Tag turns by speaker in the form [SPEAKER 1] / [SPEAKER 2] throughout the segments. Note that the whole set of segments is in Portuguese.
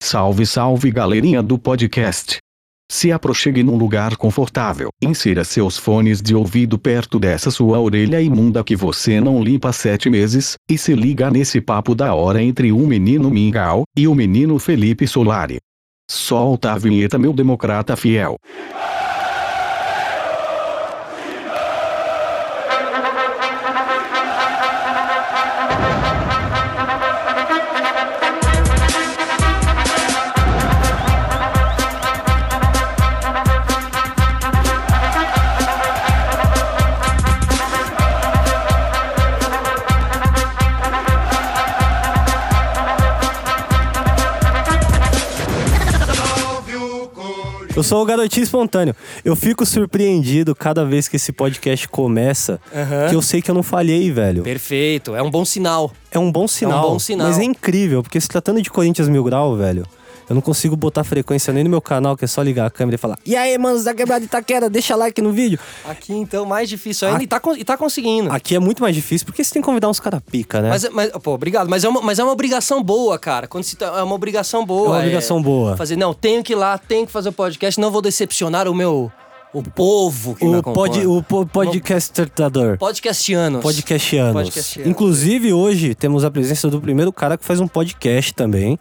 [SPEAKER 1] Salve, salve galerinha do podcast. Se aproxime num lugar confortável, insira seus fones de ouvido perto dessa sua orelha imunda que você não limpa há sete meses, e se liga nesse papo da hora entre o menino Mingau e o menino Felipe Solari. Solta a vinheta, meu democrata fiel.
[SPEAKER 2] Eu sou o garotinho espontâneo. Eu fico surpreendido cada vez que esse podcast começa, que eu sei que eu não falhei, velho.
[SPEAKER 3] Perfeito, é um bom sinal.
[SPEAKER 2] É um bom sinal.
[SPEAKER 3] bom sinal.
[SPEAKER 2] Mas é incrível, porque se tratando de Corinthians Mil Grau, velho, eu não consigo botar frequência nem no meu canal, que é só ligar a câmera e falar: E aí, manos da Quebrada de Itaquera, deixa like no vídeo.
[SPEAKER 3] Aqui então, mais difícil ainda e, tá, con- e tá conseguindo.
[SPEAKER 2] Aqui é muito mais difícil, porque você tem que convidar uns cara pica, né?
[SPEAKER 3] Mas, é mas, pô, obrigado. Mas é, uma, mas é uma obrigação boa, cara. Quando se tá- é uma obrigação boa.
[SPEAKER 2] É uma obrigação boa.
[SPEAKER 3] Fazer, não, tenho que ir lá, tenho que fazer o podcast, não vou decepcionar o meu. O povo que tá me
[SPEAKER 2] o,
[SPEAKER 3] acompanha.
[SPEAKER 2] pod, o po- podcastador.
[SPEAKER 3] Podcastianos.
[SPEAKER 2] Podcastianos.
[SPEAKER 3] Podcastianos.
[SPEAKER 2] Inclusive, hoje temos a presença do primeiro cara que faz um podcast também.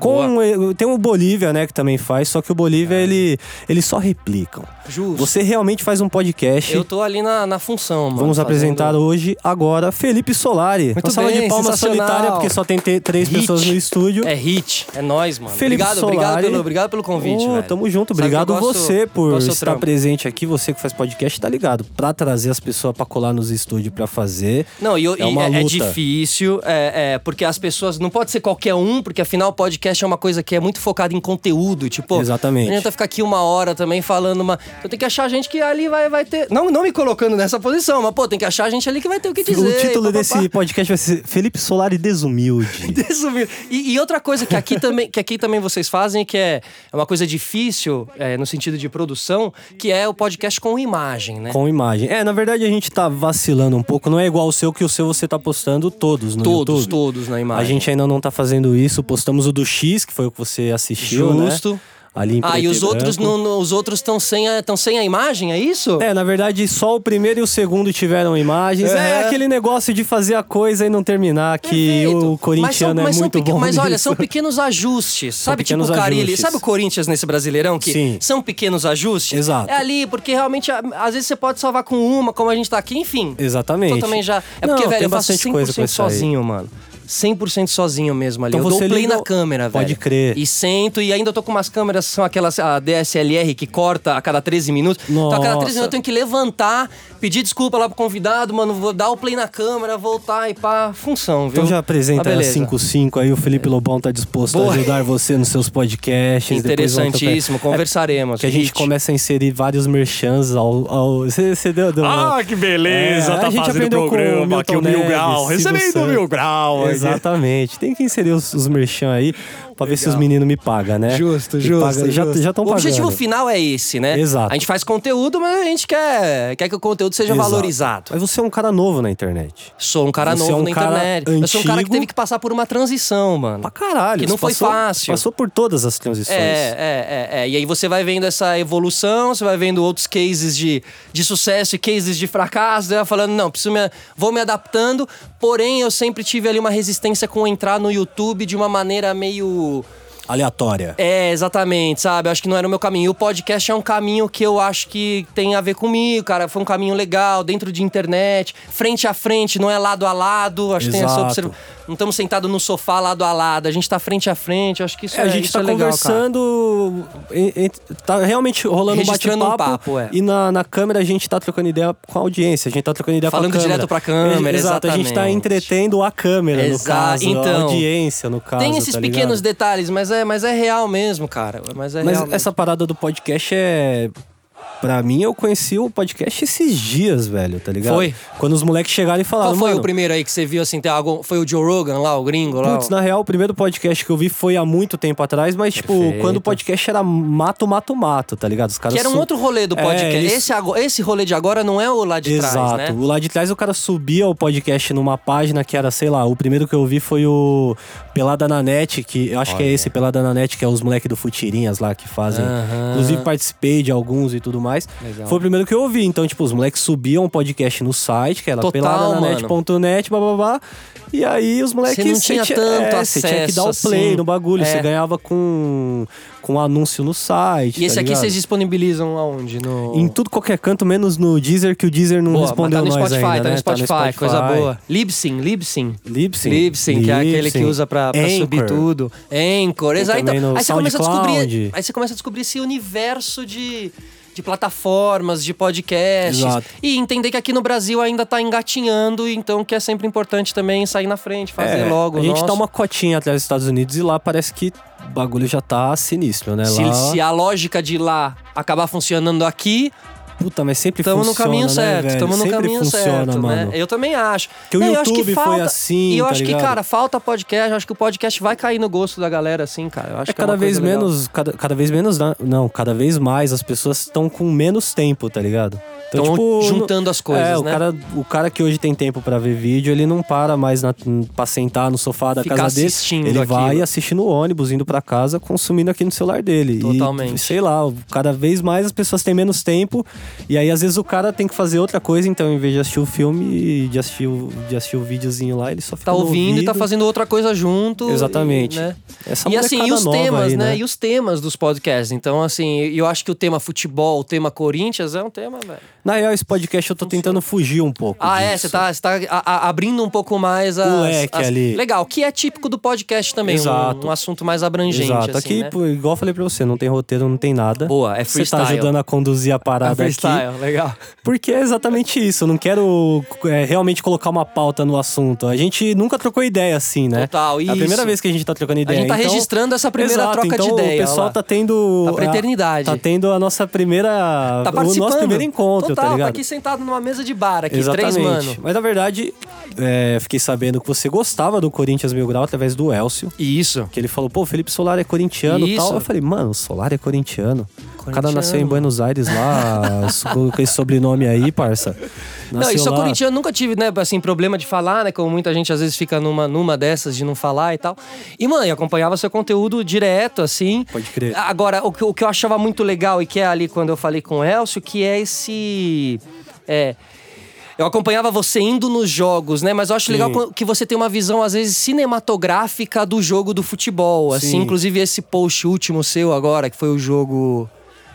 [SPEAKER 2] Com, um, eh, tem o Bolívia, né, que também faz, só que o Bolívia, ele, eles só replicam.
[SPEAKER 3] Justo.
[SPEAKER 2] Você realmente faz um podcast.
[SPEAKER 3] Eu tô ali na, na função, mano.
[SPEAKER 2] Vamos apresentar
[SPEAKER 3] fazendo-
[SPEAKER 2] hoje, agora, Felipe Solari.
[SPEAKER 3] Muito
[SPEAKER 2] Uma salva
[SPEAKER 3] bem,
[SPEAKER 2] de palmas
[SPEAKER 3] sensacional.
[SPEAKER 2] solitária, porque só tem te- três
[SPEAKER 3] Hit.
[SPEAKER 2] pessoas no estúdio.
[SPEAKER 3] É hit, é nós, mano.
[SPEAKER 2] Felipe
[SPEAKER 3] obrigado,
[SPEAKER 2] Solari.
[SPEAKER 3] obrigado pelo, obrigado pelo convite,
[SPEAKER 2] Ô,
[SPEAKER 3] velho.
[SPEAKER 2] Tamo junto,
[SPEAKER 3] Sabe que eu
[SPEAKER 2] obrigado
[SPEAKER 3] gosto-
[SPEAKER 2] você por
[SPEAKER 3] gosto do seu
[SPEAKER 2] estar
[SPEAKER 3] trampo.
[SPEAKER 2] presente aqui, você que faz podcast, tá ligado? Pra trazer as pessoas pra colar nos estúdios pra fazer.
[SPEAKER 3] Não, e, e
[SPEAKER 2] é uma
[SPEAKER 3] é
[SPEAKER 2] luta.
[SPEAKER 3] difícil, é, é, porque as pessoas. Não pode ser qualquer um, porque afinal o podcast é uma coisa que é muito focada em conteúdo. Tipo,
[SPEAKER 2] Exatamente.
[SPEAKER 3] não adianta ficar aqui uma hora também falando uma. Então tem que achar gente que ali vai, vai ter. Não, não me colocando nessa posição, mas pô, tem que achar gente ali que vai ter o que dizer.
[SPEAKER 2] o título
[SPEAKER 3] e pá, pá,
[SPEAKER 2] desse podcast vai ser Felipe Solari Desumilde.
[SPEAKER 3] pá. Sumiu. E, e outra coisa que aqui, também, que aqui também vocês fazem, que é é uma coisa difícil é, no sentido de produção, que é o podcast com imagem, né?
[SPEAKER 2] Com imagem. É, na verdade a gente tá vacilando um pouco. Não é igual o seu, que o seu você tá postando todos no
[SPEAKER 3] todos,
[SPEAKER 2] YouTube.
[SPEAKER 3] todos na imagem.
[SPEAKER 2] A gente ainda não tá fazendo isso. Postamos o do X, que foi o que você assistiu, né?
[SPEAKER 3] Justo.
[SPEAKER 2] Ali em
[SPEAKER 3] Ah,
[SPEAKER 2] preto
[SPEAKER 3] e os outros
[SPEAKER 2] branco.
[SPEAKER 3] não, não- os outros estão sem, a- tão sem a imagem, é isso?
[SPEAKER 2] É, na verdade, só o primeiro e o segundo tiveram imagens. É
[SPEAKER 3] Aham.
[SPEAKER 2] aquele negócio de fazer a coisa e não terminar, que
[SPEAKER 3] Perfeito.
[SPEAKER 2] o corintiano
[SPEAKER 3] mas são, mas
[SPEAKER 2] é
[SPEAKER 3] são
[SPEAKER 2] muito
[SPEAKER 3] pequ-
[SPEAKER 2] bom
[SPEAKER 3] Mas olha, são
[SPEAKER 2] nisso.
[SPEAKER 3] pequenos ajustes. sabe,
[SPEAKER 2] pequenos
[SPEAKER 3] tipo o Carilli.
[SPEAKER 2] ajustes.
[SPEAKER 3] Sabe o Corinthians nesse Brasileirão? Que
[SPEAKER 2] Sim.
[SPEAKER 3] são pequenos ajustes?
[SPEAKER 2] Exato.
[SPEAKER 3] É ali, porque realmente, a- às vezes você pode salvar com uma, como a gente tá aqui, enfim.
[SPEAKER 2] Exatamente.
[SPEAKER 3] Então também já. É
[SPEAKER 2] Não,
[SPEAKER 3] porque, velho,
[SPEAKER 2] tem
[SPEAKER 3] eu faço
[SPEAKER 2] bastante coisa com
[SPEAKER 3] 100%
[SPEAKER 2] isso aí.
[SPEAKER 3] sozinho, mano. 100% sozinho mesmo ali.
[SPEAKER 2] Então
[SPEAKER 3] eu dou
[SPEAKER 2] você
[SPEAKER 3] play
[SPEAKER 2] liga
[SPEAKER 3] na
[SPEAKER 2] o-
[SPEAKER 3] câmera,
[SPEAKER 2] Pode
[SPEAKER 3] velho.
[SPEAKER 2] crer.
[SPEAKER 3] E sento, e ainda eu tô com umas câmeras, são aquelas a DSLR que corta a cada 13 minutos. Então a cada 13
[SPEAKER 2] Nossa.
[SPEAKER 3] minutos eu tenho que levantar, pedir desculpa lá pro convidado, mano, vou dar o play na câmera, voltar e pá, função, viu?
[SPEAKER 2] Então já apresenta
[SPEAKER 3] Ah,
[SPEAKER 2] a
[SPEAKER 3] beleza.
[SPEAKER 2] 55 aí, o Felipe Lobão tá disposto a
[SPEAKER 3] Boa.
[SPEAKER 2] ajudar você nos seus podcasts. depois vão trocar-
[SPEAKER 3] Interessantíssimo, conversaremos.
[SPEAKER 2] Que a gente
[SPEAKER 3] Hit.
[SPEAKER 2] começa a inserir vários merchans ao. ao- Você você deu, deu uma-
[SPEAKER 4] Ah, que beleza,
[SPEAKER 2] É, a
[SPEAKER 4] tá
[SPEAKER 2] gente
[SPEAKER 4] fazendo
[SPEAKER 2] aprendeu com o
[SPEAKER 4] programa aqui,
[SPEAKER 2] Milton
[SPEAKER 4] o Mil
[SPEAKER 2] Neves,
[SPEAKER 4] Grau,
[SPEAKER 2] Silvio
[SPEAKER 4] recebendo o
[SPEAKER 2] Santos.
[SPEAKER 4] Mil Grau. aqui.
[SPEAKER 2] Exatamente. Tem que inserir os, os merchan aí pra ver se os meninos me pagam, né?
[SPEAKER 4] Justo,
[SPEAKER 2] Me
[SPEAKER 4] justo,
[SPEAKER 2] pagam- Já
[SPEAKER 4] justo.
[SPEAKER 2] estão pagando.
[SPEAKER 3] O objetivo final é esse, né?
[SPEAKER 2] Exato.
[SPEAKER 3] A gente faz conteúdo, mas a gente quer, quer que o conteúdo seja
[SPEAKER 2] Exato.
[SPEAKER 3] é valorizado.
[SPEAKER 2] Mas você é um cara novo na internet.
[SPEAKER 3] Sou um cara
[SPEAKER 2] Você
[SPEAKER 3] novo
[SPEAKER 2] é um
[SPEAKER 3] na
[SPEAKER 2] cara
[SPEAKER 3] internet. Eu sou um cara que
[SPEAKER 2] antigo.
[SPEAKER 3] teve que passar por uma transição, mano.
[SPEAKER 2] Pra caralho.
[SPEAKER 3] Que não
[SPEAKER 2] você
[SPEAKER 3] foi
[SPEAKER 2] passou-
[SPEAKER 3] fácil.
[SPEAKER 2] Passou por todas as transições.
[SPEAKER 3] É, é, é, é. E aí você vai vendo essa evolução, você vai vendo outros cases de, de sucesso e cases de fracasso, né? falando, não, preciso me, vou me adaptando. Porém, eu sempre tive ali uma resistência com entrar no YouTube de uma maneira meio.
[SPEAKER 2] Aleatória.
[SPEAKER 3] É, exatamente, sabe? Eu acho que não era o meu caminho. E o podcast é um caminho que eu acho que tem a ver comigo, cara. Foi um caminho legal, dentro de internet, frente a frente, não é lado a lado. Acho que tem essa
[SPEAKER 2] Exato.
[SPEAKER 3] observa... Não estamos sentados no sofá lado a lado, a gente tá frente a frente. Eu acho que isso
[SPEAKER 2] É,
[SPEAKER 3] é,
[SPEAKER 2] a gente
[SPEAKER 3] isso
[SPEAKER 2] tá
[SPEAKER 3] é legal, cara.
[SPEAKER 2] conversando. e- e- Tá realmente rolando um
[SPEAKER 3] Registrando
[SPEAKER 2] bate-papo.
[SPEAKER 3] um papo, é.
[SPEAKER 2] E na, na câmera a gente tá trocando ideia com a audiência. A gente tá trocando ideia
[SPEAKER 3] Falando
[SPEAKER 2] com a câmera.
[SPEAKER 3] direto pra câmera,
[SPEAKER 2] Exato, a gente tá
[SPEAKER 3] exatamente.
[SPEAKER 2] entretendo a câmera, no
[SPEAKER 3] Exa-
[SPEAKER 2] caso. a
[SPEAKER 3] então,
[SPEAKER 2] audiência, no caso.
[SPEAKER 3] Tem esses
[SPEAKER 2] tá ligado?
[SPEAKER 3] pequenos detalhes, mas é, mas é real mesmo, cara. Mas é
[SPEAKER 2] Mas
[SPEAKER 3] real mesmo.
[SPEAKER 2] essa parada do podcast é. Pra mim, eu conheci o podcast esses dias, velho, tá ligado?
[SPEAKER 3] Foi.
[SPEAKER 2] Quando os moleques chegaram e falaram.
[SPEAKER 3] Qual foi
[SPEAKER 2] "Mano,
[SPEAKER 3] o primeiro aí que você viu assim? Tem algum... Foi o Joe Rogan lá, o gringo lá?
[SPEAKER 2] Putz, na real, o primeiro podcast que eu vi foi há muito tempo atrás, mas, tipo,
[SPEAKER 3] Perfeito.
[SPEAKER 2] quando o podcast era mato, mato, mato, tá ligado? Os caras.
[SPEAKER 3] Que era um
[SPEAKER 2] su-
[SPEAKER 3] outro rolê do
[SPEAKER 2] É,
[SPEAKER 3] podcast.
[SPEAKER 2] eles-
[SPEAKER 3] esse, ago- esse rolê de agora não é o lá de
[SPEAKER 2] Exato.
[SPEAKER 3] trás, né?
[SPEAKER 2] O lá de trás o cara subia o podcast numa página que era, sei lá, o primeiro que eu vi foi o Pelada na Net, que eu acho que é esse Pelada na Net, que é os moleques do Futirinhas lá que fazem.
[SPEAKER 3] Aham.
[SPEAKER 2] Inclusive participei de alguns e tudo mais.
[SPEAKER 3] Legal.
[SPEAKER 2] Foi o primeiro que eu ouvi. Então, tipo, os moleques subiam o podcast no site, que era
[SPEAKER 3] Total,
[SPEAKER 2] peladananet.net, blá blá blá. E aí os moleques.
[SPEAKER 3] Você não
[SPEAKER 2] você
[SPEAKER 3] tinha
[SPEAKER 2] ti-
[SPEAKER 3] tanto
[SPEAKER 2] é, Você tinha que dar o
[SPEAKER 3] acesso,
[SPEAKER 2] play
[SPEAKER 3] assim.
[SPEAKER 2] no bagulho.
[SPEAKER 3] É.
[SPEAKER 2] Você ganhava com, com anúncio no site.
[SPEAKER 3] E esse
[SPEAKER 2] tá
[SPEAKER 3] aqui
[SPEAKER 2] ligado?
[SPEAKER 3] vocês disponibilizam aonde? No...
[SPEAKER 2] Em tudo qualquer canto, menos no Deezer, que o Deezer não
[SPEAKER 3] Tipo, Boa, mas
[SPEAKER 2] respondeu
[SPEAKER 3] tá no
[SPEAKER 2] nós
[SPEAKER 3] Spotify,
[SPEAKER 2] ainda,
[SPEAKER 3] tá
[SPEAKER 2] né?
[SPEAKER 3] no Spotify, coisa boa. Libsyn, Libsyn.
[SPEAKER 2] Libsyn.
[SPEAKER 3] Libsyn, que é aquele que
[SPEAKER 2] Libsyn.
[SPEAKER 3] usa pra, pra
[SPEAKER 2] Anchor.
[SPEAKER 3] subir tudo. Anchor,
[SPEAKER 2] Tem
[SPEAKER 3] exato. Então,
[SPEAKER 2] também no
[SPEAKER 3] aí você começa a
[SPEAKER 2] SoundCloud.
[SPEAKER 3] descobrir, aí você começa a descobrir esse universo de, de plataformas, de podcasts
[SPEAKER 2] Exato.
[SPEAKER 3] e entender que aqui no Brasil ainda tá engatinhando, então que é sempre importante também sair na frente, fazer
[SPEAKER 2] É,
[SPEAKER 3] logo.
[SPEAKER 2] A gente
[SPEAKER 3] nosso.
[SPEAKER 2] dá uma cotinha atrás dos Estados Unidos e lá parece que o bagulho já tá sinistro, né?
[SPEAKER 3] se,
[SPEAKER 2] Lá,
[SPEAKER 3] se a lógica de lá acabar funcionando aqui,
[SPEAKER 2] puta, mas sempre
[SPEAKER 3] Tamo no
[SPEAKER 2] funciona,
[SPEAKER 3] caminho
[SPEAKER 2] né,
[SPEAKER 3] certo,
[SPEAKER 2] velho?
[SPEAKER 3] tamo no
[SPEAKER 2] sempre
[SPEAKER 3] caminho
[SPEAKER 2] funciona,
[SPEAKER 3] certo,
[SPEAKER 2] mano.
[SPEAKER 3] né? Eu também acho.
[SPEAKER 2] Que o
[SPEAKER 3] Não, eu acho
[SPEAKER 2] YouTube
[SPEAKER 3] que
[SPEAKER 2] foi
[SPEAKER 3] falta,
[SPEAKER 2] assim,
[SPEAKER 3] E eu
[SPEAKER 2] tá
[SPEAKER 3] acho
[SPEAKER 2] ligado?
[SPEAKER 3] que, cara, falta podcast, eu acho que o podcast vai cair no gosto da galera, assim, cara. Eu acho
[SPEAKER 2] É
[SPEAKER 3] que é
[SPEAKER 2] cada
[SPEAKER 3] uma
[SPEAKER 2] vez
[SPEAKER 3] coisa legal.
[SPEAKER 2] menos, cada, cada vez menos, na- não, cada vez mais as pessoas estão com menos tempo, tá ligado? Então,
[SPEAKER 3] Tão
[SPEAKER 2] tipo,
[SPEAKER 3] juntando
[SPEAKER 2] não-
[SPEAKER 3] as coisas,
[SPEAKER 2] é, O
[SPEAKER 3] né?
[SPEAKER 2] cara, o cara que hoje tem tempo pra ver vídeo, ele não para mais na, pra sentar no sofá da
[SPEAKER 3] Ficar
[SPEAKER 2] casa dele.
[SPEAKER 3] assistindo
[SPEAKER 2] Ele vai
[SPEAKER 3] aquilo.
[SPEAKER 2] assistindo o ônibus, indo pra casa, consumindo aqui no celular dele. E,
[SPEAKER 3] Totalmente.
[SPEAKER 2] sei lá, cada vez mais as pessoas têm menos tempo. E aí, às vezes, o cara tem que fazer outra coisa, então, em vez de assistir o filme, de assistir o, de assistir o videozinho lá, ele só fica
[SPEAKER 3] Tá
[SPEAKER 2] no
[SPEAKER 3] ouvindo e tá
[SPEAKER 2] ouvido.
[SPEAKER 3] fazendo outra coisa junto.
[SPEAKER 2] Exatamente.
[SPEAKER 3] E, né?
[SPEAKER 2] Essa
[SPEAKER 3] E assim, e
[SPEAKER 2] molecada
[SPEAKER 3] os
[SPEAKER 2] nova
[SPEAKER 3] temas,
[SPEAKER 2] aí,
[SPEAKER 3] né? E os temas dos podcasts. Então, assim, eu acho que o tema futebol, o tema Corinthians é um tema, velho.
[SPEAKER 2] Na real, esse podcast eu tô tentando fugir um pouco.
[SPEAKER 3] Ah, é,
[SPEAKER 2] disso.
[SPEAKER 3] você tá, você tá a- a- abrindo um pouco mais as,
[SPEAKER 2] O leque
[SPEAKER 3] as-
[SPEAKER 2] ali.
[SPEAKER 3] Legal, que é típico do podcast também. um-
[SPEAKER 2] Exato.
[SPEAKER 3] Um, assunto mais abrangente,
[SPEAKER 2] Exato.
[SPEAKER 3] assim,
[SPEAKER 2] aqui,
[SPEAKER 3] né?
[SPEAKER 2] pô, igual eu falei pra você, não tem roteiro, não tem nada.
[SPEAKER 3] Boa,
[SPEAKER 2] Você
[SPEAKER 3] é
[SPEAKER 2] tá
[SPEAKER 3] freestyle.
[SPEAKER 2] ajudando a conduzir a
[SPEAKER 3] É
[SPEAKER 2] parada aqui.
[SPEAKER 3] freestyle, legal.
[SPEAKER 2] Porque é exatamente isso. Eu não quero é, realmente colocar uma pauta no assunto. A gente nunca trocou ideia assim, né?
[SPEAKER 3] Total,
[SPEAKER 2] É a primeira
[SPEAKER 3] isso.
[SPEAKER 2] vez que a gente tá trocando
[SPEAKER 3] A
[SPEAKER 2] ideia.
[SPEAKER 3] gente tá
[SPEAKER 2] então-
[SPEAKER 3] registrando essa primeira
[SPEAKER 2] Exato,
[SPEAKER 3] troca
[SPEAKER 2] então
[SPEAKER 3] de ideia.
[SPEAKER 2] O pessoal
[SPEAKER 3] olha
[SPEAKER 2] tá
[SPEAKER 3] lá.
[SPEAKER 2] tendo.
[SPEAKER 3] A fraternidade.
[SPEAKER 2] Tá tendo a nossa primeira.
[SPEAKER 3] Tá
[SPEAKER 2] o
[SPEAKER 3] participando.
[SPEAKER 2] nosso primeiro encontro,
[SPEAKER 3] Total,
[SPEAKER 2] tá ligado?
[SPEAKER 3] aqui sentado numa mesa de bar aqui,
[SPEAKER 2] Exatamente.
[SPEAKER 3] três mano.
[SPEAKER 2] Mas na verdade, é, fiquei sabendo que você gostava do Corinthians Mil Grau através do Elcio.
[SPEAKER 3] Isso.
[SPEAKER 2] Que ele falou, pô, o Felipe Solar é corintiano e
[SPEAKER 3] Isso.
[SPEAKER 2] tal. Eu falei, mano, o Solar é corintiano. O cara
[SPEAKER 3] Corintiano.
[SPEAKER 2] nasceu em Buenos Aires lá, so- com esse sobrenome aí, parça.
[SPEAKER 3] Não,
[SPEAKER 2] Nasceu
[SPEAKER 3] e só
[SPEAKER 2] lá.
[SPEAKER 3] corintiano nunca tive, né, assim, problema de falar, né? Como muita gente às vezes fica numa, numa dessas de não falar e tal. E, mano, eu acompanhava seu conteúdo direto, assim.
[SPEAKER 2] Pode crer.
[SPEAKER 3] Agora, o que, o que eu achava muito legal e que é ali quando eu falei com o Elcio, que é esse. É. Eu acompanhava você indo nos jogos, né? Mas eu acho legal co- que você tem uma visão, às vezes, cinematográfica do jogo do futebol. Assim,
[SPEAKER 2] Sim.
[SPEAKER 3] inclusive esse post último seu agora, que foi o jogo.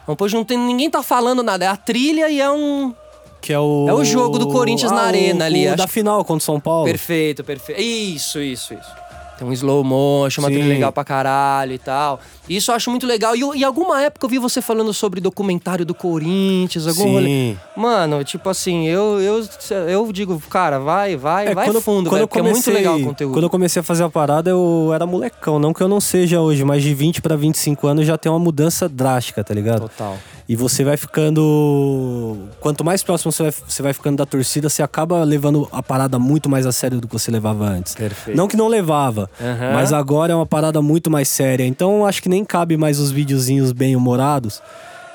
[SPEAKER 3] Um post não tem. Ninguém tá falando nada. É a trilha e é um.
[SPEAKER 2] Que é o... ah,
[SPEAKER 3] É o jogo do Corinthians na
[SPEAKER 2] o-
[SPEAKER 3] arena ali,
[SPEAKER 2] o
[SPEAKER 3] acho
[SPEAKER 2] da
[SPEAKER 3] que-
[SPEAKER 2] final contra o São Paulo.
[SPEAKER 3] Perfeito, perfeito. Isso, isso, isso. Tem um slow motion, uma
[SPEAKER 2] Sim.
[SPEAKER 3] trilha legal pra caralho e tal. Isso eu acho muito legal. E eu- em alguma época eu vi você falando sobre documentário do Corinthians, algum
[SPEAKER 2] Sim.
[SPEAKER 3] rolê. Mano, tipo assim, eu, eu, eu digo, cara, vai, vai,
[SPEAKER 2] É,
[SPEAKER 3] vai
[SPEAKER 2] quando-
[SPEAKER 3] fundo,
[SPEAKER 2] quando
[SPEAKER 3] velho,
[SPEAKER 2] eu
[SPEAKER 3] porque é muito
[SPEAKER 2] comecei-
[SPEAKER 3] legal o conteúdo.
[SPEAKER 2] Quando eu comecei a fazer a parada, eu era molecão. Não que eu não seja hoje, mas de 20 pra 25 anos já tem uma mudança drástica, tá ligado?
[SPEAKER 3] Total.
[SPEAKER 2] E você vai ficando. Quanto mais próximo você vai, você vai ficando da torcida, você acaba levando a parada muito mais a sério do que você levava antes.
[SPEAKER 3] Perfeito.
[SPEAKER 2] Não que não levava,
[SPEAKER 3] Aham.
[SPEAKER 2] mas agora é uma parada muito mais séria. Então acho que nem cabe mais os videozinhos bem-humorados.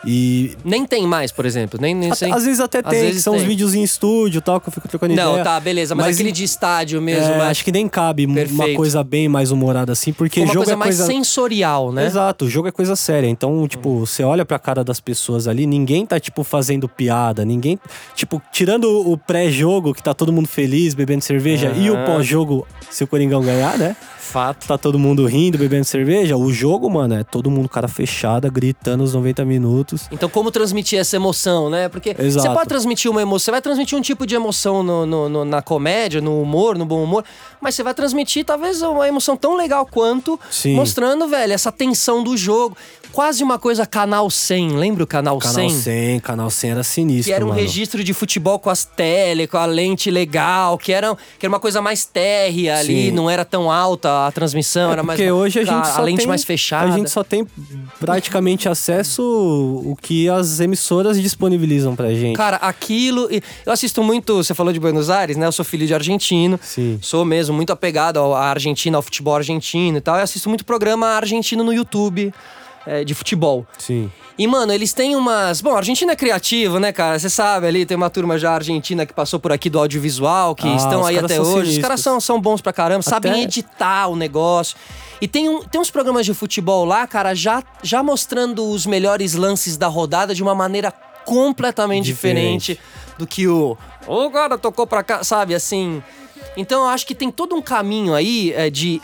[SPEAKER 2] E.
[SPEAKER 3] Nem tem mais, por exemplo. Nem, nem sei.
[SPEAKER 2] Às vezes até
[SPEAKER 3] Às
[SPEAKER 2] tem, que
[SPEAKER 3] vezes
[SPEAKER 2] são os
[SPEAKER 3] tem.
[SPEAKER 2] vídeos em estúdio e tal, que eu fico trocando ideia.
[SPEAKER 3] Não, tá, beleza. Mas, aquele
[SPEAKER 2] em-
[SPEAKER 3] de estádio mesmo,
[SPEAKER 2] é,
[SPEAKER 3] né?
[SPEAKER 2] acho que nem cabe uma
[SPEAKER 3] Perfeito.
[SPEAKER 2] coisa bem mais humorada assim, porque
[SPEAKER 3] Ficou uma
[SPEAKER 2] jogo
[SPEAKER 3] coisa
[SPEAKER 2] é
[SPEAKER 3] mais
[SPEAKER 2] coisa
[SPEAKER 3] sensorial, né? Uhum.
[SPEAKER 2] Exato, o jogo é coisa séria. Então, tipo, você olha pra cara das pessoas ali, ninguém tá, tipo, fazendo piada, ninguém. Tipo, tirando o pré-jogo, que tá todo mundo feliz, bebendo cerveja, e o pós-jogo, se o Coringão ganhar, né?
[SPEAKER 3] Fato.
[SPEAKER 2] Tá todo mundo rindo, bebendo cerveja. O jogo, mano, é todo mundo cara fechada, gritando os 90 minutos.
[SPEAKER 3] Então, como transmitir essa emoção, né? Porque
[SPEAKER 2] Exato.
[SPEAKER 3] você pode transmitir uma emoção, você vai transmitir um tipo de emoção no- no- no- na comédia, no humor, no bom humor, mas você vai transmitir talvez uma emoção tão legal quanto,
[SPEAKER 2] Sim.
[SPEAKER 3] mostrando, velho, essa tensão do jogo. Quase uma coisa Canal 100, lembra o Canal,
[SPEAKER 2] Canal
[SPEAKER 3] 100?
[SPEAKER 2] 100, Canal 100 era sinistro,
[SPEAKER 3] Que era um
[SPEAKER 2] mano.
[SPEAKER 3] registro de futebol com as tele, com a lente legal, que era, que era uma coisa mais térrea ali,
[SPEAKER 2] Sim. É
[SPEAKER 3] não era tão alta a transmissão, era mais.
[SPEAKER 2] Porque hoje a gente
[SPEAKER 3] a,
[SPEAKER 2] só
[SPEAKER 3] lente
[SPEAKER 2] tem-
[SPEAKER 3] mais fechada.
[SPEAKER 2] A gente só tem praticamente acesso o que as emissoras disponibilizam pra gente.
[SPEAKER 3] Cara, aquilo. e Eu assisto muito. Você falou de Buenos Aires, né? Eu sou filho de argentino.
[SPEAKER 2] Sim.
[SPEAKER 3] Sou mesmo muito apegado ao- à Argentina, ao futebol argentino e tal. Eu assisto muito programa argentino no YouTube é, de futebol.
[SPEAKER 2] Sim.
[SPEAKER 3] E, mano, eles têm umas. Bom, a Argentina é criativa, né, cara? Você sabe ali, tem uma turma já argentina que passou por aqui do audiovisual, que
[SPEAKER 2] Ah,
[SPEAKER 3] estão
[SPEAKER 2] os
[SPEAKER 3] aí
[SPEAKER 2] caras
[SPEAKER 3] até
[SPEAKER 2] são
[SPEAKER 3] hoje. Os
[SPEAKER 2] sinistros.
[SPEAKER 3] caras são, são bons pra caramba, sabem
[SPEAKER 2] Até-
[SPEAKER 3] editar o negócio. E tem, um, tem uns programas de futebol lá, cara, já, já mostrando os melhores lances da rodada de uma maneira completamente diferente,
[SPEAKER 2] Diferente.
[SPEAKER 3] do que o. Ô, cara, tocou pra cá, sabe? Assim. Então eu acho que tem todo um caminho aí é, de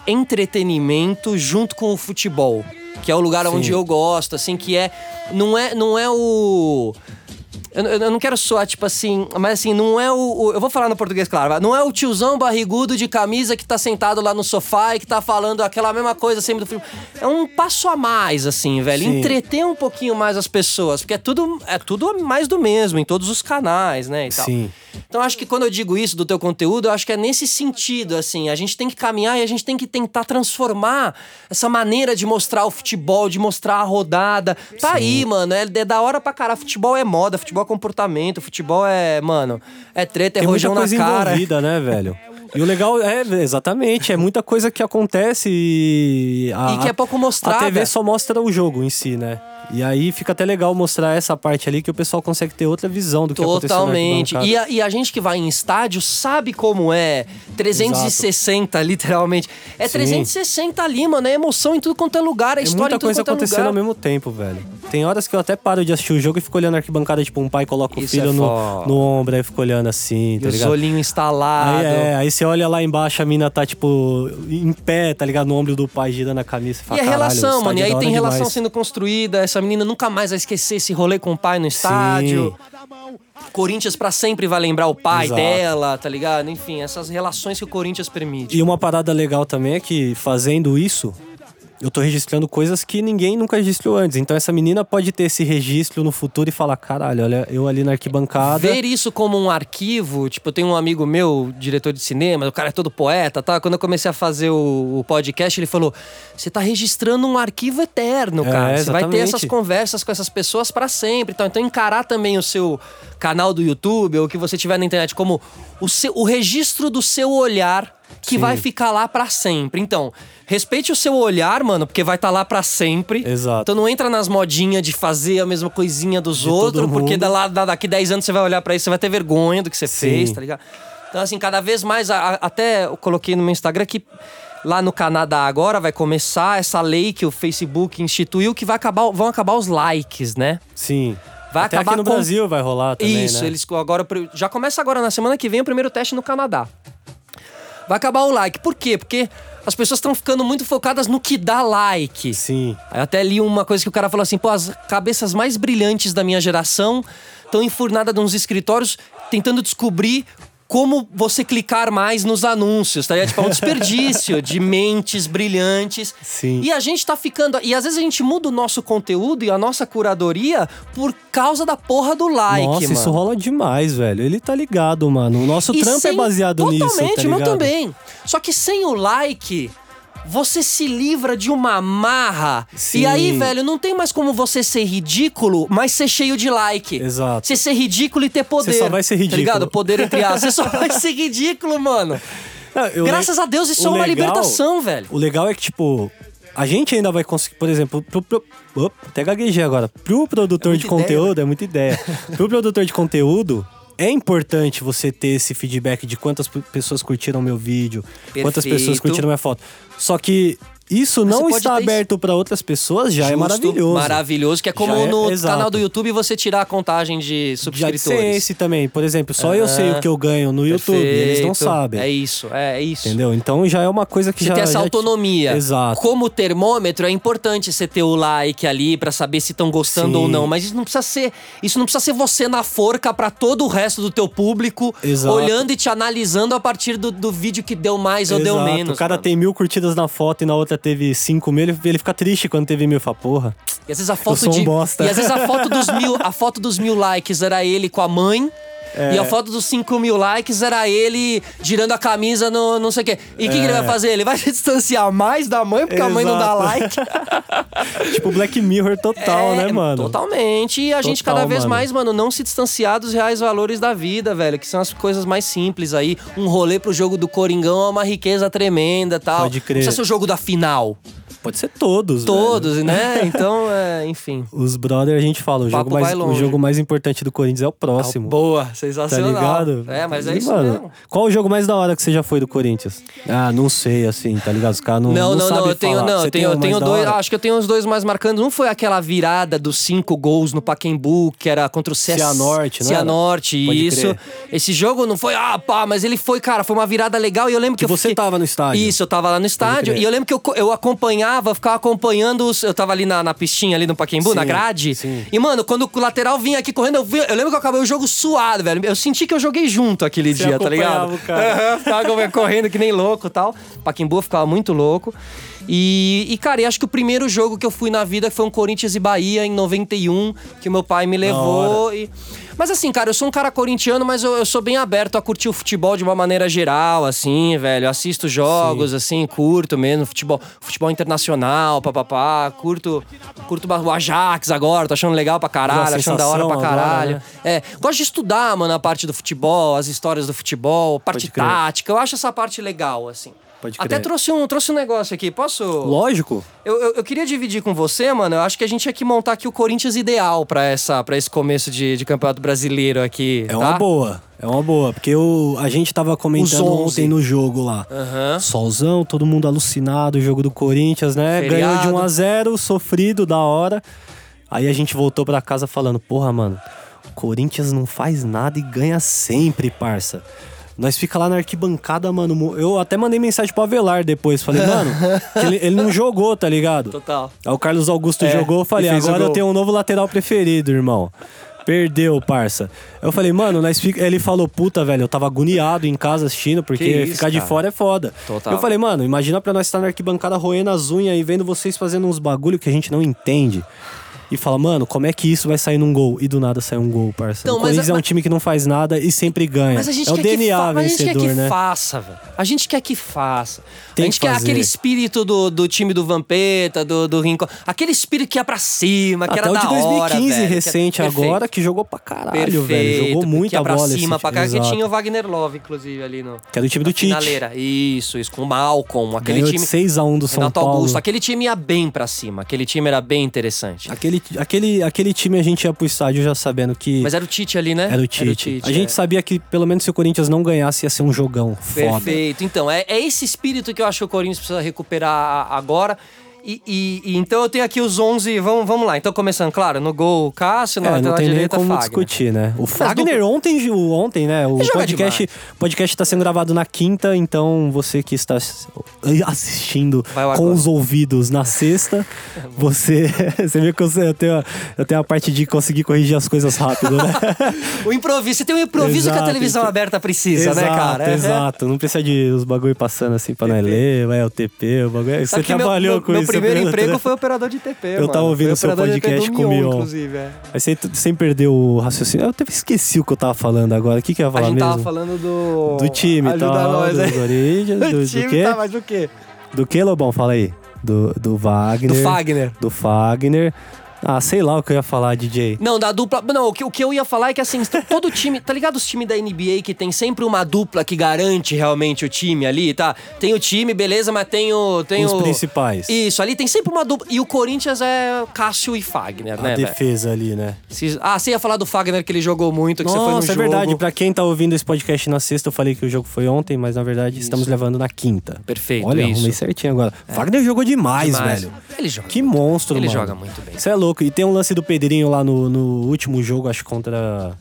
[SPEAKER 3] entretenimento junto com o futebol. Que é o lugar onde eu gosto, assim, que é. Não é, não é o. Eu, eu- eu não quero soar, tipo assim, mas assim, não é o, o- Eu vou falar no português, claro, mas não é o tiozão barrigudo de camisa que tá sentado lá no sofá e que tá falando aquela mesma coisa sempre do filme. É um passo a mais, assim, velho.
[SPEAKER 2] Sim.
[SPEAKER 3] Entreter um pouquinho mais as pessoas, porque é tudo, é tudo mais do mesmo em todos os canais, né? E tal.
[SPEAKER 2] Sim.
[SPEAKER 3] Então acho que quando eu digo isso do teu conteúdo, eu acho que é nesse sentido, assim, a gente tem que caminhar e a gente tem que tentar transformar essa maneira de mostrar o futebol, de mostrar a rodada. Tá aí, mano, é, é da hora pra caralho. Futebol é moda, futebol é comportamento, futebol é, mano, é treta,
[SPEAKER 2] Tem
[SPEAKER 3] é
[SPEAKER 2] muita
[SPEAKER 3] rojão na
[SPEAKER 2] coisa
[SPEAKER 3] cara.
[SPEAKER 2] envolvida, né, velho? E o legal é, exatamente, é muita coisa que acontece e... A,
[SPEAKER 3] E que é pouco mostrada.
[SPEAKER 2] A TV só mostra o jogo em si, né? E aí fica até legal mostrar essa parte ali que o pessoal consegue ter outra visão do que um aconteceu na
[SPEAKER 3] Totalmente.
[SPEAKER 2] arquibancada.
[SPEAKER 3] E a, e a gente que vai em estádio sabe como é. 360, literalmente. É
[SPEAKER 2] Sim.
[SPEAKER 3] 360 ali, mano. É emoção em tudo quanto é lugar, é,
[SPEAKER 2] É
[SPEAKER 3] história
[SPEAKER 2] muita
[SPEAKER 3] em tudo
[SPEAKER 2] coisa
[SPEAKER 3] quanto é
[SPEAKER 2] acontecendo
[SPEAKER 3] lugar.
[SPEAKER 2] ao mesmo tempo, velho. Tem horas que eu até paro de assistir o jogo e fico olhando a arquibancada, tipo, um pai coloca o
[SPEAKER 3] Isso
[SPEAKER 2] filho
[SPEAKER 3] é
[SPEAKER 2] no,
[SPEAKER 3] foda.
[SPEAKER 2] no ombro, aí fica olhando assim, tá
[SPEAKER 3] Os
[SPEAKER 2] ligado?
[SPEAKER 3] olhinhos instalados.
[SPEAKER 2] Aí, é, aí você olha lá embaixo, a mina tá, tipo, em pé, tá ligado? No ombro do pai, girando a camisa.
[SPEAKER 3] E
[SPEAKER 2] fala,
[SPEAKER 3] a
[SPEAKER 2] "Caralho,
[SPEAKER 3] relação,
[SPEAKER 2] o estádio
[SPEAKER 3] mano. E
[SPEAKER 2] é
[SPEAKER 3] aí
[SPEAKER 2] da
[SPEAKER 3] tem
[SPEAKER 2] hora
[SPEAKER 3] relação assim
[SPEAKER 2] demais."
[SPEAKER 3] sendo construída. Esse Essa menina nunca mais vai esquecer esse rolê com o pai no estádio. Corinthians pra sempre vai lembrar o pai
[SPEAKER 2] Exato.
[SPEAKER 3] dela, tá ligado? Enfim, essas relações que o Corinthians permite.
[SPEAKER 2] E uma parada legal também é que, fazendo isso, eu tô registrando coisas que ninguém nunca registrou antes. Então essa menina pode ter esse registro no futuro e falar, caralho, olha, eu ali na arquibancada...
[SPEAKER 3] Ver isso como um arquivo, tipo, eu tenho um amigo meu, diretor de cinema, o cara é todo poeta, tá? Quando eu comecei a fazer o, o podcast, ele falou: você tá registrando um arquivo eterno,
[SPEAKER 2] É,
[SPEAKER 3] cara. Você vai ter
[SPEAKER 2] exatamente.
[SPEAKER 3] essas conversas com essas pessoas pra sempre. Então, então encarar também o seu canal do YouTube ou o que você tiver na internet como o, seu, o registro do seu olhar que vai ficar lá pra sempre. Então, respeite o seu olhar, mano, porque vai estar lá pra sempre.
[SPEAKER 2] Exato.
[SPEAKER 3] Então não entra nas modinhas de fazer a mesma coisinha dos
[SPEAKER 2] todo
[SPEAKER 3] outro, porque
[SPEAKER 2] mundo.
[SPEAKER 3] da- lá, da- daqui 10 anos você vai olhar pra isso, você vai ter vergonha do que você
[SPEAKER 2] Sim.
[SPEAKER 3] fez, tá ligado? Então, assim, cada vez mais, a- a- até eu coloquei no meu Instagram que lá no Canadá agora vai começar essa lei que o Facebook instituiu que vai acabar, vão acabar os likes, né?
[SPEAKER 2] Sim.
[SPEAKER 3] Vai
[SPEAKER 2] Até
[SPEAKER 3] acabar
[SPEAKER 2] aqui no
[SPEAKER 3] com-
[SPEAKER 2] Brasil vai rolar também,
[SPEAKER 3] Isso,
[SPEAKER 2] né?
[SPEAKER 3] eles agora. Já começa agora na semana que vem o primeiro teste no Canadá. Vai acabar o like. Por quê? Porque as pessoas estão ficando muito focadas no que dá like.
[SPEAKER 2] Sim.
[SPEAKER 3] Aí Eu até li uma coisa que o cara falou assim: pô, as cabeças mais brilhantes da minha geração estão enfurnadas nos escritórios tentando descobrir como você clicar mais nos anúncios, tá ligado? Tipo, é um desperdício de mentes brilhantes.
[SPEAKER 2] Sim.
[SPEAKER 3] E a gente tá ficando. E às vezes a gente muda o nosso conteúdo e a nossa curadoria por causa da porra do like,
[SPEAKER 2] Nossa,
[SPEAKER 3] tá mano.
[SPEAKER 2] isso rola demais, velho. Ele tá ligado, mano. O nosso
[SPEAKER 3] E
[SPEAKER 2] trampo é
[SPEAKER 3] sem-
[SPEAKER 2] baseado nisso, tá
[SPEAKER 3] Totalmente,
[SPEAKER 2] ligado?
[SPEAKER 3] o meu também. Só que sem o like, você se livra de uma marra. E
[SPEAKER 2] Sim.
[SPEAKER 3] aí, velho, não tem mais como você ser ridículo, mas ser cheio de like.
[SPEAKER 2] Exato.
[SPEAKER 3] Você ser ridículo e ter poder.
[SPEAKER 2] Você só vai ser ridículo.
[SPEAKER 3] Tá ligado? Poder entre aspas. Você só vai ser ridículo, mano.
[SPEAKER 2] Não, eu-
[SPEAKER 3] Graças a Deus, isso
[SPEAKER 2] o
[SPEAKER 3] é uma libertação, velho.
[SPEAKER 2] O legal é que, tipo, a gente ainda vai conseguir, por exemplo, pro, pro- op, até gaguejei agora. Pro produtor
[SPEAKER 3] É
[SPEAKER 2] de
[SPEAKER 3] muita ideia,
[SPEAKER 2] conteúdo, é muita ideia. pro produtor de conteúdo. É importante você ter esse feedback de quantas p- pessoas curtiram meu vídeo, quantas
[SPEAKER 3] Perfeito.
[SPEAKER 2] pessoas curtiram minha foto. Só que isso não
[SPEAKER 3] pode
[SPEAKER 2] está
[SPEAKER 3] ter isso.
[SPEAKER 2] aberto para outras pessoas já é
[SPEAKER 3] Justo,
[SPEAKER 2] maravilhoso.
[SPEAKER 3] Maravilhoso, que é como
[SPEAKER 2] Já é-
[SPEAKER 3] no
[SPEAKER 2] exato.
[SPEAKER 3] canal do YouTube você tirar a contagem de
[SPEAKER 2] Já
[SPEAKER 3] subscritores.
[SPEAKER 2] esse também, por exemplo, só eu sei o que eu ganho no YouTube, eles não
[SPEAKER 3] Perfeito.
[SPEAKER 2] sabem.
[SPEAKER 3] É isso, é isso.
[SPEAKER 2] Entendeu? Então já é uma coisa que
[SPEAKER 3] Você
[SPEAKER 2] já
[SPEAKER 3] tem essa
[SPEAKER 2] já te-
[SPEAKER 3] autonomia.
[SPEAKER 2] Exato.
[SPEAKER 3] Como termômetro, é importante você ter o like ali pra saber se estão gostando
[SPEAKER 2] Sim.
[SPEAKER 3] ou não. Mas isso não precisa ser. Isso não precisa ser você na forca pra todo o resto do teu público
[SPEAKER 2] Exato.
[SPEAKER 3] olhando e te analisando a partir do, do vídeo que deu mais ou deu
[SPEAKER 2] Exato.
[SPEAKER 3] menos.
[SPEAKER 2] O cara
[SPEAKER 3] mano.
[SPEAKER 2] tem mil curtidas na foto e na outra teve cinco mil, ele, ele fica triste quando teve mil, ele fala, porra.
[SPEAKER 3] E às vezes a foto
[SPEAKER 2] sou um
[SPEAKER 3] de.
[SPEAKER 2] bosta.
[SPEAKER 3] E às vezes a foto dos mil, a foto dos mil likes era ele com a mãe.
[SPEAKER 2] É.
[SPEAKER 3] E a foto dos 5 mil likes era ele girando a camisa no não sei o quê. E o que, que ele vai fazer? Ele vai se distanciar mais da mãe, porque a mãe não dá
[SPEAKER 2] É. Exato.
[SPEAKER 3] like.
[SPEAKER 2] Tipo, Black Mirror total,
[SPEAKER 3] É,
[SPEAKER 2] né, mano?
[SPEAKER 3] Totalmente. E a gente
[SPEAKER 2] Total,
[SPEAKER 3] cada vez
[SPEAKER 2] mano.
[SPEAKER 3] mais, mano, não se distanciar dos reais valores da vida, velho. Que são as coisas mais simples aí. Um rolê pro jogo do Coringão é uma riqueza tremenda tal.
[SPEAKER 2] Pode crer.
[SPEAKER 3] Não precisa ser o jogo da final.
[SPEAKER 2] Pode ser todos, velho.
[SPEAKER 3] Todos, né? Então, é, enfim.
[SPEAKER 2] Os brother, a gente fala, o
[SPEAKER 3] Papo
[SPEAKER 2] jogo, mais,
[SPEAKER 3] vai longe.
[SPEAKER 2] o jogo mais importante do Corinthians é o próximo.
[SPEAKER 3] Boa,
[SPEAKER 2] Tá
[SPEAKER 3] sensacional.
[SPEAKER 2] ligado?
[SPEAKER 3] É, mas é
[SPEAKER 2] E,
[SPEAKER 3] isso
[SPEAKER 2] mano,
[SPEAKER 3] mesmo.
[SPEAKER 2] Qual o jogo mais da hora que você já foi do Corinthians? Ah, não sei, assim, tá ligado? Os caras não
[SPEAKER 3] Não, não,
[SPEAKER 2] não,
[SPEAKER 3] não,
[SPEAKER 2] sabem
[SPEAKER 3] eu tenho,
[SPEAKER 2] falar.
[SPEAKER 3] não,
[SPEAKER 2] Você
[SPEAKER 3] eu tenho,
[SPEAKER 2] tem
[SPEAKER 3] eu
[SPEAKER 2] o
[SPEAKER 3] tenho
[SPEAKER 2] mais da
[SPEAKER 3] dois.
[SPEAKER 2] hora? Tipo,
[SPEAKER 3] Acho que eu tenho os dois mais marcantes. Um foi aquela virada dos cinco gols no Pacaembu, que era contra o Cés-
[SPEAKER 2] Cianorte, não era?
[SPEAKER 3] Cianorte,
[SPEAKER 2] Pode
[SPEAKER 3] isso.
[SPEAKER 2] crer.
[SPEAKER 3] Esse jogo não foi, ah, pá, mas ele foi, cara, foi uma virada legal e eu lembro que,
[SPEAKER 2] Que
[SPEAKER 3] eu
[SPEAKER 2] você
[SPEAKER 3] fiquei-
[SPEAKER 2] tava no estádio.
[SPEAKER 3] Isso, eu tava lá no estádio
[SPEAKER 2] crer.
[SPEAKER 3] e eu lembro que eu, co- eu acompanhava, eu ficava acompanhando os. Eu tava ali na, na pistinha ali no Pacaembu,
[SPEAKER 2] Sim,
[SPEAKER 3] na grade.
[SPEAKER 2] sim.
[SPEAKER 3] E, mano, quando o lateral vinha aqui correndo, eu, vi- eu lembro que eu acabei o jogo suado, velho. Eu senti que eu joguei junto aquele
[SPEAKER 2] Você
[SPEAKER 3] dia, tá ligado?
[SPEAKER 2] acompanhava o cara.
[SPEAKER 3] Aham, ficava correndo que nem louco e tal. Paquimbu ficava muito louco. E, e, cara, eu acho que o primeiro jogo que eu fui na vida foi um Corinthians e Bahia em 91, que meu pai me levou. e- Mas assim, cara, eu sou um cara corintiano, mas eu, eu sou bem aberto a curtir o futebol de uma maneira geral, assim, velho. Eu assisto jogos, assim, curto mesmo, futebol, futebol internacional, papapá, curto, curto o Ajax agora, tô achando legal pra caralho,
[SPEAKER 2] Uma
[SPEAKER 3] achando da hora pra
[SPEAKER 2] sensação agora,
[SPEAKER 3] caralho.
[SPEAKER 2] né?
[SPEAKER 3] É, gosto de estudar, mano, a parte do futebol, as histórias do futebol, parte
[SPEAKER 2] Pode crer.
[SPEAKER 3] tática. Eu acho essa parte legal, assim.
[SPEAKER 2] Pode
[SPEAKER 3] Até
[SPEAKER 2] crer.
[SPEAKER 3] trouxe um, trouxe um negócio aqui, posso?
[SPEAKER 2] Lógico.
[SPEAKER 3] Eu, eu, eu queria dividir com você, mano. Eu acho que a gente tinha que montar aqui o Corinthians ideal pra essa, para esse começo de, de campeonato brasileiro aqui.
[SPEAKER 2] É uma
[SPEAKER 3] tá?
[SPEAKER 2] boa. É uma boa. Porque eu, a gente tava
[SPEAKER 3] Os
[SPEAKER 2] comentando
[SPEAKER 3] 11.
[SPEAKER 2] ontem no jogo lá.
[SPEAKER 3] Aham.
[SPEAKER 2] Solzão, todo mundo alucinado, o jogo do Corinthians, né? Ganhou de
[SPEAKER 3] Feriado.
[SPEAKER 2] 1 a 0 sofrido, da hora. Aí a gente voltou pra casa falando, porra, mano, o Corinthians não faz nada e ganha sempre, parça. Nós fica lá na arquibancada, mano. mo- Eu até mandei mensagem pro Avelar depois. Falei, mano, que ele, ele não jogou, tá ligado?
[SPEAKER 3] Total.
[SPEAKER 2] Aí o Carlos Augusto
[SPEAKER 3] É,
[SPEAKER 2] jogou, eu falei,
[SPEAKER 3] e fez o
[SPEAKER 2] agora eu
[SPEAKER 3] gol."
[SPEAKER 2] tenho um novo lateral preferido, irmão. Perdeu, parça. Eu falei, mano, nós fica... ele falou, puta, velho, eu tava agoniado em casa assistindo, porque
[SPEAKER 3] Que isso,
[SPEAKER 2] ficar de
[SPEAKER 3] cara.
[SPEAKER 2] fora é foda.
[SPEAKER 3] Total.
[SPEAKER 2] Eu falei, mano, imagina pra nós estar na arquibancada roendo as unhas e vendo vocês fazendo uns bagulho que a gente não entende. E fala, mano, como é que isso vai sair num gol? E do nada sai um gol, parça.
[SPEAKER 3] Então,
[SPEAKER 2] o
[SPEAKER 3] mas
[SPEAKER 2] Corinthians
[SPEAKER 3] a-
[SPEAKER 2] é um
[SPEAKER 3] mas-
[SPEAKER 2] time que não faz nada e sempre ganha.
[SPEAKER 3] Mas a gente
[SPEAKER 2] é o
[SPEAKER 3] quer
[SPEAKER 2] DNA
[SPEAKER 3] que fa- mas
[SPEAKER 2] vencedor,
[SPEAKER 3] a gente quer que
[SPEAKER 2] né?
[SPEAKER 3] faça, velho. A gente quer que faça.
[SPEAKER 2] Tem
[SPEAKER 3] a gente
[SPEAKER 2] que
[SPEAKER 3] quer
[SPEAKER 2] fazer.
[SPEAKER 3] aquele espírito do, do time do Vampeta, do, do Rincon. Aquele espírito que ia pra cima, que
[SPEAKER 2] Até
[SPEAKER 3] era
[SPEAKER 2] o
[SPEAKER 3] da
[SPEAKER 2] de
[SPEAKER 3] hora,
[SPEAKER 2] 2015
[SPEAKER 3] velho, que- é
[SPEAKER 2] recente
[SPEAKER 3] Perfeito.
[SPEAKER 2] agora que jogou pra caralho,
[SPEAKER 3] Perfeito,
[SPEAKER 2] velho. Jogou
[SPEAKER 3] porque
[SPEAKER 2] muita
[SPEAKER 3] ia pra
[SPEAKER 2] bola esse
[SPEAKER 3] cima, pra
[SPEAKER 2] time.
[SPEAKER 3] cá, que
[SPEAKER 2] Exato.
[SPEAKER 3] tinha o Wagner Love, inclusive, ali no...
[SPEAKER 2] Que é do time
[SPEAKER 3] na
[SPEAKER 2] do Tite.
[SPEAKER 3] Finaleira. Isso, isso, com o Malcom, aquele
[SPEAKER 2] Ganhou de
[SPEAKER 3] time...
[SPEAKER 2] 6 a 1 do São
[SPEAKER 3] Renato
[SPEAKER 2] Paulo.
[SPEAKER 3] Augusto, aquele time ia bem pra cima, aquele time era bem interessante.
[SPEAKER 2] Aquele, aquele, aquele time a gente ia pro estádio já sabendo que
[SPEAKER 3] Mas era o Tite ali, né?
[SPEAKER 2] era o Tite. a gente
[SPEAKER 3] é.
[SPEAKER 2] sabia que pelo menos se o Corinthians não ganhasse ia ser um jogão foda.
[SPEAKER 3] Perfeito. Então, é, é esse espírito que eu acho que o Corinthians precisa recuperar a- agora. E, e- e então eu tenho aqui os 11, vamos, vamos lá. Então começando, claro, no gol Cássio, na
[SPEAKER 2] É, não
[SPEAKER 3] lateral
[SPEAKER 2] tem nem
[SPEAKER 3] direita
[SPEAKER 2] como
[SPEAKER 3] Fagner.
[SPEAKER 2] discutir, né? O Fagner
[SPEAKER 3] do-
[SPEAKER 2] ontem, o- ontem, né? O
[SPEAKER 3] Ele joga
[SPEAKER 2] podcast, podcast tá sendo gravado na quinta, então você que está ass- assistindo
[SPEAKER 3] Vai lá
[SPEAKER 2] com
[SPEAKER 3] agora.
[SPEAKER 2] os ouvidos na sexta, você, você vê que eu, eu, tenho, a- eu tenho a parte de conseguir corrigir as coisas rápido, né?
[SPEAKER 3] O improviso, você tem um improviso que
[SPEAKER 2] Exato,
[SPEAKER 3] a televisão é
[SPEAKER 2] então-
[SPEAKER 3] aberta precisa, né, cara? É.
[SPEAKER 2] Exato, não precisa de os bagulho passando assim pra nós ler, vai, é o TP, o bagulho.
[SPEAKER 3] Só
[SPEAKER 2] Você
[SPEAKER 3] que meu-
[SPEAKER 2] trabalhou
[SPEAKER 3] meu,
[SPEAKER 2] com
[SPEAKER 3] meu
[SPEAKER 2] isso.
[SPEAKER 3] primeiro
[SPEAKER 2] né?
[SPEAKER 3] emprego foi operador de TP,
[SPEAKER 2] Eu tava ouvindo seu podcast com o Mion.
[SPEAKER 3] inclusive, é.
[SPEAKER 2] Aí você t- sem perder o raciocínio. Eu até esqueci o que eu tava falando agora. O que, que eu ia
[SPEAKER 3] A
[SPEAKER 2] falar
[SPEAKER 3] gente
[SPEAKER 2] mesmo?
[SPEAKER 3] tava falando do...
[SPEAKER 2] Do time,
[SPEAKER 3] Ajuda
[SPEAKER 2] tal,
[SPEAKER 3] nós,
[SPEAKER 2] do
[SPEAKER 3] é.
[SPEAKER 2] Corinthians, do,
[SPEAKER 3] Do
[SPEAKER 2] do
[SPEAKER 3] time,
[SPEAKER 2] quê?
[SPEAKER 3] tá, mas do quê?
[SPEAKER 2] Do que, Lobão? Fala aí. Do, do Wagner.
[SPEAKER 3] Do Fagner.
[SPEAKER 2] Do Fagner. Ah, sei lá o que eu ia falar, DJ.
[SPEAKER 3] Não, da dupla. Não, o que, o que eu ia falar é que assim, to- todo time. Tá ligado os times da NBA que tem sempre uma dupla que garante realmente o time ali, tá? Tem o time, beleza, mas tem o. Tem
[SPEAKER 2] Os
[SPEAKER 3] o-
[SPEAKER 2] principais.
[SPEAKER 3] Isso, ali tem sempre uma dupla. E o Corinthians é Cássio e Fagner,
[SPEAKER 2] A
[SPEAKER 3] né, velho?
[SPEAKER 2] defesa ali, né?
[SPEAKER 3] Se- Ah, você ia falar do Fagner que ele jogou muito, que você foi no
[SPEAKER 2] Nossa, é
[SPEAKER 3] jogo.
[SPEAKER 2] verdade. Pra quem tá ouvindo esse podcast na sexta, eu falei que o jogo foi ontem, mas na verdade estamos levando na quinta.
[SPEAKER 3] Perfeito,
[SPEAKER 2] Olha,
[SPEAKER 3] isso.
[SPEAKER 2] arrumei certinho agora. Wagner jogou demais,
[SPEAKER 3] Demais.
[SPEAKER 2] velho.
[SPEAKER 3] Ele joga
[SPEAKER 2] Que
[SPEAKER 3] muito
[SPEAKER 2] monstro,
[SPEAKER 3] Ele
[SPEAKER 2] mano.
[SPEAKER 3] joga muito bem.
[SPEAKER 2] Você é louco. E tem um lance do Pedrinho lá no, no último jogo, acho, contra. tá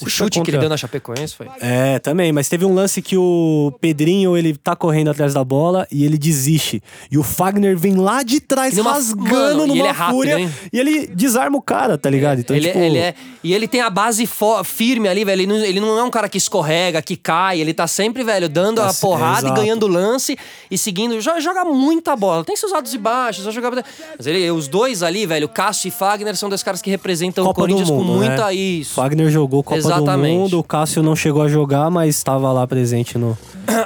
[SPEAKER 3] O chute que ele deu na Chapecoense foi.
[SPEAKER 2] É, também, mas teve um lance que o Pedrinho, ele tá correndo atrás da bola e ele desiste. E o Fagner vem lá de trás
[SPEAKER 3] Ele é uma-
[SPEAKER 2] rasgando
[SPEAKER 3] Mano, e
[SPEAKER 2] numa
[SPEAKER 3] ele é rápido,
[SPEAKER 2] fúria
[SPEAKER 3] hein?
[SPEAKER 2] e ele desarma o cara, tá ligado? Então,
[SPEAKER 3] ele,
[SPEAKER 2] tipo,
[SPEAKER 3] ele é. E ele tem a base fo- firme ali, velho. Ele não, ele não é um cara que escorrega, que cai. Ele tá sempre, velho, dando
[SPEAKER 2] Tá
[SPEAKER 3] a
[SPEAKER 2] se-
[SPEAKER 3] porrada e
[SPEAKER 2] exato.
[SPEAKER 3] ganhando lance e seguindo. Joga, joga muita bola. Tem seus altos e baixos, só jogar. Mas ele, os dois ali, velho, Cássio e Fagner, são dois caras que representam o
[SPEAKER 2] Copa do
[SPEAKER 3] Corinthians
[SPEAKER 2] Mundo,
[SPEAKER 3] com muita
[SPEAKER 2] né?
[SPEAKER 3] isso.
[SPEAKER 2] Fagner jogou Copa
[SPEAKER 3] Exatamente.
[SPEAKER 2] do Mundo. O Cássio não chegou a jogar, mas estava lá presente no.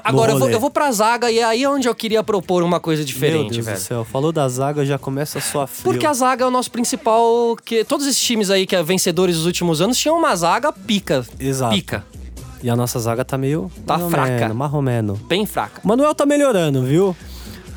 [SPEAKER 3] Agora eu vou,
[SPEAKER 2] rolê.
[SPEAKER 3] eu vou pra zaga e é aí onde eu queria propor uma coisa
[SPEAKER 2] Meu
[SPEAKER 3] diferente,
[SPEAKER 2] Deus
[SPEAKER 3] velho.
[SPEAKER 2] do céu. Falou da zaga, já começa a sua frio.
[SPEAKER 3] Porque a zaga é o nosso principal. que Todos esses times aí que é vencedores dos últimos anos tinham uma zaga pica.
[SPEAKER 2] Exato.
[SPEAKER 3] Pica.
[SPEAKER 2] E a nossa zaga tá meio.
[SPEAKER 3] Tá
[SPEAKER 2] marromeno,
[SPEAKER 3] fraca.
[SPEAKER 2] Marromeno.
[SPEAKER 3] Bem fraca.
[SPEAKER 2] O Manuel tá melhorando, viu?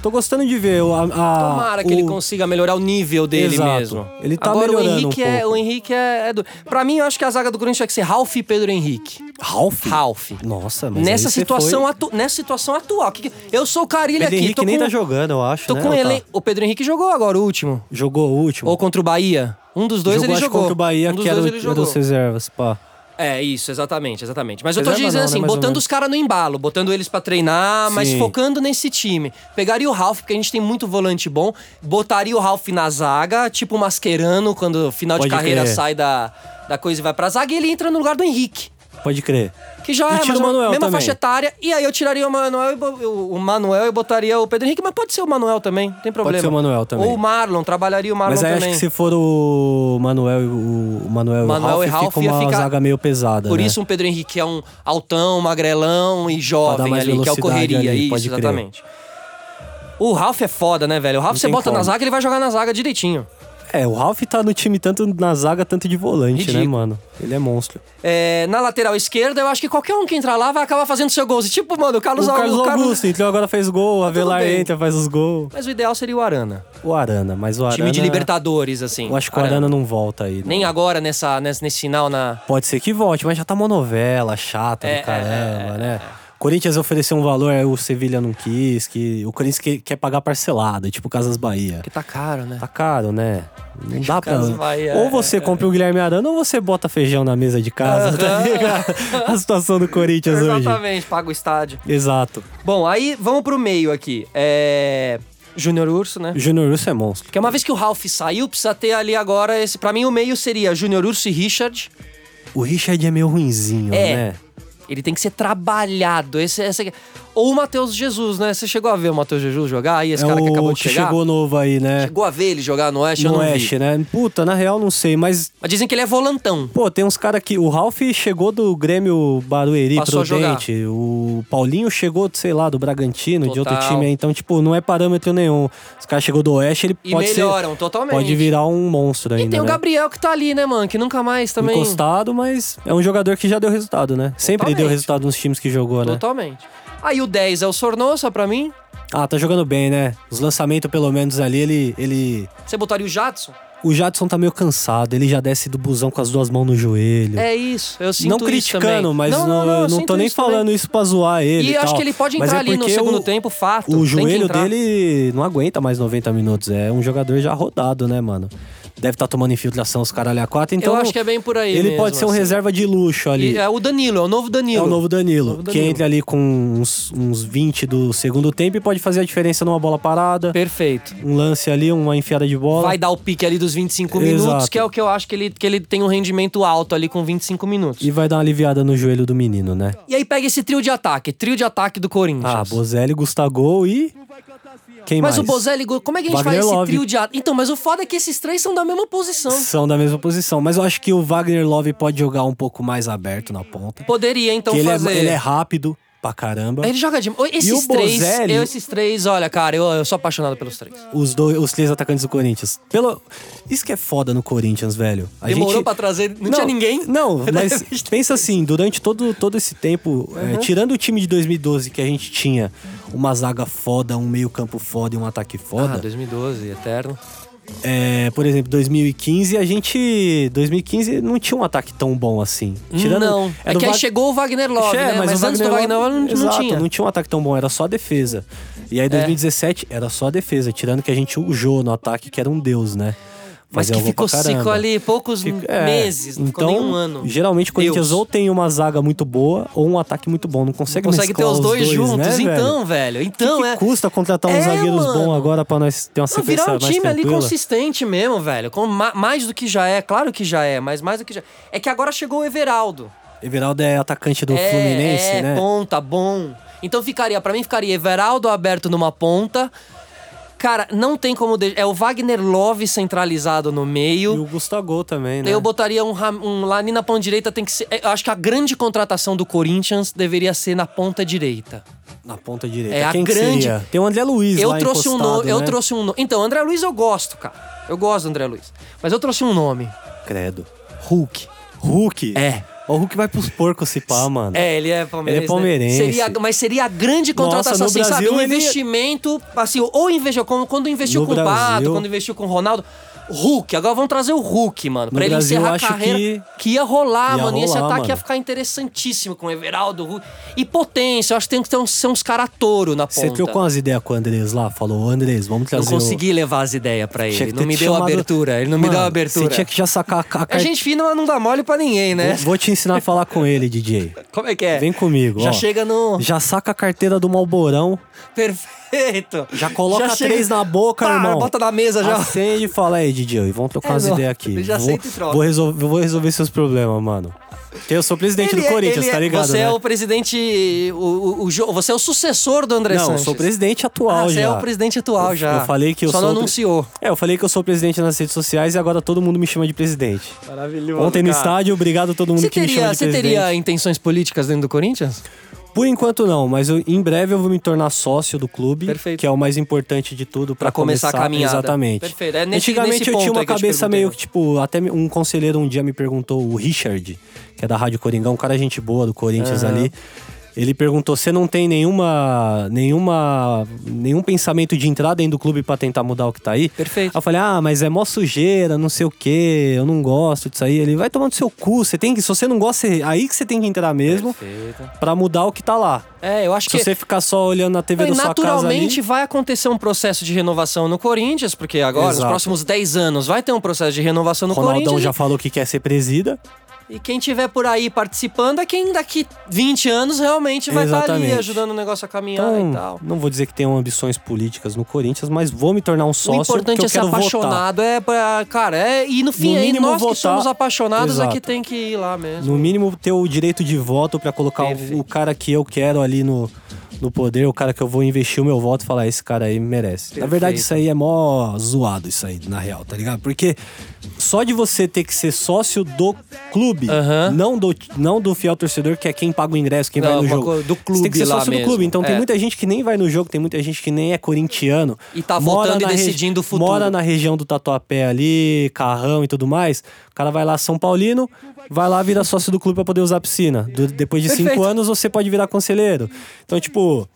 [SPEAKER 2] Tô gostando de ver. o- A, a,
[SPEAKER 3] Tomara que
[SPEAKER 2] Ah, o-
[SPEAKER 3] ele consiga melhorar o nível dele
[SPEAKER 2] Exato.
[SPEAKER 3] mesmo.
[SPEAKER 2] Ele tá
[SPEAKER 3] Agora,
[SPEAKER 2] melhorando
[SPEAKER 3] o Henrique
[SPEAKER 2] um
[SPEAKER 3] é.
[SPEAKER 2] pouco.
[SPEAKER 3] O Henrique é, é do. Pra mim, eu acho que a zaga do Corinthians tinha que ser Ralf e Pedro Henrique.
[SPEAKER 2] Ralph?
[SPEAKER 3] Ralf.
[SPEAKER 2] Nossa, mas.
[SPEAKER 3] Nessa
[SPEAKER 2] aí você
[SPEAKER 3] situação,
[SPEAKER 2] foi...
[SPEAKER 3] atu... Nessa situação atual. Que que- Eu sou o Carilho
[SPEAKER 2] Pedro
[SPEAKER 3] aqui.
[SPEAKER 2] Henrique
[SPEAKER 3] tô
[SPEAKER 2] nem
[SPEAKER 3] com...
[SPEAKER 2] tá jogando, eu acho.
[SPEAKER 3] Tô
[SPEAKER 2] né?
[SPEAKER 3] com
[SPEAKER 2] Ou tá?
[SPEAKER 3] ele. O Pedro Henrique jogou agora, o último.
[SPEAKER 2] Jogou o último.
[SPEAKER 3] Ou contra o Bahia. Um dos dois
[SPEAKER 2] jogou,
[SPEAKER 3] ele
[SPEAKER 2] acho,
[SPEAKER 3] jogou.
[SPEAKER 2] contra o Bahia,
[SPEAKER 3] um dos
[SPEAKER 2] que era
[SPEAKER 3] dois
[SPEAKER 2] o-
[SPEAKER 3] ele
[SPEAKER 2] era
[SPEAKER 3] jogou.
[SPEAKER 2] dos reservas, pá.
[SPEAKER 3] É, isso, exatamente, exatamente. Mas eu tô
[SPEAKER 2] Reserva
[SPEAKER 3] dizendo
[SPEAKER 2] não, né?
[SPEAKER 3] assim,
[SPEAKER 2] Mais ou
[SPEAKER 3] botando
[SPEAKER 2] menos.
[SPEAKER 3] os caras no embalo, botando eles pra treinar, mas
[SPEAKER 2] Sim.
[SPEAKER 3] focando nesse time. Pegaria o Ralf, porque a gente tem muito volante bom, botaria o Ralf na zaga, tipo o Mascherano, quando o final
[SPEAKER 2] Pode
[SPEAKER 3] de carreira
[SPEAKER 2] crer.
[SPEAKER 3] sai da, da coisa e vai pra zaga, e ele entra no lugar do Henrique.
[SPEAKER 2] Pode crer.
[SPEAKER 3] Que já
[SPEAKER 2] E
[SPEAKER 3] é
[SPEAKER 2] tira
[SPEAKER 3] mais
[SPEAKER 2] o
[SPEAKER 3] ou-
[SPEAKER 2] Manuel
[SPEAKER 3] mesma
[SPEAKER 2] também.
[SPEAKER 3] faixa etária, e aí eu tiraria o Manuel, e bo- o o Manuel e botaria o Pedro Henrique, mas pode ser o Manuel também, não tem problema.
[SPEAKER 2] ser o Manuel também.
[SPEAKER 3] Ou o Marlon, trabalharia o Marlon
[SPEAKER 2] Mas aí
[SPEAKER 3] também.
[SPEAKER 2] acho que se for o Manuel e o, o Manuel,
[SPEAKER 3] Manuel
[SPEAKER 2] e
[SPEAKER 3] e
[SPEAKER 2] o Ralph,
[SPEAKER 3] Ralph
[SPEAKER 2] fica
[SPEAKER 3] ia
[SPEAKER 2] uma
[SPEAKER 3] ficar-
[SPEAKER 2] zaga meio pesada.
[SPEAKER 3] Por
[SPEAKER 2] né?
[SPEAKER 3] isso um Pedro Henrique é um altão, magrelão e
[SPEAKER 2] Pra dar
[SPEAKER 3] jovem
[SPEAKER 2] mais
[SPEAKER 3] ali, que é o
[SPEAKER 2] velocidade
[SPEAKER 3] correria,
[SPEAKER 2] ali,
[SPEAKER 3] isso,
[SPEAKER 2] pode crer.
[SPEAKER 3] exatamente. O Ralf é foda, né, velho? O Ralf
[SPEAKER 2] Não
[SPEAKER 3] você
[SPEAKER 2] tem
[SPEAKER 3] bota
[SPEAKER 2] como.
[SPEAKER 3] na zaga, ele vai jogar na zaga direitinho.
[SPEAKER 2] É, o Ralph tá no time tanto na zaga, tanto de volante, né,
[SPEAKER 3] Ridículo.
[SPEAKER 2] mano? Ele é monstro.
[SPEAKER 3] É, na lateral esquerda, eu acho que qualquer um que entrar lá vai acabar fazendo seu gol. Tipo, mano, o Carlos,
[SPEAKER 2] o
[SPEAKER 3] Al-
[SPEAKER 2] Carlos
[SPEAKER 3] o Carlos- Tá
[SPEAKER 2] Augusto, então agora fez gol, o Avelar
[SPEAKER 3] bem.
[SPEAKER 2] entra, faz os gols.
[SPEAKER 3] Mas o ideal seria o Arana.
[SPEAKER 2] O Arana, mas o Arana... né?
[SPEAKER 3] Time de Libertadores, assim.
[SPEAKER 2] Eu acho que o Arana não volta aí. não.
[SPEAKER 3] Nem agora, nessa, nesse, nesse final, na...
[SPEAKER 2] Pode ser que volte, mas já tá monovela, chata
[SPEAKER 3] É,
[SPEAKER 2] do caramba, né? O Corinthians ofereceu um valor, aí o Sevilha não quis, que o Corinthians que- quer pagar parcelado, tipo Casas Bahia.
[SPEAKER 3] Porque tá caro, né?
[SPEAKER 2] Tá caro, né? Não dá pra.
[SPEAKER 3] Casas Bahia,
[SPEAKER 2] Ou você compra o Guilherme Arana ou você bota feijão na mesa de casa, tá ligado? A situação do Corinthians hoje.
[SPEAKER 3] Exatamente, paga o estádio.
[SPEAKER 2] Exato.
[SPEAKER 3] Bom, aí vamos pro meio aqui. É... Júnior Urso, né?
[SPEAKER 2] O Júnior Russo é monstro.
[SPEAKER 3] Porque uma vez que o Ralph saiu, precisa ter ali agora esse. Pra mim, o meio seria Júnior Urso e Richard.
[SPEAKER 2] O Richard é meio ruinzinho,
[SPEAKER 3] É.
[SPEAKER 2] né?
[SPEAKER 3] Ele tem que ser trabalhado. Esse, esse... Ou o Matheus Jesus, né? Você chegou a ver o Matheus Jesus jogar aí, esse
[SPEAKER 2] é
[SPEAKER 3] cara que
[SPEAKER 2] o
[SPEAKER 3] acabou de
[SPEAKER 2] que
[SPEAKER 3] chegar?
[SPEAKER 2] chegou novo aí, né?
[SPEAKER 3] Chegou a ver ele jogar no Oeste? eu
[SPEAKER 2] no
[SPEAKER 3] não
[SPEAKER 2] Oeste,
[SPEAKER 3] vi.
[SPEAKER 2] né? Puta, na real não sei, mas
[SPEAKER 3] Mas dizem que ele é volantão.
[SPEAKER 2] Pô, tem uns caras que. O Ralf chegou do Grêmio Barueri
[SPEAKER 3] Passou a jogar.
[SPEAKER 2] Prudente. O Paulinho chegou, sei lá, do Bragantino, de outro
[SPEAKER 3] Total.
[SPEAKER 2] time aí. Então, tipo, não é parâmetro nenhum. Os caras chegou do Oeste, ele
[SPEAKER 3] E
[SPEAKER 2] pode
[SPEAKER 3] melhoram
[SPEAKER 2] ser.
[SPEAKER 3] totalmente.
[SPEAKER 2] Pode virar um monstro ainda.
[SPEAKER 3] E tem o
[SPEAKER 2] né?
[SPEAKER 3] Gabriel que tá ali, né, mano? Que nunca mais também.
[SPEAKER 2] Encostado, mas é um jogador que já deu resultado, né? Sempre
[SPEAKER 3] Totalmente.
[SPEAKER 2] deu resultado nos times que jogou, né?
[SPEAKER 3] Totalmente. Aí o 10 é o Sornosa pra mim.
[SPEAKER 2] Ah, tá jogando bem, né? Os lançamentos, pelo menos ali, ele. ele...
[SPEAKER 3] Você botaria o Jadson?
[SPEAKER 2] O Jadson tá meio cansado, ele já desce do busão com as duas mãos no joelho.
[SPEAKER 3] É isso. Eu sinto
[SPEAKER 2] não
[SPEAKER 3] isso
[SPEAKER 2] criticando,
[SPEAKER 3] também.
[SPEAKER 2] mas não,
[SPEAKER 3] eu
[SPEAKER 2] não,
[SPEAKER 3] sinto
[SPEAKER 2] tô nem
[SPEAKER 3] isso também.
[SPEAKER 2] falando isso pra zoar ele.
[SPEAKER 3] E eu acho
[SPEAKER 2] tal.
[SPEAKER 3] que ele pode
[SPEAKER 2] Mas
[SPEAKER 3] entrar
[SPEAKER 2] é
[SPEAKER 3] ali no
[SPEAKER 2] porque
[SPEAKER 3] segundo
[SPEAKER 2] o-
[SPEAKER 3] tempo, fato. Tem
[SPEAKER 2] O
[SPEAKER 3] que
[SPEAKER 2] joelho
[SPEAKER 3] entrar.
[SPEAKER 2] dele não aguenta mais 90 minutos. É um jogador já rodado, né, mano? Deve estar tomando infiltração os caralho a quatro. Então,
[SPEAKER 3] Eu acho que é bem por aí
[SPEAKER 2] Ele
[SPEAKER 3] mesmo,
[SPEAKER 2] pode ser um
[SPEAKER 3] assim.
[SPEAKER 2] reserva de luxo ali.
[SPEAKER 3] E é o Danilo, é o novo
[SPEAKER 2] É
[SPEAKER 3] Danilo.
[SPEAKER 2] o novo Danilo,
[SPEAKER 3] Novo
[SPEAKER 2] que
[SPEAKER 3] Danilo.
[SPEAKER 2] entra ali com uns, uns 20 do segundo tempo e pode fazer a diferença numa bola parada,
[SPEAKER 3] Perfeito.
[SPEAKER 2] um lance ali, uma enfiada de bola.
[SPEAKER 3] Vai dar o pique ali dos 25 minutos,
[SPEAKER 2] Exato.
[SPEAKER 3] que é o que eu acho que ele, que ele tem um rendimento alto ali com 25 minutos.
[SPEAKER 2] E
[SPEAKER 3] E,
[SPEAKER 2] vai dar uma aliviada no joelho do menino, né?
[SPEAKER 3] aí pega esse trio de ataque, trio de ataque do Corinthians.
[SPEAKER 2] Ah, Bozelli, Gustavo e. Quem
[SPEAKER 3] mas
[SPEAKER 2] mais?
[SPEAKER 3] o Bozelli, go- como é que a gente
[SPEAKER 2] Wagner
[SPEAKER 3] faz esse
[SPEAKER 2] Love.
[SPEAKER 3] trio de ataque? Então, mas o foda é que esses três são da mesma posição.
[SPEAKER 2] São da mesma posição. Mas eu acho que o Wagner Love pode jogar um pouco mais aberto na ponta.
[SPEAKER 3] Poderia então
[SPEAKER 2] que ele,
[SPEAKER 3] fazer.
[SPEAKER 2] é, ele é rápido pra caramba.
[SPEAKER 3] Ele joga de. Ô, Esses
[SPEAKER 2] o
[SPEAKER 3] três,
[SPEAKER 2] Bozelli-
[SPEAKER 3] eu, esses três, olha, cara, eu, eu sou apaixonado pelos três.
[SPEAKER 2] Os, dois, os três atacantes do Corinthians. Pelo... Isso que é foda no Corinthians, velho. A
[SPEAKER 3] Demorou
[SPEAKER 2] gente-
[SPEAKER 3] pra trazer, não, tinha ninguém.
[SPEAKER 2] Não, mas pensa assim, durante todo, todo esse tempo, é,
[SPEAKER 3] Uhum.
[SPEAKER 2] tirando o time de 2012 que a gente tinha uma zaga foda, um meio campo foda e um ataque
[SPEAKER 3] Ah,
[SPEAKER 2] foda,
[SPEAKER 3] 2012, eterno.
[SPEAKER 2] É, por exemplo, 2015, a gente. 2015 não tinha um ataque tão bom assim. Tirando,
[SPEAKER 3] não. É
[SPEAKER 2] era o
[SPEAKER 3] que aí
[SPEAKER 2] Wag-
[SPEAKER 3] chegou o Wagner Love,
[SPEAKER 2] É,
[SPEAKER 3] né? Mas,
[SPEAKER 2] o
[SPEAKER 3] antes do Wagner Love não, não
[SPEAKER 2] Exato,
[SPEAKER 3] tinha. É.
[SPEAKER 2] não tinha um ataque tão bom, era só a defesa. E aí 2017 era só a defesa, tirando que a gente usou no ataque, que era um deus, né?
[SPEAKER 3] Mas
[SPEAKER 2] Fazia
[SPEAKER 3] que
[SPEAKER 2] gol
[SPEAKER 3] ficou
[SPEAKER 2] pra
[SPEAKER 3] seco
[SPEAKER 2] caramba.
[SPEAKER 3] ali poucos
[SPEAKER 2] Fica- é,
[SPEAKER 3] meses, não ficou
[SPEAKER 2] então,
[SPEAKER 3] nem um ano.
[SPEAKER 2] Geralmente o Corinthians
[SPEAKER 3] Deus.
[SPEAKER 2] ou tem uma zaga muito boa ou um ataque muito bom, não consegue
[SPEAKER 3] consegue ter
[SPEAKER 2] mesclar
[SPEAKER 3] os dois, juntos.
[SPEAKER 2] né, velho?
[SPEAKER 3] então, velho, então
[SPEAKER 2] que que
[SPEAKER 3] é.
[SPEAKER 2] custa contratar uns
[SPEAKER 3] É,
[SPEAKER 2] zagueiros
[SPEAKER 3] mano.
[SPEAKER 2] bons agora pra nós ter uma
[SPEAKER 3] Não,
[SPEAKER 2] sequência
[SPEAKER 3] virar um
[SPEAKER 2] mais
[SPEAKER 3] time ali
[SPEAKER 2] tranquila?
[SPEAKER 3] consistente mesmo, velho. Com ma- mais do que já é, claro que já é, mas mais do que já é. que agora chegou o Everaldo.
[SPEAKER 2] Everaldo é atacante do
[SPEAKER 3] é,
[SPEAKER 2] Fluminense,
[SPEAKER 3] é,
[SPEAKER 2] né?
[SPEAKER 3] ponta, bom. Então ficaria, pra mim ficaria Everaldo aberto numa ponta, Cara, não tem como. De... É o Wagner Love centralizado no
[SPEAKER 2] E
[SPEAKER 3] meio.
[SPEAKER 2] o Gustavo também, né?
[SPEAKER 3] Eu botaria um, Ra- um Lani na ponta direita. Tem que ser. é, Eu acho que a grande contratação do Corinthians deveria ser na ponta direita.
[SPEAKER 2] Na ponta direita.
[SPEAKER 3] É a
[SPEAKER 2] Quem que
[SPEAKER 3] grande-
[SPEAKER 2] seria? Tem o André Luiz
[SPEAKER 3] Eu
[SPEAKER 2] lá
[SPEAKER 3] trouxe um
[SPEAKER 2] encostado,
[SPEAKER 3] nome. Eu
[SPEAKER 2] né?
[SPEAKER 3] trouxe um nome. Então, André Luiz eu gosto, cara. Eu gosto do André Luiz. Mas eu trouxe um nome.
[SPEAKER 2] Credo.
[SPEAKER 3] Hulk.
[SPEAKER 2] Hulk?
[SPEAKER 3] É.
[SPEAKER 2] O Hulk vai pros porcos se pá, mano.
[SPEAKER 3] É, ele é palmeirense.
[SPEAKER 2] Ele é palmeirense.
[SPEAKER 3] né? Seria, mas seria a grande contratação,
[SPEAKER 2] no
[SPEAKER 3] assim, sabe? Um
[SPEAKER 2] Brasil ele-
[SPEAKER 3] investimento, assim, ou investiu, como quando investiu
[SPEAKER 2] No
[SPEAKER 3] com o Pato,
[SPEAKER 2] Brasil-
[SPEAKER 3] quando investiu com o Ronaldo. Hulk, agora vamos trazer o Hulk, mano. Pra
[SPEAKER 2] No
[SPEAKER 3] ele
[SPEAKER 2] Brasil, eu
[SPEAKER 3] encerrar a
[SPEAKER 2] acho
[SPEAKER 3] carreira.
[SPEAKER 2] que-
[SPEAKER 3] ia rolar,
[SPEAKER 2] Ia
[SPEAKER 3] mano. E esse
[SPEAKER 2] rolar,
[SPEAKER 3] ataque ia
[SPEAKER 2] mano.
[SPEAKER 3] ficar interessantíssimo com o Everaldo, Hulk. E potência, eu acho que tem que ter uns, ser uns caras touro na
[SPEAKER 2] Você
[SPEAKER 3] ponta.
[SPEAKER 2] trocou umas ideias com o Andrés lá? Falou, Andrés, vamos
[SPEAKER 3] Não
[SPEAKER 2] trazer
[SPEAKER 3] consegui levar as ideias pra
[SPEAKER 2] o...
[SPEAKER 3] ele.
[SPEAKER 2] Tinha que
[SPEAKER 3] Não
[SPEAKER 2] ter
[SPEAKER 3] me
[SPEAKER 2] te
[SPEAKER 3] deu
[SPEAKER 2] chamado-
[SPEAKER 3] abertura. Ele não me
[SPEAKER 2] Mano,
[SPEAKER 3] deu abertura.
[SPEAKER 2] Você tinha que já sacar a ca-
[SPEAKER 3] A
[SPEAKER 2] carta.
[SPEAKER 3] gente fina, mas não dá mole pra ninguém, né?
[SPEAKER 2] Vou, vou te ensinar a falar com ele, DJ.
[SPEAKER 3] Como é que é?
[SPEAKER 2] Vem comigo,
[SPEAKER 3] Já
[SPEAKER 2] ó.
[SPEAKER 3] chega no...
[SPEAKER 2] Já saca a carteira do Malborão,
[SPEAKER 3] Perfeito.
[SPEAKER 2] já coloca três na boca,
[SPEAKER 3] Pá,
[SPEAKER 2] irmão.
[SPEAKER 3] Bota na mesa já.
[SPEAKER 2] Acende e fala aí, DJ, vamos trocar
[SPEAKER 3] É,
[SPEAKER 2] umas
[SPEAKER 3] não.
[SPEAKER 2] ideias aqui.
[SPEAKER 3] Ele já
[SPEAKER 2] vou,
[SPEAKER 3] aceita e troca.
[SPEAKER 2] vou resolver, vou resolver seus problemas, mano. Porque eu sou presidente
[SPEAKER 3] Ele
[SPEAKER 2] do
[SPEAKER 3] é-
[SPEAKER 2] Corinthians,
[SPEAKER 3] ele é-
[SPEAKER 2] tá ligado,
[SPEAKER 3] Você
[SPEAKER 2] né?
[SPEAKER 3] é o presidente. O, o, o jo- você é o sucessor do André
[SPEAKER 2] Não, eu
[SPEAKER 3] Sanches.
[SPEAKER 2] sou o presidente atual
[SPEAKER 3] Ah,
[SPEAKER 2] já.
[SPEAKER 3] você é o presidente atual
[SPEAKER 2] Eu-
[SPEAKER 3] já.
[SPEAKER 2] eu falei que eu
[SPEAKER 3] Só
[SPEAKER 2] sou
[SPEAKER 3] não
[SPEAKER 2] o pre-
[SPEAKER 3] anunciou.
[SPEAKER 2] É, eu falei que eu sou presidente nas redes sociais e agora todo mundo me chama de presidente.
[SPEAKER 3] Maravilhoso.
[SPEAKER 2] Ontem no estádio, obrigado a todo mundo
[SPEAKER 3] Você
[SPEAKER 2] que me chama
[SPEAKER 3] teria,
[SPEAKER 2] de
[SPEAKER 3] você
[SPEAKER 2] presidente.
[SPEAKER 3] teria intenções políticas dentro do Corinthians?
[SPEAKER 2] Por enquanto não, mas eu- em breve eu vou me tornar sócio do clube,
[SPEAKER 3] Perfeito.
[SPEAKER 2] que é o mais importante de tudo pra
[SPEAKER 3] Pra começar a caminhada.
[SPEAKER 2] Exatamente.
[SPEAKER 3] Perfeito. É nesse-
[SPEAKER 2] Antigamente
[SPEAKER 3] nesse
[SPEAKER 2] eu tinha
[SPEAKER 3] ponto
[SPEAKER 2] uma
[SPEAKER 3] aí que eu te
[SPEAKER 2] cabeça
[SPEAKER 3] perguntei,
[SPEAKER 2] meio
[SPEAKER 3] né?
[SPEAKER 2] que tipo, até me- um conselheiro um dia me perguntou, o Richard, que é da Rádio Coringão, um cara gente boa do Corinthians ali. Ele perguntou: "Você não tem nenhuma nenhuma nenhum pensamento de entrar dentro do clube pra tentar mudar o que tá aí?"
[SPEAKER 3] Perfeito.
[SPEAKER 2] Aí eu falei, ah, mas é mó sujeira, não sei o quê, eu não gosto disso aí. Ele vai tomando seu cu, você tem que. Se você não gosta, é aí que você tem que entrar mesmo pra mudar o que tá lá.
[SPEAKER 3] É, eu acho
[SPEAKER 2] Se
[SPEAKER 3] que.
[SPEAKER 2] você ficar só olhando na TV
[SPEAKER 3] Não,
[SPEAKER 2] da
[SPEAKER 3] e
[SPEAKER 2] sua casa ali,
[SPEAKER 3] naturalmente vai acontecer um processo de renovação no Corinthians, porque agora, nos
[SPEAKER 2] Exato.
[SPEAKER 3] próximos 10 anos, vai ter um processo de renovação no
[SPEAKER 2] Ronaldão
[SPEAKER 3] Corinthians.
[SPEAKER 2] já falou que quer ser presida.
[SPEAKER 3] E quem tiver por aí participando é quem daqui 20 anos realmente vai estar ali
[SPEAKER 2] Exatamente.
[SPEAKER 3] ajudando o negócio a caminhar
[SPEAKER 2] Então,
[SPEAKER 3] e tal.
[SPEAKER 2] não vou dizer que tenho ambições políticas no Corinthians, mas vou me tornar um sócio.
[SPEAKER 3] o importante
[SPEAKER 2] porque
[SPEAKER 3] é
[SPEAKER 2] eu
[SPEAKER 3] ser
[SPEAKER 2] quero votar.
[SPEAKER 3] apaixonado, é pra, cara, é e no fim
[SPEAKER 2] No
[SPEAKER 3] aí
[SPEAKER 2] mínimo,
[SPEAKER 3] nós que
[SPEAKER 2] votar.
[SPEAKER 3] somos apaixonados é
[SPEAKER 2] Exato.
[SPEAKER 3] que tem que ir lá mesmo.
[SPEAKER 2] No mínimo, ter o direito de voto pra colocar o,
[SPEAKER 3] Perfeito.
[SPEAKER 2] o cara que eu quero ali no, no poder, o cara que eu vou investir o meu voto e falar, esse cara aí merece. Na verdade,
[SPEAKER 3] Perfeito.
[SPEAKER 2] isso aí é mó zoado, isso aí, na real, tá ligado? Porque só de você ter que ser sócio do clube,
[SPEAKER 3] Aham.
[SPEAKER 2] não, do, não do fiel torcedor, que é quem paga o ingresso, quem
[SPEAKER 3] Não,
[SPEAKER 2] vai no
[SPEAKER 3] uma
[SPEAKER 2] jogo.
[SPEAKER 3] coisa do
[SPEAKER 2] Você tem que ser
[SPEAKER 3] clube lá
[SPEAKER 2] sócio do
[SPEAKER 3] mesmo.
[SPEAKER 2] clube. Então
[SPEAKER 3] É.
[SPEAKER 2] tem muita gente que nem vai no jogo, tem muita gente que nem é corintiano.
[SPEAKER 3] E tá
[SPEAKER 2] mora
[SPEAKER 3] votando e
[SPEAKER 2] na regi-
[SPEAKER 3] decidindo o futuro.
[SPEAKER 2] Mora na região do Tatuapé ali, Carrão e tudo mais, o cara vai lá São Paulino, vai lá vira sócio do clube pra poder usar a piscina. Do- depois de
[SPEAKER 3] Perfeito.
[SPEAKER 2] cinco anos você pode virar conselheiro. Então tipo,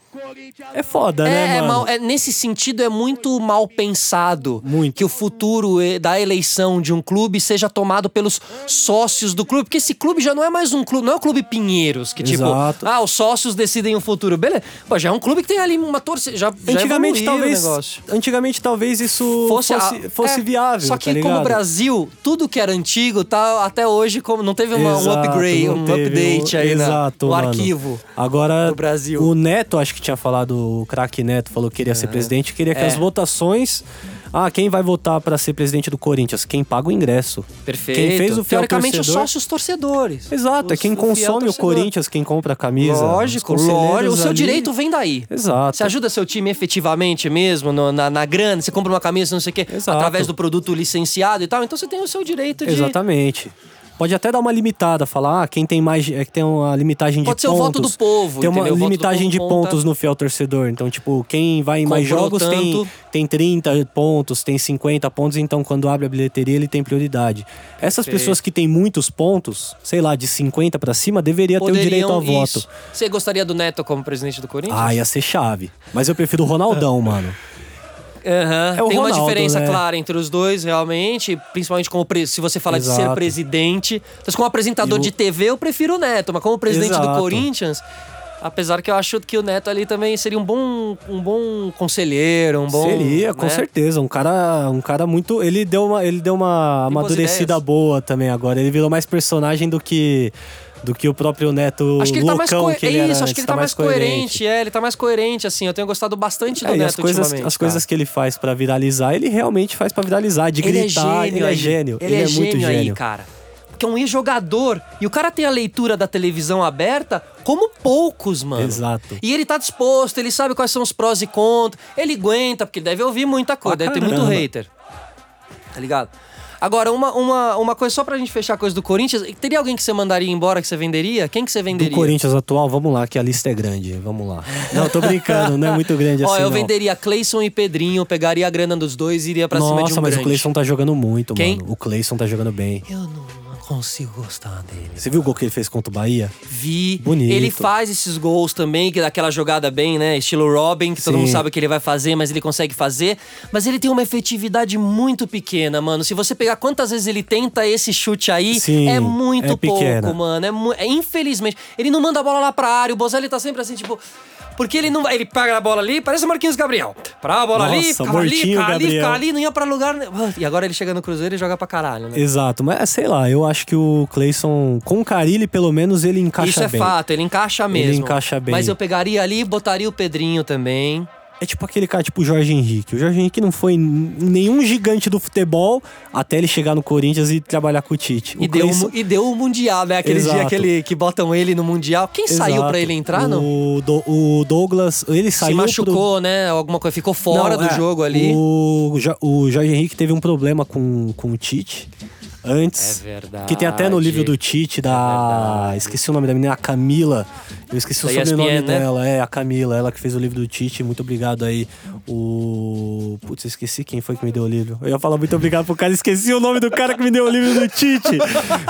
[SPEAKER 2] é foda,
[SPEAKER 3] É,
[SPEAKER 2] né,
[SPEAKER 3] é
[SPEAKER 2] mano?
[SPEAKER 3] mal- é- nesse sentido é muito mal pensado
[SPEAKER 2] Muito.
[SPEAKER 3] que o futuro eh, da eleição de um clube seja tomado pelos sócios do clube, porque esse clube já não é mais um clube, não é o clube Pinheiros, que
[SPEAKER 2] Exato.
[SPEAKER 3] tipo, ah, os sócios decidem o futuro. Beleza. Pô, já é um clube que tem ali uma torcida, já é- já
[SPEAKER 2] Antigamente
[SPEAKER 3] evoluiu o
[SPEAKER 2] talvez,
[SPEAKER 3] negócio.
[SPEAKER 2] antigamente talvez isso fosse
[SPEAKER 3] a-
[SPEAKER 2] fosse,
[SPEAKER 3] é,
[SPEAKER 2] viável,
[SPEAKER 3] Só que
[SPEAKER 2] tá
[SPEAKER 3] como o
[SPEAKER 2] ligado?
[SPEAKER 3] Brasil, tudo que era antigo, tá até hoje como não teve uma- um
[SPEAKER 2] Exato,
[SPEAKER 3] upgrade,
[SPEAKER 2] não
[SPEAKER 3] um
[SPEAKER 2] teve
[SPEAKER 3] update aí na-
[SPEAKER 2] Exato,
[SPEAKER 3] no
[SPEAKER 2] mano.
[SPEAKER 3] arquivo.
[SPEAKER 2] Agora,
[SPEAKER 3] do Brasil.
[SPEAKER 2] o Neto, acho que tinha falado, o craque Neto falou que queria ser presidente, queria que
[SPEAKER 3] É.
[SPEAKER 2] as votações. Ah, quem vai votar pra ser presidente do Corinthians? Quem paga o ingresso.
[SPEAKER 3] Perfeito.
[SPEAKER 2] Quem fez o fiel
[SPEAKER 3] Teoricamente,
[SPEAKER 2] torcedor-
[SPEAKER 3] os sócios torcedores.
[SPEAKER 2] Exato, é
[SPEAKER 3] Os-
[SPEAKER 2] quem
[SPEAKER 3] o fiel
[SPEAKER 2] consome o
[SPEAKER 3] torcedor.
[SPEAKER 2] Corinthians, quem compra a camisa.
[SPEAKER 3] Lógico,
[SPEAKER 2] os conselheiros
[SPEAKER 3] lógico. O seu
[SPEAKER 2] ali.
[SPEAKER 3] direito vem daí.
[SPEAKER 2] Exato.
[SPEAKER 3] Você ajuda seu time efetivamente mesmo, no- na, na grana, você compra uma camisa, não sei o quê,
[SPEAKER 2] Exato.
[SPEAKER 3] através do produto licenciado e tal, então você tem o seu direito de.
[SPEAKER 2] Exatamente. Pode até dar uma limitada, falar, ah, quem tem mais. É que tem uma limitagem
[SPEAKER 3] Pode
[SPEAKER 2] de
[SPEAKER 3] ser o
[SPEAKER 2] pontos.
[SPEAKER 3] voto do povo,
[SPEAKER 2] Tem uma
[SPEAKER 3] entendeu? O voto do
[SPEAKER 2] limitagem
[SPEAKER 3] povo
[SPEAKER 2] de
[SPEAKER 3] conta.
[SPEAKER 2] pontos no fiel torcedor. Então, tipo, quem vai em mais
[SPEAKER 3] Comprou
[SPEAKER 2] jogos tem,
[SPEAKER 3] tanto.
[SPEAKER 2] tem 30 pontos, tem 50 pontos. Então, quando abre a bilheteria, ele tem prioridade. Essas pessoas que têm muitos pontos, sei lá, de 50 pra cima, deveria ter o direito ao
[SPEAKER 3] Poderiam-
[SPEAKER 2] voto.
[SPEAKER 3] um isso. Você gostaria do Neto como presidente do Corinthians?
[SPEAKER 2] Ah, ia ser chave. Mas eu prefiro o Ronaldão, mano.
[SPEAKER 3] Aham.
[SPEAKER 2] É o
[SPEAKER 3] Tem uma
[SPEAKER 2] Ronaldo,
[SPEAKER 3] diferença
[SPEAKER 2] né?
[SPEAKER 3] clara entre os dois, realmente. Principalmente como pre- se você fala de ser
[SPEAKER 2] Exato.
[SPEAKER 3] presidente. Mas como apresentador
[SPEAKER 2] E o-
[SPEAKER 3] de TV, eu prefiro o Neto. Mas como presidente do
[SPEAKER 2] Exato.
[SPEAKER 3] Corinthians, apesar que eu acho que o Neto ali também seria um bom, um bom conselheiro, um bom.
[SPEAKER 2] Seria, com
[SPEAKER 3] né?
[SPEAKER 2] certeza. Um cara, um cara muito. Ele deu uma, ele deu uma
[SPEAKER 3] Tem boas
[SPEAKER 2] amadurecida
[SPEAKER 3] ideias.
[SPEAKER 2] boa também agora. Ele virou mais personagem do que. Do que o próprio Neto
[SPEAKER 3] Acho que ele tá mais,
[SPEAKER 2] loucão
[SPEAKER 3] coe-
[SPEAKER 2] que ele era
[SPEAKER 3] isso, acho
[SPEAKER 2] antes,
[SPEAKER 3] que ele
[SPEAKER 2] tá mais coerente.
[SPEAKER 3] É, ele tá mais coerente, assim. Eu tenho gostado bastante do
[SPEAKER 2] É, e
[SPEAKER 3] Neto
[SPEAKER 2] as coisas,
[SPEAKER 3] ultimamente. tá?
[SPEAKER 2] as coisas que ele faz pra viralizar, ele realmente faz pra viralizar, de
[SPEAKER 3] Ele é
[SPEAKER 2] gritar,
[SPEAKER 3] gênio.
[SPEAKER 2] ele é
[SPEAKER 3] aí.
[SPEAKER 2] gênio,
[SPEAKER 3] Ele, é, gênio
[SPEAKER 2] muito
[SPEAKER 3] aí,
[SPEAKER 2] gênio.
[SPEAKER 3] cara. porque é um ex-jogador. E o cara tem a leitura da televisão aberta como poucos, mano.
[SPEAKER 2] Exato.
[SPEAKER 3] E ele tá disposto, ele sabe quais são os prós e contras, ele aguenta, porque deve ouvir muita coisa,
[SPEAKER 2] Pra
[SPEAKER 3] deve ter muito
[SPEAKER 2] Ah, caramba.
[SPEAKER 3] hater. Tá ligado? Agora, uma, uma, uma coisa só pra gente fechar a coisa do Corinthians, teria alguém que você mandaria embora, que você venderia? Quem que você
[SPEAKER 2] Do
[SPEAKER 3] venderia?
[SPEAKER 2] Corinthians atual, vamos lá, que a lista é grande. Vamos lá. Não, tô brincando, não é muito grande assim.
[SPEAKER 3] Ó, eu
[SPEAKER 2] não.
[SPEAKER 3] venderia Cleison e Pedrinho, pegaria a grana dos dois e iria pra
[SPEAKER 2] Nossa,
[SPEAKER 3] cima de um
[SPEAKER 2] mas
[SPEAKER 3] grande.
[SPEAKER 2] o Cleison tá jogando muito,
[SPEAKER 3] Quem?
[SPEAKER 2] mano. O Cleison tá jogando bem.
[SPEAKER 3] Eu não consigo gostar dele.
[SPEAKER 2] Você viu o gol que ele fez contra o Bahia?
[SPEAKER 3] Vi.
[SPEAKER 2] Bonito.
[SPEAKER 3] Ele faz esses gols também, que daquela jogada bem, né? Estilo Robin, que todo
[SPEAKER 2] Sim.
[SPEAKER 3] mundo sabe que ele vai fazer, mas ele consegue fazer. Mas ele tem uma efetividade muito pequena, mano. Se você pegar quantas vezes ele tenta esse chute aí,
[SPEAKER 2] Sim,
[SPEAKER 3] é muito
[SPEAKER 2] é pequena.
[SPEAKER 3] pouco, mano. É, mu- é infelizmente. Ele não manda a bola lá pra área. O Bozelli tá sempre assim, tipo. Porque ele não vai. Ele pega a bola ali, parece o Marquinhos Gabriel. Pra a bola ali,
[SPEAKER 2] Nossa,
[SPEAKER 3] ficava ali,
[SPEAKER 2] mortinho,
[SPEAKER 3] ficava ali,
[SPEAKER 2] Gabriel.
[SPEAKER 3] ficava ali, não ia pra lugar. ne- E agora ele chega no Cruzeiro e joga pra caralho, né?
[SPEAKER 2] Exato, mas é, sei lá, eu acho que o Cleison, com o Carilli, pelo menos ele encaixa
[SPEAKER 3] Isso é
[SPEAKER 2] bem.
[SPEAKER 3] fato, ele encaixa
[SPEAKER 2] Ele
[SPEAKER 3] mesmo.
[SPEAKER 2] encaixa bem.
[SPEAKER 3] Mas eu pegaria ali e botaria o Pedrinho também.
[SPEAKER 2] É tipo aquele cara, tipo o Jorge Henrique. O Jorge Henrique não foi n- nenhum gigante do futebol até ele chegar no Corinthians e trabalhar com o Tite. O
[SPEAKER 3] E deu, um- o
[SPEAKER 2] Cleison-
[SPEAKER 3] mu- e deu o Mundial, né? Aquele dia
[SPEAKER 2] Exato.
[SPEAKER 3] aquele que botam ele no Mundial. Quem saiu
[SPEAKER 2] Exato.
[SPEAKER 3] pra ele entrar, não?
[SPEAKER 2] O, Do- o Douglas, ele
[SPEAKER 3] Se
[SPEAKER 2] saiu. pro-
[SPEAKER 3] machucou, né? Alguma coisa. Ficou fora
[SPEAKER 2] Não,
[SPEAKER 3] do
[SPEAKER 2] é,
[SPEAKER 3] jogo ali.
[SPEAKER 2] O, Jo- o Jorge Henrique teve um problema com, com o Tite antes.
[SPEAKER 3] É verdade. É
[SPEAKER 2] Que tem até no livro do Tite, da.
[SPEAKER 3] verdade.
[SPEAKER 2] esqueci o nome da menina, a Camila. Eu esqueci
[SPEAKER 3] Da
[SPEAKER 2] o sobrenome
[SPEAKER 3] ESPN, né?
[SPEAKER 2] dela. É, a Camila, ela que fez o livro do Tite. Muito obrigado aí. O. Putz, eu esqueci quem foi que me deu o livro. Eu ia falar muito obrigado pro cara, esqueci o nome do cara que me deu o livro do Tite.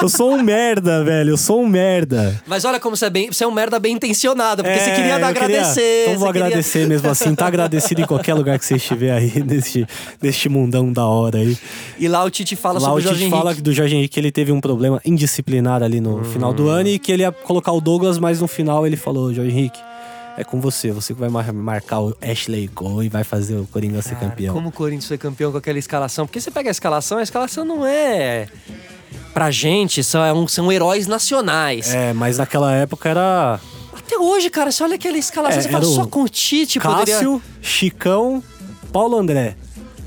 [SPEAKER 2] Eu sou um merda, velho. Eu sou um merda.
[SPEAKER 3] Mas olha como você é, bem, você é um merda bem intencionado, porque
[SPEAKER 2] É,
[SPEAKER 3] você queria dar
[SPEAKER 2] eu
[SPEAKER 3] agradecer.
[SPEAKER 2] Então vou
[SPEAKER 3] você queria-
[SPEAKER 2] agradecer mesmo assim. Tá agradecido em qualquer lugar que você estiver aí, neste, neste mundão da hora aí.
[SPEAKER 3] E lá o Tite fala
[SPEAKER 2] Lá
[SPEAKER 3] sobre
[SPEAKER 2] o
[SPEAKER 3] o Jorge
[SPEAKER 2] Tite
[SPEAKER 3] Henrique.
[SPEAKER 2] fala que do Jorge Henrique que ele teve um problema indisciplinar ali no final
[SPEAKER 3] Uhum.
[SPEAKER 2] do ano e que ele ia colocar o Douglas, mas no final ele falou, Jorge Henrique, é com você, você que vai mar- marcar o Ashley Cole e vai fazer o Coringa ser
[SPEAKER 3] Cara,
[SPEAKER 2] campeão.
[SPEAKER 3] Como o Corinthians foi campeão com aquela escalação? Porque você pega a escalação, a escalação não é. Pra gente, são, são heróis nacionais.
[SPEAKER 2] É, mas naquela época era
[SPEAKER 3] Até hoje, cara, você olha aquela escalação,
[SPEAKER 2] É,
[SPEAKER 3] você fala
[SPEAKER 2] era o
[SPEAKER 3] só com o Tite poderia.
[SPEAKER 2] Cássio, Chicão, Paulo André.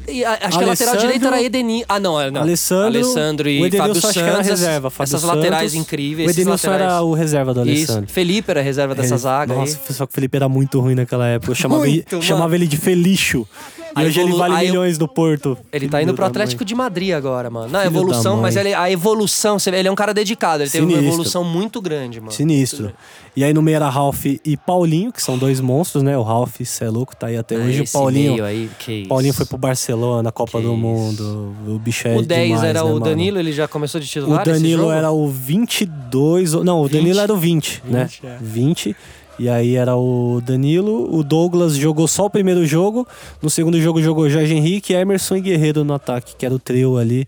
[SPEAKER 3] E a- acho que a lateral
[SPEAKER 2] Alessandro-
[SPEAKER 3] direita era Edeni. Ah, não, não.
[SPEAKER 2] Alessandro,
[SPEAKER 3] Alessandro e
[SPEAKER 2] o Edenilson
[SPEAKER 3] Fábio
[SPEAKER 2] acho
[SPEAKER 3] Santos.
[SPEAKER 2] que era reserva. Fábio
[SPEAKER 3] essas laterais
[SPEAKER 2] Santos.
[SPEAKER 3] incríveis.
[SPEAKER 2] O
[SPEAKER 3] esses
[SPEAKER 2] Edenilson
[SPEAKER 3] laterais.
[SPEAKER 2] era o reserva do Alessandro.
[SPEAKER 3] Isso. Felipe era reserva dessa
[SPEAKER 2] Ele-
[SPEAKER 3] zaga.
[SPEAKER 2] Nossa,
[SPEAKER 3] aí.
[SPEAKER 2] só que o Felipe era muito ruim naquela época. Eu chamava,
[SPEAKER 3] Muito,
[SPEAKER 2] ele,
[SPEAKER 3] mano.
[SPEAKER 2] chamava ele de Felixo. E
[SPEAKER 3] A
[SPEAKER 2] hoje ele
[SPEAKER 3] evolu-
[SPEAKER 2] vale
[SPEAKER 3] a eu-
[SPEAKER 2] milhões do Porto.
[SPEAKER 3] Ele tá
[SPEAKER 2] Filho
[SPEAKER 3] indo pro
[SPEAKER 2] da
[SPEAKER 3] Atlético
[SPEAKER 2] mãe.
[SPEAKER 3] de Madrid agora, mano. Na
[SPEAKER 2] Filho da
[SPEAKER 3] evolução,
[SPEAKER 2] mãe.
[SPEAKER 3] mas ele, a evolução, você vê, ele é um cara dedicado. Ele teve uma
[SPEAKER 2] Sinistro.
[SPEAKER 3] evolução muito grande, mano.
[SPEAKER 2] Sinistro. E aí no meio era Ralph e Paulinho, que são dois monstros, né? O Ralph, cê é louco, tá aí até
[SPEAKER 3] Ah,
[SPEAKER 2] hoje. O
[SPEAKER 3] esse
[SPEAKER 2] Paulinho,
[SPEAKER 3] meio aí, que isso.
[SPEAKER 2] Paulinho foi pro Barcelona, Copa
[SPEAKER 3] Que
[SPEAKER 2] do
[SPEAKER 3] isso.
[SPEAKER 2] Mundo. O bicho é
[SPEAKER 3] O 10
[SPEAKER 2] demais,
[SPEAKER 3] era
[SPEAKER 2] né,
[SPEAKER 3] o
[SPEAKER 2] mano?
[SPEAKER 3] Danilo, ele já começou de
[SPEAKER 2] O
[SPEAKER 3] titular. esse
[SPEAKER 2] Danilo
[SPEAKER 3] jogo?
[SPEAKER 2] era o 22. ou- Não, o
[SPEAKER 3] 20.
[SPEAKER 2] Danilo era o 20, né?
[SPEAKER 3] 20, é.
[SPEAKER 2] 20. E aí era o Danilo. O Douglas jogou só o primeiro jogo. No segundo jogo jogou Jorge Henrique, Emerson e Guerreiro no ataque, que era o trio ali.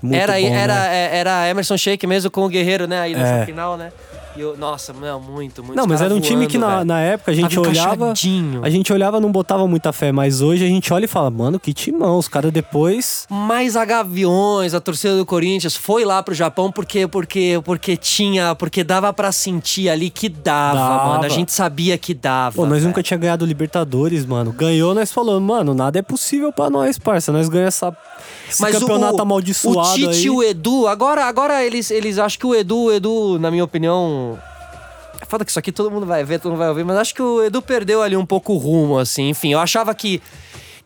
[SPEAKER 2] Muito
[SPEAKER 3] era,
[SPEAKER 2] bom,
[SPEAKER 3] era,
[SPEAKER 2] né?
[SPEAKER 3] é- era Emerson Sheik mesmo com o Guerreiro, né? Aí nessa
[SPEAKER 2] É.
[SPEAKER 3] final, né? E eu, nossa, não, muito, muito.
[SPEAKER 2] Não,
[SPEAKER 3] os
[SPEAKER 2] mas
[SPEAKER 3] caras
[SPEAKER 2] era um time
[SPEAKER 3] voando,
[SPEAKER 2] que na,
[SPEAKER 3] velho.
[SPEAKER 2] na época a gente
[SPEAKER 3] Tava
[SPEAKER 2] olhava.
[SPEAKER 3] encaixadinho.
[SPEAKER 2] A gente olhava não botava muita fé, mas hoje a gente olha e fala, mano, que timão. Os caras depois.
[SPEAKER 3] Mas a Gaviões, a torcida do Corinthians, foi lá pro Japão porque porque porque tinha, porque dava pra sentir ali que dava,
[SPEAKER 2] Dava.
[SPEAKER 3] mano. A gente sabia que dava.
[SPEAKER 2] Pô, um nós
[SPEAKER 3] velho.
[SPEAKER 2] nunca tinha ganhado Libertadores, mano. Ganhou, nós falamos, mano, nada é possível pra nós, parça. Nós ganhamos essa, esse
[SPEAKER 3] Mas o-
[SPEAKER 2] campeonato
[SPEAKER 3] o,
[SPEAKER 2] amaldiçoado
[SPEAKER 3] O Tite
[SPEAKER 2] aí.
[SPEAKER 3] e o Edu, agora, agora eles, eles acho que o Edu, o Edu, na minha opinião. É foda que isso aqui todo mundo vai ver, todo mundo vai ouvir, mas acho que o Edu perdeu ali um pouco o rumo, assim. Enfim, eu achava que.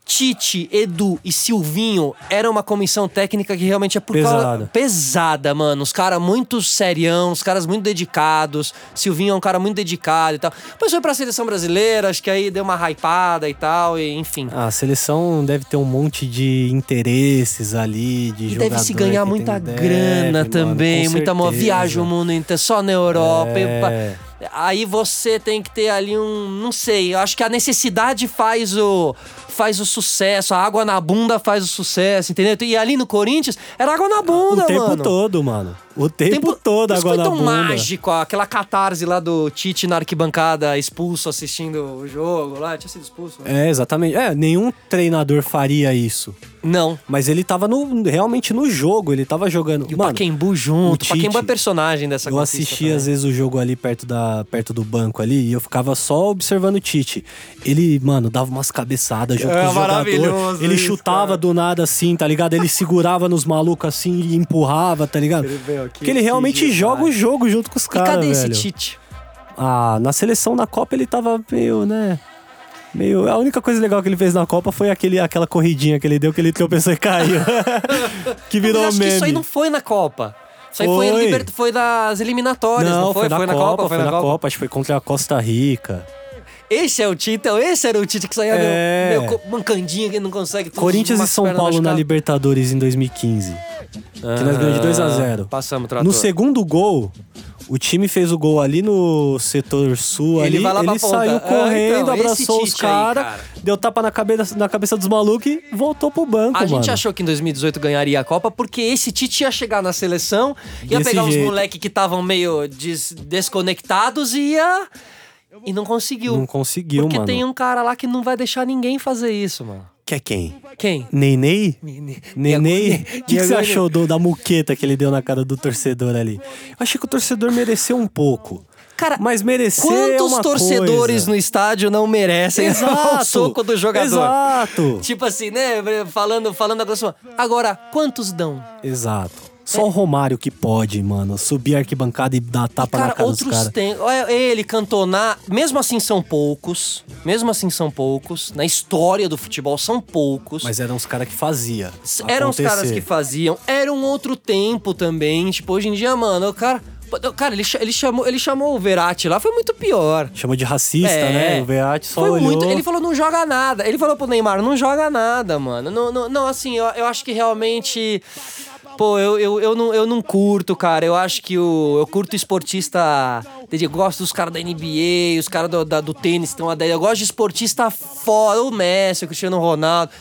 [SPEAKER 3] Tite, Edu e Silvinho era uma comissão técnica que realmente é por causa.
[SPEAKER 2] Pesada.
[SPEAKER 3] Pesada, mano. Os caras muito serião, os caras muito dedicados. Silvinho é um cara muito dedicado e tal. Depois foi pra seleção brasileira, acho que aí deu uma hypada e tal, e enfim.
[SPEAKER 2] Ah, a seleção deve ter um monte de interesses ali, de
[SPEAKER 3] E
[SPEAKER 2] jogador.
[SPEAKER 3] deve se ganhar
[SPEAKER 2] que
[SPEAKER 3] muita
[SPEAKER 2] tem- deve,
[SPEAKER 3] grana
[SPEAKER 2] mano,
[SPEAKER 3] também,
[SPEAKER 2] com
[SPEAKER 3] muita mo-
[SPEAKER 2] certeza.
[SPEAKER 3] viaja o mundo inteiro, só na Europa.
[SPEAKER 2] É.
[SPEAKER 3] Epa. Aí você tem que ter ali um, não sei, eu acho que a necessidade faz o faz o sucesso, a água na bunda faz o sucesso, entendeu? E ali no Corinthians era água na
[SPEAKER 2] O
[SPEAKER 3] bunda,
[SPEAKER 2] tempo
[SPEAKER 3] mano.
[SPEAKER 2] todo, mano. O tempo, todo
[SPEAKER 3] Isso
[SPEAKER 2] água
[SPEAKER 3] foi
[SPEAKER 2] na
[SPEAKER 3] tão
[SPEAKER 2] bunda.
[SPEAKER 3] mágico, ó, aquela catarse lá do Tite na arquibancada, expulso assistindo o jogo lá. Tinha sido expulso, né?
[SPEAKER 2] É, exatamente. É, nenhum treinador faria isso.
[SPEAKER 3] Não.
[SPEAKER 2] Mas ele tava no- realmente no jogo, ele tava jogando.
[SPEAKER 3] E o
[SPEAKER 2] Mano,
[SPEAKER 3] Paquembu
[SPEAKER 2] o
[SPEAKER 3] junto. O
[SPEAKER 2] Tite-
[SPEAKER 3] Paquembu é personagem dessa
[SPEAKER 2] eu
[SPEAKER 3] conquista
[SPEAKER 2] assistia
[SPEAKER 3] também.
[SPEAKER 2] às vezes o jogo ali perto, da, perto do banco ali e eu ficava só observando o Tite. Ele, mano, dava umas cabeçadas junto
[SPEAKER 3] É,
[SPEAKER 2] com o jogador.
[SPEAKER 3] maravilhoso
[SPEAKER 2] Ele
[SPEAKER 3] isso,
[SPEAKER 2] chutava
[SPEAKER 3] cara.
[SPEAKER 2] do nada assim, tá ligado? Ele segurava nos malucos assim e empurrava, tá ligado?
[SPEAKER 3] Ele, meu, que-
[SPEAKER 2] Porque ele
[SPEAKER 3] que
[SPEAKER 2] realmente
[SPEAKER 3] demais.
[SPEAKER 2] joga o jogo junto com os
[SPEAKER 3] E
[SPEAKER 2] caras,
[SPEAKER 3] cadê esse
[SPEAKER 2] velho.
[SPEAKER 3] Tite?
[SPEAKER 2] Ah, na seleção na Copa ele tava meio, né? Meio. A única coisa legal que ele fez na Copa foi aquele, aquela corridinha que ele deu, que ele tropeçou e caiu. que virou
[SPEAKER 3] Ah, Mas acho
[SPEAKER 2] meme.
[SPEAKER 3] que isso aí não foi na Copa. Isso aí foi,
[SPEAKER 2] Foi.
[SPEAKER 3] liber- foi nas eliminatórias, não, foi?
[SPEAKER 2] na, Copa, foi na, Copa. acho que foi contra a Costa Rica.
[SPEAKER 3] Esse é o Tite, então esse era o Tite que saía
[SPEAKER 2] É.
[SPEAKER 3] meu, meu co- mancandinho que não consegue. tudo
[SPEAKER 2] Corinthians
[SPEAKER 3] com
[SPEAKER 2] e
[SPEAKER 3] as
[SPEAKER 2] São
[SPEAKER 3] pernas
[SPEAKER 2] Paulo na
[SPEAKER 3] machucadas.
[SPEAKER 2] Libertadores em 2015. que nós ganhamos de 2 a 0.
[SPEAKER 3] Passamos, Ah, o trator.
[SPEAKER 2] No segundo gol, o time fez o gol ali no setor sul,
[SPEAKER 3] Ele
[SPEAKER 2] ali,
[SPEAKER 3] vai lá pra
[SPEAKER 2] ele
[SPEAKER 3] ponta.
[SPEAKER 2] saiu
[SPEAKER 3] Ah,
[SPEAKER 2] correndo,
[SPEAKER 3] então, esse
[SPEAKER 2] abraçou os
[SPEAKER 3] Tite aí,
[SPEAKER 2] caras,
[SPEAKER 3] cara.
[SPEAKER 2] deu tapa na cabeça, na cabeça dos malucos e voltou pro banco,
[SPEAKER 3] A
[SPEAKER 2] mano.
[SPEAKER 3] gente achou que em 2018 ganharia a Copa porque esse Tite ia chegar na seleção, ia
[SPEAKER 2] Desse
[SPEAKER 3] pegar uns
[SPEAKER 2] jeito.
[SPEAKER 3] moleque que estavam meio des- desconectados e ia. E não conseguiu.
[SPEAKER 2] Não conseguiu,
[SPEAKER 3] porque
[SPEAKER 2] mano.
[SPEAKER 3] tem um cara lá que não vai deixar ninguém fazer isso, mano.
[SPEAKER 2] Que é quem?
[SPEAKER 3] Quem?
[SPEAKER 2] Nenei?
[SPEAKER 3] Nenê.
[SPEAKER 2] Nenei? O que, que você
[SPEAKER 3] Nenê.
[SPEAKER 2] achou do- da muqueta que ele deu na cara do torcedor ali? Eu achei que o torcedor mereceu um pouco.
[SPEAKER 3] Cara,
[SPEAKER 2] mas merecer é
[SPEAKER 3] Quantos
[SPEAKER 2] uma
[SPEAKER 3] torcedores
[SPEAKER 2] coisa.
[SPEAKER 3] no estádio não merecem
[SPEAKER 2] Exato.
[SPEAKER 3] o soco do jogador?
[SPEAKER 2] Exato.
[SPEAKER 3] Tipo assim, né? Falando, falando a grosso modo. Agora, quantos dão?
[SPEAKER 2] Exato. Só o Romário que pode, mano, subir a arquibancada e dar tapa na
[SPEAKER 3] Cara,
[SPEAKER 2] cara dos
[SPEAKER 3] outros
[SPEAKER 2] caras.
[SPEAKER 3] têm. Olha, Ele, Cantona, mesmo assim são poucos. Mesmo assim são poucos. Na história do futebol são poucos.
[SPEAKER 2] Mas eram os caras que fazia.
[SPEAKER 3] Eram os caras
[SPEAKER 2] acontecer.
[SPEAKER 3] que faziam. Era um outro tempo também. Tipo, hoje em dia, mano, o cara. Cara, ele, cha- ele chamou, ele chamou o Verratti lá, foi muito pior.
[SPEAKER 2] Chamou de racista, né? O Verratti só
[SPEAKER 3] É. Foi
[SPEAKER 2] olhou.
[SPEAKER 3] muito- Ele falou, não joga nada. Ele falou pro Neymar, não joga nada, mano. Não, não, não, assim, eu, eu acho que realmente... Pô, eu, eu, eu, não, eu não curto, cara. Eu acho que o, eu curto esportista... entendi? Eu gosto dos caras da NBA, os caras do, da- do tênis estão a 10. Eu gosto de esportista fora, o Messi, o Cristiano Ronaldo.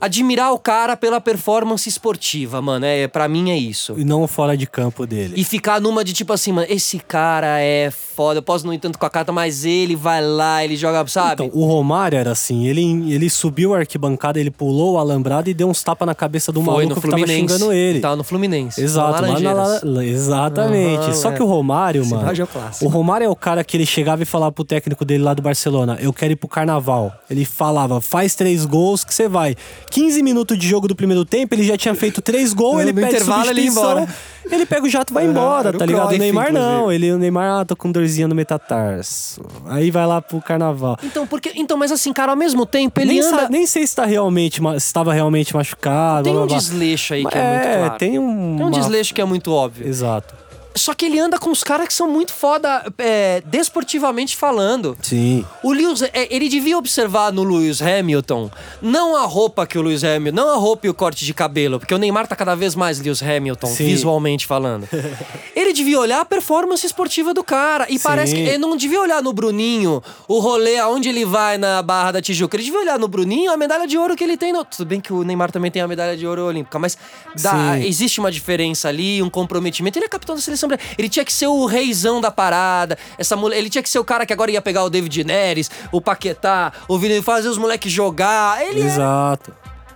[SPEAKER 3] Admirar o cara pela performance esportiva, mano. É, pra mim é isso.
[SPEAKER 2] E não fora de campo dele.
[SPEAKER 3] E ficar numa de tipo assim, mano, esse cara é foda. Eu posso não ir tanto com a carta, mas ele vai lá, ele joga, sabe?
[SPEAKER 2] Então, o Romário era assim, ele, ele subiu a arquibancada, ele pulou o alambrado e deu uns tapas na cabeça do
[SPEAKER 3] Foi
[SPEAKER 2] maluco
[SPEAKER 3] no
[SPEAKER 2] que tava
[SPEAKER 3] Fluminense.
[SPEAKER 2] xingando ele.
[SPEAKER 3] Tava no Fluminense.
[SPEAKER 2] Exato,
[SPEAKER 3] no
[SPEAKER 2] lá na
[SPEAKER 3] Laranjeiras.
[SPEAKER 2] La- Exatamente.
[SPEAKER 3] Aham,
[SPEAKER 2] Só
[SPEAKER 3] é.
[SPEAKER 2] que o Romário,
[SPEAKER 3] Esse
[SPEAKER 2] mano.
[SPEAKER 3] rádio é o clássico.
[SPEAKER 2] o Romário é o cara que ele chegava e falava pro técnico dele lá do Barcelona: Eu quero ir pro carnaval. Ele falava: Faz três gols que você vai. 15 minutos de jogo do primeiro tempo, ele já tinha feito três gols,
[SPEAKER 3] No
[SPEAKER 2] ele pega
[SPEAKER 3] intervalo, ele ia
[SPEAKER 2] substituição,
[SPEAKER 3] embora.
[SPEAKER 2] Ele pega o jato e vai embora,
[SPEAKER 3] era o
[SPEAKER 2] tá ligado?
[SPEAKER 3] Cruyff,
[SPEAKER 2] o Neymar não.
[SPEAKER 3] inclusive.
[SPEAKER 2] Ele, o Neymar, ah, tô com dorzinha no metatarso. Aí vai lá pro carnaval.
[SPEAKER 3] Então, porque, então, mas assim, cara, ao mesmo tempo, ele
[SPEAKER 2] Nem,
[SPEAKER 3] anda...
[SPEAKER 2] sa- nem sei se, tá realmente, ma- se tava realmente machucado.
[SPEAKER 3] Tem
[SPEAKER 2] blá,
[SPEAKER 3] um
[SPEAKER 2] blá, blá.
[SPEAKER 3] desleixo aí que é, muito claro.
[SPEAKER 2] tem um.
[SPEAKER 3] Tem um desleixo que é muito óbvio.
[SPEAKER 2] Exato.
[SPEAKER 3] Só que ele anda com os caras que são muito foda, é, desportivamente falando.
[SPEAKER 2] Sim.
[SPEAKER 3] O Lewis, é, ele devia observar no Lewis Hamilton não a roupa que o Lewis Hamilton, não a roupa e o corte de cabelo, porque o Neymar tá cada vez mais Lewis Hamilton,
[SPEAKER 2] Sim.
[SPEAKER 3] visualmente falando. ele devia olhar a performance esportiva do cara. E parece que ele não devia olhar no Bruninho o rolê aonde ele vai na Barra da Tijuca. Ele devia olhar no Bruninho a medalha de ouro que ele tem. No... Tudo bem que o Neymar também tem a medalha de ouro olímpica, mas dá-
[SPEAKER 2] Sim.
[SPEAKER 3] existe uma diferença ali, um comprometimento. Ele é capitão da seleção brasileira. Ele tinha que ser o reizão da parada. Essa mulher, ele tinha que ser o cara que agora ia pegar o David Neres, o Paquetá, o Vini, fazer os moleques jogar. Ele é-
[SPEAKER 2] Exato.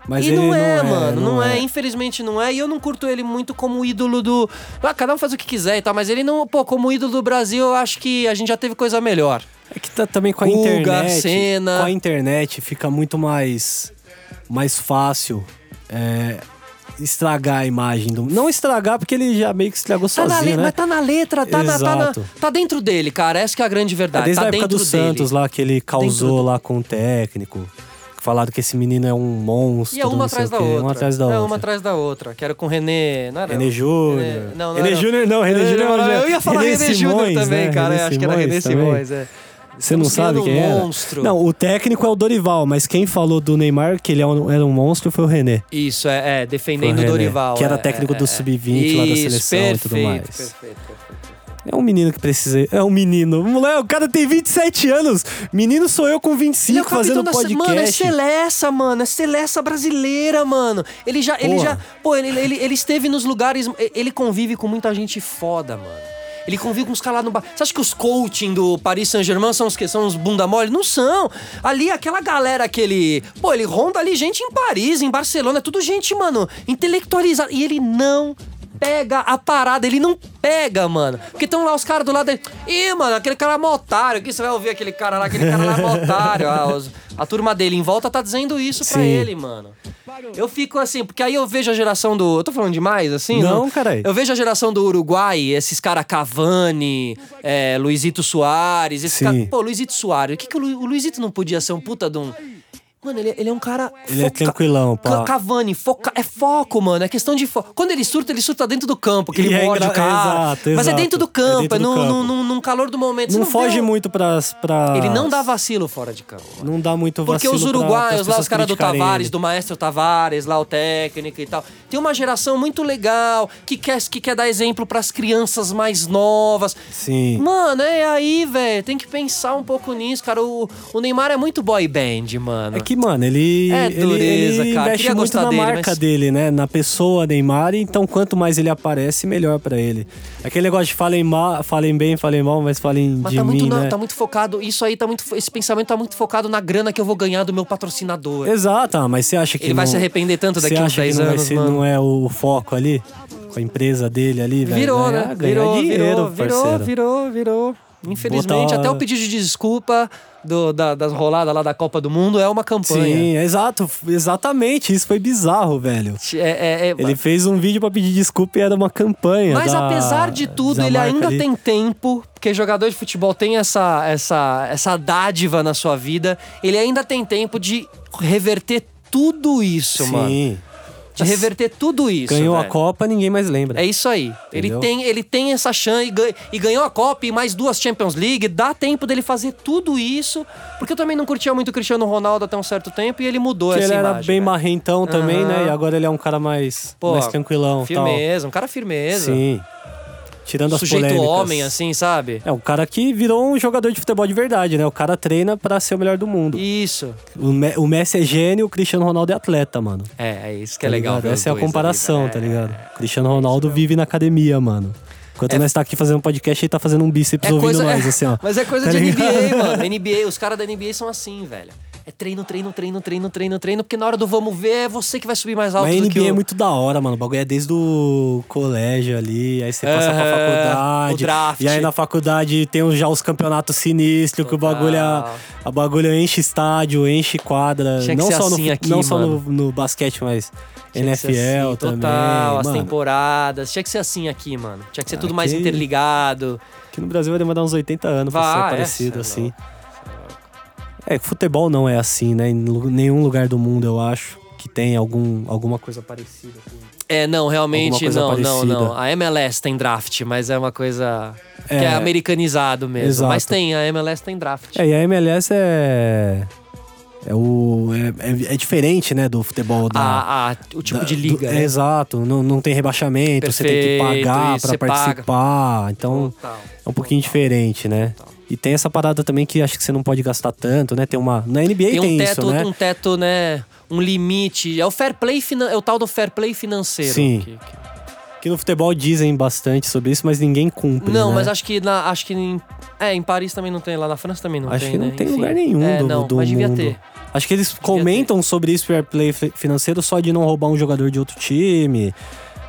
[SPEAKER 2] Mas
[SPEAKER 3] e
[SPEAKER 2] ele
[SPEAKER 3] não é, mano, não, é. infelizmente não é. E eu não curto ele muito como ídolo do. Ah, cada um faz o que quiser e tal, mas ele não, pô, como ídolo do Brasil, eu acho que a gente já teve coisa melhor.
[SPEAKER 2] É que tá também com a
[SPEAKER 3] Guga,
[SPEAKER 2] internet.
[SPEAKER 3] Senna.
[SPEAKER 2] Com a internet fica muito mais mais fácil é, estragar a imagem do. Não estragar porque ele já meio que estragou
[SPEAKER 3] Tá na
[SPEAKER 2] sozinho,
[SPEAKER 3] le-
[SPEAKER 2] né?
[SPEAKER 3] Mas tá na letra, tá na, tá, na-
[SPEAKER 2] Exato.
[SPEAKER 3] tá dentro dele, cara. Essa que é a grande verdade.
[SPEAKER 2] Desde
[SPEAKER 3] tá
[SPEAKER 2] a época
[SPEAKER 3] dentro
[SPEAKER 2] do Santos
[SPEAKER 3] dele.
[SPEAKER 2] lá que ele causou
[SPEAKER 3] Dentro
[SPEAKER 2] lá com o técnico. que Falaram que esse menino é um monstro.
[SPEAKER 3] E é uma
[SPEAKER 2] não sei
[SPEAKER 3] atrás
[SPEAKER 2] o
[SPEAKER 3] da
[SPEAKER 2] quê,
[SPEAKER 3] outra.
[SPEAKER 2] Uma atrás da
[SPEAKER 3] é
[SPEAKER 2] outra.
[SPEAKER 3] uma atrás da outra. Que era com o René. Não era?
[SPEAKER 2] René Júnior.
[SPEAKER 3] René- Não, não
[SPEAKER 2] René
[SPEAKER 3] era-
[SPEAKER 2] Júnior não, René Júnior é o-
[SPEAKER 3] Eu ia falar
[SPEAKER 2] René
[SPEAKER 3] René, Júnior
[SPEAKER 2] Simões,
[SPEAKER 3] também,
[SPEAKER 2] né?
[SPEAKER 3] cara.
[SPEAKER 2] René
[SPEAKER 3] acho que era René
[SPEAKER 2] Simões também.
[SPEAKER 3] Simões, é.
[SPEAKER 2] Você não
[SPEAKER 3] Estamos
[SPEAKER 2] sabe
[SPEAKER 3] criando
[SPEAKER 2] quem
[SPEAKER 3] um
[SPEAKER 2] era?
[SPEAKER 3] monstro.
[SPEAKER 2] Não, o técnico é o Dorival, mas quem falou do Neymar que ele é um- era um monstro foi o René.
[SPEAKER 3] Isso, é, é, defendendo
[SPEAKER 2] Foi
[SPEAKER 3] o
[SPEAKER 2] o René,
[SPEAKER 3] Dorival.
[SPEAKER 2] que era
[SPEAKER 3] é,
[SPEAKER 2] técnico
[SPEAKER 3] é,
[SPEAKER 2] do
[SPEAKER 3] é.
[SPEAKER 2] sub-20 lá da
[SPEAKER 3] Isso,
[SPEAKER 2] seleção e tudo mais.
[SPEAKER 3] Perfeito, perfeito.
[SPEAKER 2] É um menino que precisa. É um menino. Moleque, o cara tem 27 anos. Menino sou eu com 25
[SPEAKER 3] Ele é o capitão
[SPEAKER 2] fazendo
[SPEAKER 3] da-
[SPEAKER 2] podcast.
[SPEAKER 3] Mano, é Celessa, mano. É Celessa brasileira, mano. Ele já. Ele
[SPEAKER 2] Porra.
[SPEAKER 3] já. Pô, ele, ele, ele esteve nos lugares. Ele convive com muita gente foda, mano. Ele convive com os caras lá no bar. Você acha que os coaching do Paris Saint-Germain são os que são os bunda mole? Não são. Ali, aquela galera que ele. Pô, ele ronda ali gente em Paris, em Barcelona. É tudo gente, mano, intelectualizada. E ele não pega a parada, ele não pega, mano. Porque estão lá os caras do lado dele. Ih, mano, aquele cara é mó otário. Que você vai ouvir aquele cara lá, aquele cara lá é mó otário. Ah, os- a turma dele em volta tá dizendo isso pra
[SPEAKER 2] Sim.
[SPEAKER 3] ele, mano. Eu fico assim, porque aí eu vejo a geração do. Eu tô falando demais, assim?
[SPEAKER 2] Não, carai.
[SPEAKER 3] Eu vejo a geração do Uruguai, esses caras Cavani, é, Luizito Soares, esse
[SPEAKER 2] Sim.
[SPEAKER 3] cara. Pô, Luizito Soares, o que, que o, Lu- o Luizito não podia ser um puta de um. Mano, ele, ele é um cara.
[SPEAKER 2] Ele é tranquilão, pá.
[SPEAKER 3] Ca- Cavani, foca, é foco, mano. É questão de foco. Quando ele surta, ele surta dentro do campo, que
[SPEAKER 2] E
[SPEAKER 3] ele
[SPEAKER 2] é
[SPEAKER 3] morde
[SPEAKER 2] engra-
[SPEAKER 3] o cara.
[SPEAKER 2] exato,
[SPEAKER 3] Mas é
[SPEAKER 2] exato.
[SPEAKER 3] dentro do campo,
[SPEAKER 2] É dentro
[SPEAKER 3] é,
[SPEAKER 2] do
[SPEAKER 3] num,
[SPEAKER 2] campo.
[SPEAKER 3] num- num- num calor do momento. Você
[SPEAKER 2] Não foge
[SPEAKER 3] vê o-
[SPEAKER 2] muito Ah. pras, pra.
[SPEAKER 3] Ele não dá vacilo fora de campo. mano.
[SPEAKER 2] Não dá muito
[SPEAKER 3] Porque
[SPEAKER 2] vacilo
[SPEAKER 3] os
[SPEAKER 2] pra-
[SPEAKER 3] uruguaios,
[SPEAKER 2] pras
[SPEAKER 3] lá,
[SPEAKER 2] pessoas
[SPEAKER 3] os caras do
[SPEAKER 2] criticarem
[SPEAKER 3] Tavares,
[SPEAKER 2] ele.
[SPEAKER 3] do maestro Tavares, lá o técnico e tal. Tem uma geração muito legal que quer, que quer dar exemplo pras crianças mais novas.
[SPEAKER 2] Sim.
[SPEAKER 3] Mano, é aí, velho. Tem que pensar um pouco nisso, cara. O, o Neymar é muito boy band, mano.
[SPEAKER 2] É que, mano, ele,
[SPEAKER 3] É
[SPEAKER 2] ele-
[SPEAKER 3] dureza,
[SPEAKER 2] ele
[SPEAKER 3] cara.
[SPEAKER 2] investe
[SPEAKER 3] Queria
[SPEAKER 2] muito
[SPEAKER 3] gostar
[SPEAKER 2] na
[SPEAKER 3] dele,
[SPEAKER 2] marca
[SPEAKER 3] mas-
[SPEAKER 2] dele, né? Na pessoa Neymar, então quanto mais ele aparece, melhor pra ele. Aquele negócio de falem, mal, falem bem, falem mal, mas falem
[SPEAKER 3] Mas
[SPEAKER 2] de
[SPEAKER 3] tá, muito
[SPEAKER 2] mim,
[SPEAKER 3] na-
[SPEAKER 2] né?
[SPEAKER 3] tá muito focado. Isso aí tá muito. fo- Esse pensamento tá muito focado na grana que eu vou ganhar do meu patrocinador.
[SPEAKER 2] Exato, ah, mas você acha que
[SPEAKER 3] Ele vai
[SPEAKER 2] não-
[SPEAKER 3] se arrepender tanto daqui
[SPEAKER 2] você
[SPEAKER 3] uns
[SPEAKER 2] acha
[SPEAKER 3] 10
[SPEAKER 2] que não vai
[SPEAKER 3] anos,
[SPEAKER 2] ser-
[SPEAKER 3] mano?
[SPEAKER 2] não é o foco ali? Com a empresa dele ali, velho?
[SPEAKER 3] Virou,
[SPEAKER 2] Ganhar-
[SPEAKER 3] né?
[SPEAKER 2] ganhar
[SPEAKER 3] Virou,
[SPEAKER 2] dinheiro,
[SPEAKER 3] virou, virou,
[SPEAKER 2] parceiro.
[SPEAKER 3] virou, virou. Infelizmente,
[SPEAKER 2] Botar-
[SPEAKER 3] até o pedido de desculpa do- da- das roladas lá da Copa do Mundo é uma campanha.
[SPEAKER 2] Sim, exato, exatamente. Isso foi bizarro, velho.
[SPEAKER 3] É- é- é-
[SPEAKER 2] Ele fez um vídeo pra pedir desculpa e era uma campanha.
[SPEAKER 3] Mas
[SPEAKER 2] da-
[SPEAKER 3] apesar de tudo,
[SPEAKER 2] da
[SPEAKER 3] ele
[SPEAKER 2] marca
[SPEAKER 3] ainda
[SPEAKER 2] ali.
[SPEAKER 3] tem tempo, porque jogador de futebol tem essa, essa, essa dádiva na sua vida. Ele ainda tem tempo de reverter tudo isso,
[SPEAKER 2] Sim.
[SPEAKER 3] mano. De reverter tudo isso.
[SPEAKER 2] Ganhou a
[SPEAKER 3] velho.
[SPEAKER 2] Copa, ninguém mais lembra.
[SPEAKER 3] É isso aí. Ele
[SPEAKER 2] Entendeu?
[SPEAKER 3] tem, ele tem essa chance e, gan- e ganhou a Copa e mais duas Champions League. Dá tempo dele fazer tudo isso. Porque eu também não curtia muito o Cristiano Ronaldo até um certo tempo e ele mudou
[SPEAKER 2] Porque
[SPEAKER 3] essa
[SPEAKER 2] ele era
[SPEAKER 3] imagem. né?
[SPEAKER 2] bem
[SPEAKER 3] velho.
[SPEAKER 2] marrentão também,
[SPEAKER 3] Aham.
[SPEAKER 2] né? E agora ele é um cara mais, mais tranquilão. e
[SPEAKER 3] Firmeza, um cara
[SPEAKER 2] Tal.
[SPEAKER 3] firmeza.
[SPEAKER 2] Sim. Tirando as
[SPEAKER 3] Sujeito
[SPEAKER 2] polêmicas.
[SPEAKER 3] homem, assim, sabe?
[SPEAKER 2] É, o cara que virou um jogador de futebol de verdade, né? O cara treina pra ser o melhor do mundo.
[SPEAKER 3] Isso.
[SPEAKER 2] O, Me- o Messi é gênio, o Cristiano Ronaldo é atleta, mano.
[SPEAKER 3] É, é isso que
[SPEAKER 2] Tá
[SPEAKER 3] é legal.
[SPEAKER 2] ligado?
[SPEAKER 3] ver os
[SPEAKER 2] Essa é a
[SPEAKER 3] dois ali, né? É,
[SPEAKER 2] comparação,
[SPEAKER 3] velho.
[SPEAKER 2] tá ligado? O Cristiano Ronaldo vive na academia, mano. Enquanto nós tá aqui fazendo podcast, ele tá fazendo um bíceps ouvindo nós, assim, ó.
[SPEAKER 3] É. Mas é coisa
[SPEAKER 2] Tá
[SPEAKER 3] de
[SPEAKER 2] ligado?
[SPEAKER 3] NBA, mano. NBA, os caras da NBA são assim, velho. É treino, treino, treino, treino, treino, treino, porque na hora do vamos ver é você que vai subir mais alto
[SPEAKER 2] Mas
[SPEAKER 3] do
[SPEAKER 2] NBA
[SPEAKER 3] que o...
[SPEAKER 2] é muito da hora, mano. O bagulho é desde o colégio ali, aí você passa pra
[SPEAKER 3] É,
[SPEAKER 2] faculdade.
[SPEAKER 3] o draft.
[SPEAKER 2] E aí na faculdade tem os- já os campeonatos sinistros, que o
[SPEAKER 3] Total.
[SPEAKER 2] bagulho, é- a bagulho enche estádio, enche quadra.
[SPEAKER 3] Tinha que
[SPEAKER 2] não
[SPEAKER 3] ser
[SPEAKER 2] só
[SPEAKER 3] assim
[SPEAKER 2] no,
[SPEAKER 3] aqui,
[SPEAKER 2] não só no,
[SPEAKER 3] mano.
[SPEAKER 2] no basquete, mas
[SPEAKER 3] Tinha que ser
[SPEAKER 2] NFL
[SPEAKER 3] assim,
[SPEAKER 2] também.
[SPEAKER 3] Total, as
[SPEAKER 2] mano, Ah,
[SPEAKER 3] temporadas. Tinha que ser assim aqui, mano. Tinha que ser tudo
[SPEAKER 2] Aqui-
[SPEAKER 3] mais interligado.
[SPEAKER 2] aqui no Brasil vai demorar uns 80 anos pra
[SPEAKER 3] Vai,
[SPEAKER 2] ser
[SPEAKER 3] é,
[SPEAKER 2] parecido,
[SPEAKER 3] sei
[SPEAKER 2] assim. É, futebol não é assim, né? Em lu- nenhum lugar do mundo, eu acho, que tem algum, alguma coisa parecida. com-
[SPEAKER 3] É, não,
[SPEAKER 2] Alguma
[SPEAKER 3] realmente,
[SPEAKER 2] coisa
[SPEAKER 3] não, não,
[SPEAKER 2] parecida.
[SPEAKER 3] não. A MLS tem draft, mas é uma coisa que
[SPEAKER 2] É.
[SPEAKER 3] é americanizado mesmo.
[SPEAKER 2] Exato.
[SPEAKER 3] Mas tem, a MLS tem draft.
[SPEAKER 2] É, e a MLS é. É, o, é, é- é diferente, né, do futebol da.
[SPEAKER 3] A- a- o tipo
[SPEAKER 2] da-
[SPEAKER 3] de
[SPEAKER 2] do-
[SPEAKER 3] liga.
[SPEAKER 2] é,
[SPEAKER 3] né?
[SPEAKER 2] Exato, não, não tem rebaixamento, você tem que
[SPEAKER 3] Perfeito,
[SPEAKER 2] pagar
[SPEAKER 3] isso,
[SPEAKER 2] pra
[SPEAKER 3] você paga.
[SPEAKER 2] participar. Então
[SPEAKER 3] Total,
[SPEAKER 2] é um pouquinho
[SPEAKER 3] total.
[SPEAKER 2] diferente, né? E tem essa parada também que acho que você não pode gastar tanto, né? Tem uma. Na NBA tem,
[SPEAKER 3] Tem um teto,
[SPEAKER 2] isso, né?
[SPEAKER 3] um teto, né? Um limite. É o fair play, finan- é o tal do fair play financeiro.
[SPEAKER 2] Sim.
[SPEAKER 3] que- que-
[SPEAKER 2] Que no futebol dizem bastante sobre isso, mas ninguém cumpre.
[SPEAKER 3] Não,
[SPEAKER 2] né?
[SPEAKER 3] mas acho que na, acho que em, é, em Paris também não tem, lá na França também não
[SPEAKER 2] Acho
[SPEAKER 3] tem.
[SPEAKER 2] que não
[SPEAKER 3] né?
[SPEAKER 2] tem
[SPEAKER 3] Enfim.
[SPEAKER 2] lugar nenhum
[SPEAKER 3] é,
[SPEAKER 2] do,
[SPEAKER 3] não,
[SPEAKER 2] do
[SPEAKER 3] mas devia
[SPEAKER 2] mundo.
[SPEAKER 3] ter.
[SPEAKER 2] Acho que eles comentam sobre isso fair play fi- financeiro só de não roubar um jogador de outro time.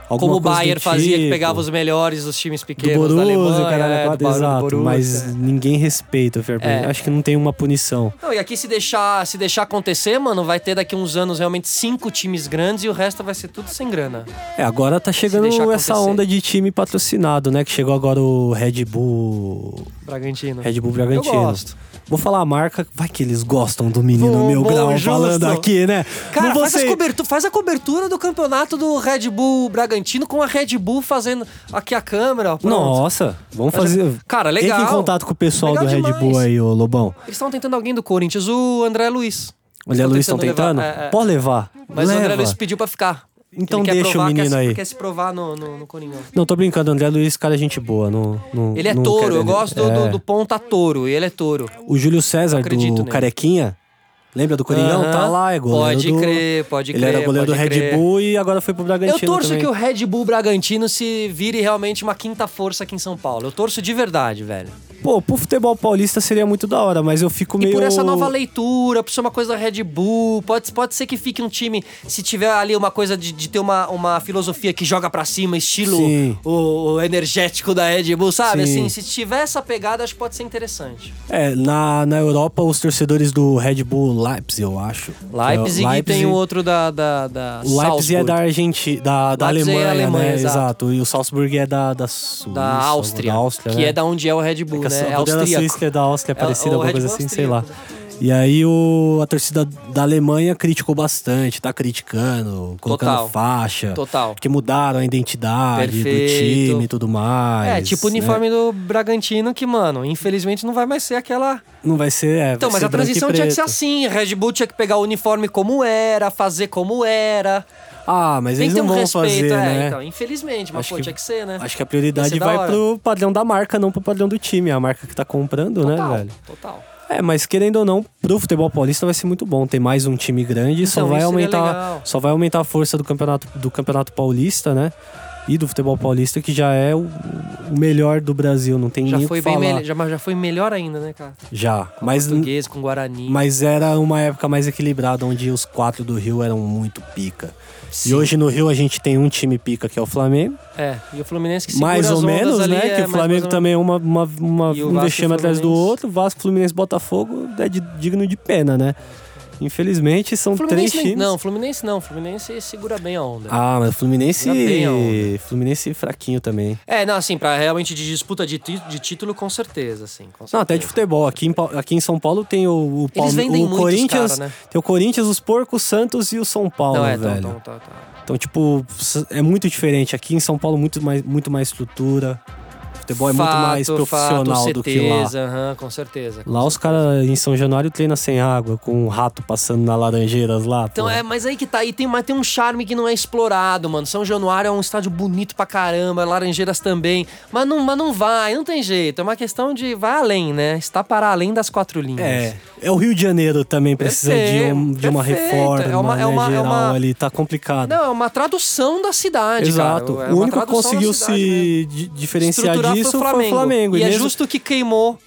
[SPEAKER 3] Como
[SPEAKER 2] alguma
[SPEAKER 3] o
[SPEAKER 2] coisa do
[SPEAKER 3] Bayern fazia, que
[SPEAKER 2] tipo.
[SPEAKER 3] pegava os melhores dos times
[SPEAKER 2] do
[SPEAKER 3] pequenos da
[SPEAKER 2] Borussia,
[SPEAKER 3] Alemanha,
[SPEAKER 2] o caralho,
[SPEAKER 3] é,
[SPEAKER 2] é,
[SPEAKER 3] do
[SPEAKER 2] quatro,
[SPEAKER 3] Bayern, do
[SPEAKER 2] exato.
[SPEAKER 3] Borussia.
[SPEAKER 2] mas ninguém respeita o fair play.
[SPEAKER 3] É.
[SPEAKER 2] Acho que não tem uma punição.
[SPEAKER 3] Não, e aqui se deixar, se deixar acontecer, mano, vai ter daqui uns anos realmente cinco times grandes e o resto vai ser tudo sem grana.
[SPEAKER 2] É, agora tá chegando
[SPEAKER 3] deixar
[SPEAKER 2] essa
[SPEAKER 3] acontecer.
[SPEAKER 2] onda de time patrocinado, né? Que chegou agora o Red Bull.
[SPEAKER 3] Bragantino.
[SPEAKER 2] Red Bull Bragantino.
[SPEAKER 3] Eu gosto.
[SPEAKER 2] Vou falar a marca, vai que eles gostam do menino
[SPEAKER 3] Bom,
[SPEAKER 2] meu
[SPEAKER 3] bom,
[SPEAKER 2] grau
[SPEAKER 3] justo.
[SPEAKER 2] falando aqui, né?
[SPEAKER 3] Cara,
[SPEAKER 2] não vou
[SPEAKER 3] faz, as
[SPEAKER 2] ser-
[SPEAKER 3] cobertu- faz a cobertura do campeonato do Red Bull Bragantino com a Red Bull fazendo aqui a câmera. ó, pronto.
[SPEAKER 2] Nossa, vamos
[SPEAKER 3] Faz-
[SPEAKER 2] fazer.
[SPEAKER 3] é- Cara, legal.
[SPEAKER 2] Entre em contato com o pessoal
[SPEAKER 3] Legal
[SPEAKER 2] do Red
[SPEAKER 3] demais.
[SPEAKER 2] Bull aí, ô Lobão.
[SPEAKER 3] Eles estão tentando alguém do Corinthians, o André Luiz.
[SPEAKER 2] Olha, Luiz estão tentando?
[SPEAKER 3] levar- é, é.
[SPEAKER 2] Pode levar.
[SPEAKER 3] Mas o
[SPEAKER 2] Leva.
[SPEAKER 3] André Luiz pediu pra ficar.
[SPEAKER 2] Então
[SPEAKER 3] ele quer
[SPEAKER 2] deixa o
[SPEAKER 3] provar,
[SPEAKER 2] menino
[SPEAKER 3] quer,
[SPEAKER 2] aí.
[SPEAKER 3] Se, quer se provar no, no, no Coringão.
[SPEAKER 2] Não, tô brincando, André Luiz, cara, é gente boa. Não, não,
[SPEAKER 3] Ele é
[SPEAKER 2] não
[SPEAKER 3] touro,
[SPEAKER 2] quero-
[SPEAKER 3] eu gosto do,
[SPEAKER 2] É.
[SPEAKER 3] do, do ponta touro, ele é touro.
[SPEAKER 2] O Júlio César, do
[SPEAKER 3] acredito nele.
[SPEAKER 2] Carequinha, lembra do Coringão?
[SPEAKER 3] Aham.
[SPEAKER 2] Tá lá, é goleiro
[SPEAKER 3] Pode
[SPEAKER 2] do...
[SPEAKER 3] crer, pode
[SPEAKER 2] Ele era
[SPEAKER 3] crer,
[SPEAKER 2] goleiro do
[SPEAKER 3] pode
[SPEAKER 2] Red
[SPEAKER 3] crer.
[SPEAKER 2] Bull e agora foi pro Bragantino
[SPEAKER 3] Eu torço
[SPEAKER 2] também.
[SPEAKER 3] que o Red Bull Bragantino se vire realmente uma quinta força aqui em São Paulo. Eu torço de verdade, velho.
[SPEAKER 2] Pô, pro futebol paulista seria muito da hora, mas eu fico meio...
[SPEAKER 3] E por essa nova leitura, por ser uma coisa da Red Bull, pode, pode ser que fique um time, se tiver ali uma coisa de, de ter uma, uma filosofia que joga pra cima, estilo
[SPEAKER 2] Sim.
[SPEAKER 3] o, o energético da Red Bull, sabe?
[SPEAKER 2] Sim.
[SPEAKER 3] Assim, se tiver essa pegada, acho que pode ser interessante.
[SPEAKER 2] É, na, na Europa, os torcedores do Red Bull Leipzig, eu acho.
[SPEAKER 3] Leipzig,
[SPEAKER 2] É, o
[SPEAKER 3] tem o outro da. da, da
[SPEAKER 2] O Leipzig é
[SPEAKER 3] Salzburg.
[SPEAKER 2] da Argentina, da, da
[SPEAKER 3] Leipzig é
[SPEAKER 2] Alemanha,
[SPEAKER 3] Alemanha,
[SPEAKER 2] né?
[SPEAKER 3] exato.
[SPEAKER 2] E o Salzburg é da, da Suíça.
[SPEAKER 3] da Áustria,
[SPEAKER 2] Da Áustria,
[SPEAKER 3] que
[SPEAKER 2] né?
[SPEAKER 3] é da onde é o Red Bull,
[SPEAKER 2] Que a
[SPEAKER 3] né? É
[SPEAKER 2] Santa- da
[SPEAKER 3] austríaco.
[SPEAKER 2] Suíça é da Áustria, é
[SPEAKER 3] É,
[SPEAKER 2] parecida,
[SPEAKER 3] o
[SPEAKER 2] alguma
[SPEAKER 3] Red
[SPEAKER 2] coisa
[SPEAKER 3] Bull
[SPEAKER 2] assim,
[SPEAKER 3] é
[SPEAKER 2] sei lá.
[SPEAKER 3] austríaco,
[SPEAKER 2] E aí o, a torcida da Alemanha criticou bastante, tá criticando, colocando
[SPEAKER 3] Total.
[SPEAKER 2] faixa.
[SPEAKER 3] Total.
[SPEAKER 2] Que mudaram a identidade
[SPEAKER 3] Perfeito.
[SPEAKER 2] do time e tudo mais.
[SPEAKER 3] É, tipo o
[SPEAKER 2] né?
[SPEAKER 3] uniforme do Bragantino, que, mano, infelizmente não vai mais ser aquela.
[SPEAKER 2] Não vai ser, é, vai
[SPEAKER 3] Então, mas
[SPEAKER 2] ser
[SPEAKER 3] a
[SPEAKER 2] branco e
[SPEAKER 3] transição tinha que ser
[SPEAKER 2] preto.
[SPEAKER 3] assim. Red Bull tinha que pegar o uniforme como era, fazer como era.
[SPEAKER 2] Ah, mas
[SPEAKER 3] Tem
[SPEAKER 2] eles
[SPEAKER 3] que
[SPEAKER 2] não
[SPEAKER 3] ter um
[SPEAKER 2] vão
[SPEAKER 3] respeito,
[SPEAKER 2] fazer,
[SPEAKER 3] é,
[SPEAKER 2] né?
[SPEAKER 3] então, infelizmente, mas
[SPEAKER 2] Acho
[SPEAKER 3] pô,
[SPEAKER 2] que-
[SPEAKER 3] tinha que ser, né?
[SPEAKER 2] Acho que a prioridade
[SPEAKER 3] Ia ser da
[SPEAKER 2] vai
[SPEAKER 3] hora.
[SPEAKER 2] pro padrão da marca, não pro padrão do time. É A marca que tá comprando,
[SPEAKER 3] total,
[SPEAKER 2] né, velho?
[SPEAKER 3] total.
[SPEAKER 2] É, mas querendo ou não, pro futebol paulista vai ser muito bom. Ter mais um time grande só
[SPEAKER 3] Então,
[SPEAKER 2] vai
[SPEAKER 3] isso seria
[SPEAKER 2] aumentar,
[SPEAKER 3] legal.
[SPEAKER 2] só vai aumentar a força do campeonato do campeonato paulista, né? E do futebol paulista que já é o, o melhor do Brasil, não tem nem
[SPEAKER 3] Já
[SPEAKER 2] o que
[SPEAKER 3] foi, bem
[SPEAKER 2] falar.
[SPEAKER 3] melhor, já, mas já foi melhor ainda, né, cara?
[SPEAKER 2] Já, mas
[SPEAKER 3] Português com Guarani.
[SPEAKER 2] mas era uma época mais equilibrada onde os quatro do Rio eram muito pica. E hoje no Rio a gente tem um time pica que é o Flamengo.
[SPEAKER 3] É, e o Fluminense que segura
[SPEAKER 2] mais
[SPEAKER 3] as
[SPEAKER 2] ou
[SPEAKER 3] ondas
[SPEAKER 2] menos,
[SPEAKER 3] ali,
[SPEAKER 2] né?
[SPEAKER 3] é,
[SPEAKER 2] que o
[SPEAKER 3] mais-
[SPEAKER 2] Flamengo
[SPEAKER 3] mais ou
[SPEAKER 2] também é uma, uma, uma-
[SPEAKER 3] E o
[SPEAKER 2] um
[SPEAKER 3] Vasco e
[SPEAKER 2] vexame atrás do
[SPEAKER 3] Fluminense.
[SPEAKER 2] outro. Vasco, Fluminense, Botafogo é de- digno de pena, né? Infelizmente, são três
[SPEAKER 3] Fluminense nem-
[SPEAKER 2] times.
[SPEAKER 3] Não, Fluminense não. Fluminense segura bem a onda.
[SPEAKER 2] Ah, mas o Fluminense.
[SPEAKER 3] Já tem a onda.
[SPEAKER 2] Fluminense fraquinho também.
[SPEAKER 3] É, não, assim, pra realmente de disputa de, ti- de título, com certeza, assim. com
[SPEAKER 2] Não, até
[SPEAKER 3] certeza.
[SPEAKER 2] de futebol. Aqui em, Pau- aqui em São Paulo tem o, o, Palme-
[SPEAKER 3] vendem
[SPEAKER 2] o
[SPEAKER 3] muito os
[SPEAKER 2] Corinthians.
[SPEAKER 3] cara, né?
[SPEAKER 2] Tem o Corinthians, os Porcos, Santos e o São Paulo,
[SPEAKER 3] Não, é,
[SPEAKER 2] velho.
[SPEAKER 3] Tá, tá, tá.
[SPEAKER 2] Então, tipo, s- é muito diferente. Aqui em São Paulo, muito mais, muito mais estrutura. O futebol é muito mais profissional do que lá.
[SPEAKER 3] certeza, aham, com certeza.
[SPEAKER 2] Lá os caras em São Januário treina sem água, com um rato passando na Laranjeiras lá.
[SPEAKER 3] Então,
[SPEAKER 2] pô.
[SPEAKER 3] é, mas aí que tá, aí tem, mas tem um charme que não é explorado, mano. São Januário é um estádio bonito pra caramba, Laranjeiras também. Mas não, mas não vai, não tem jeito. É uma questão de vai além, né? Está para além das quatro linhas.
[SPEAKER 2] É. É o Rio de Janeiro também precisa de, um- de uma
[SPEAKER 3] Perfeito,
[SPEAKER 2] reforma
[SPEAKER 3] é uma-
[SPEAKER 2] né,
[SPEAKER 3] é uma- é
[SPEAKER 2] geral
[SPEAKER 3] uma-
[SPEAKER 2] ali, tá complicado.
[SPEAKER 3] Não, é uma tradução da cidade,
[SPEAKER 2] Exato.
[SPEAKER 3] cara. É
[SPEAKER 2] o
[SPEAKER 3] uma
[SPEAKER 2] único que
[SPEAKER 3] tradução da
[SPEAKER 2] conseguiu se
[SPEAKER 3] cidade mesmo.
[SPEAKER 2] di- diferenciar
[SPEAKER 3] Estruturar
[SPEAKER 2] disso foi o Flamengo.
[SPEAKER 3] E, é
[SPEAKER 2] mesmo-
[SPEAKER 3] justo que queimou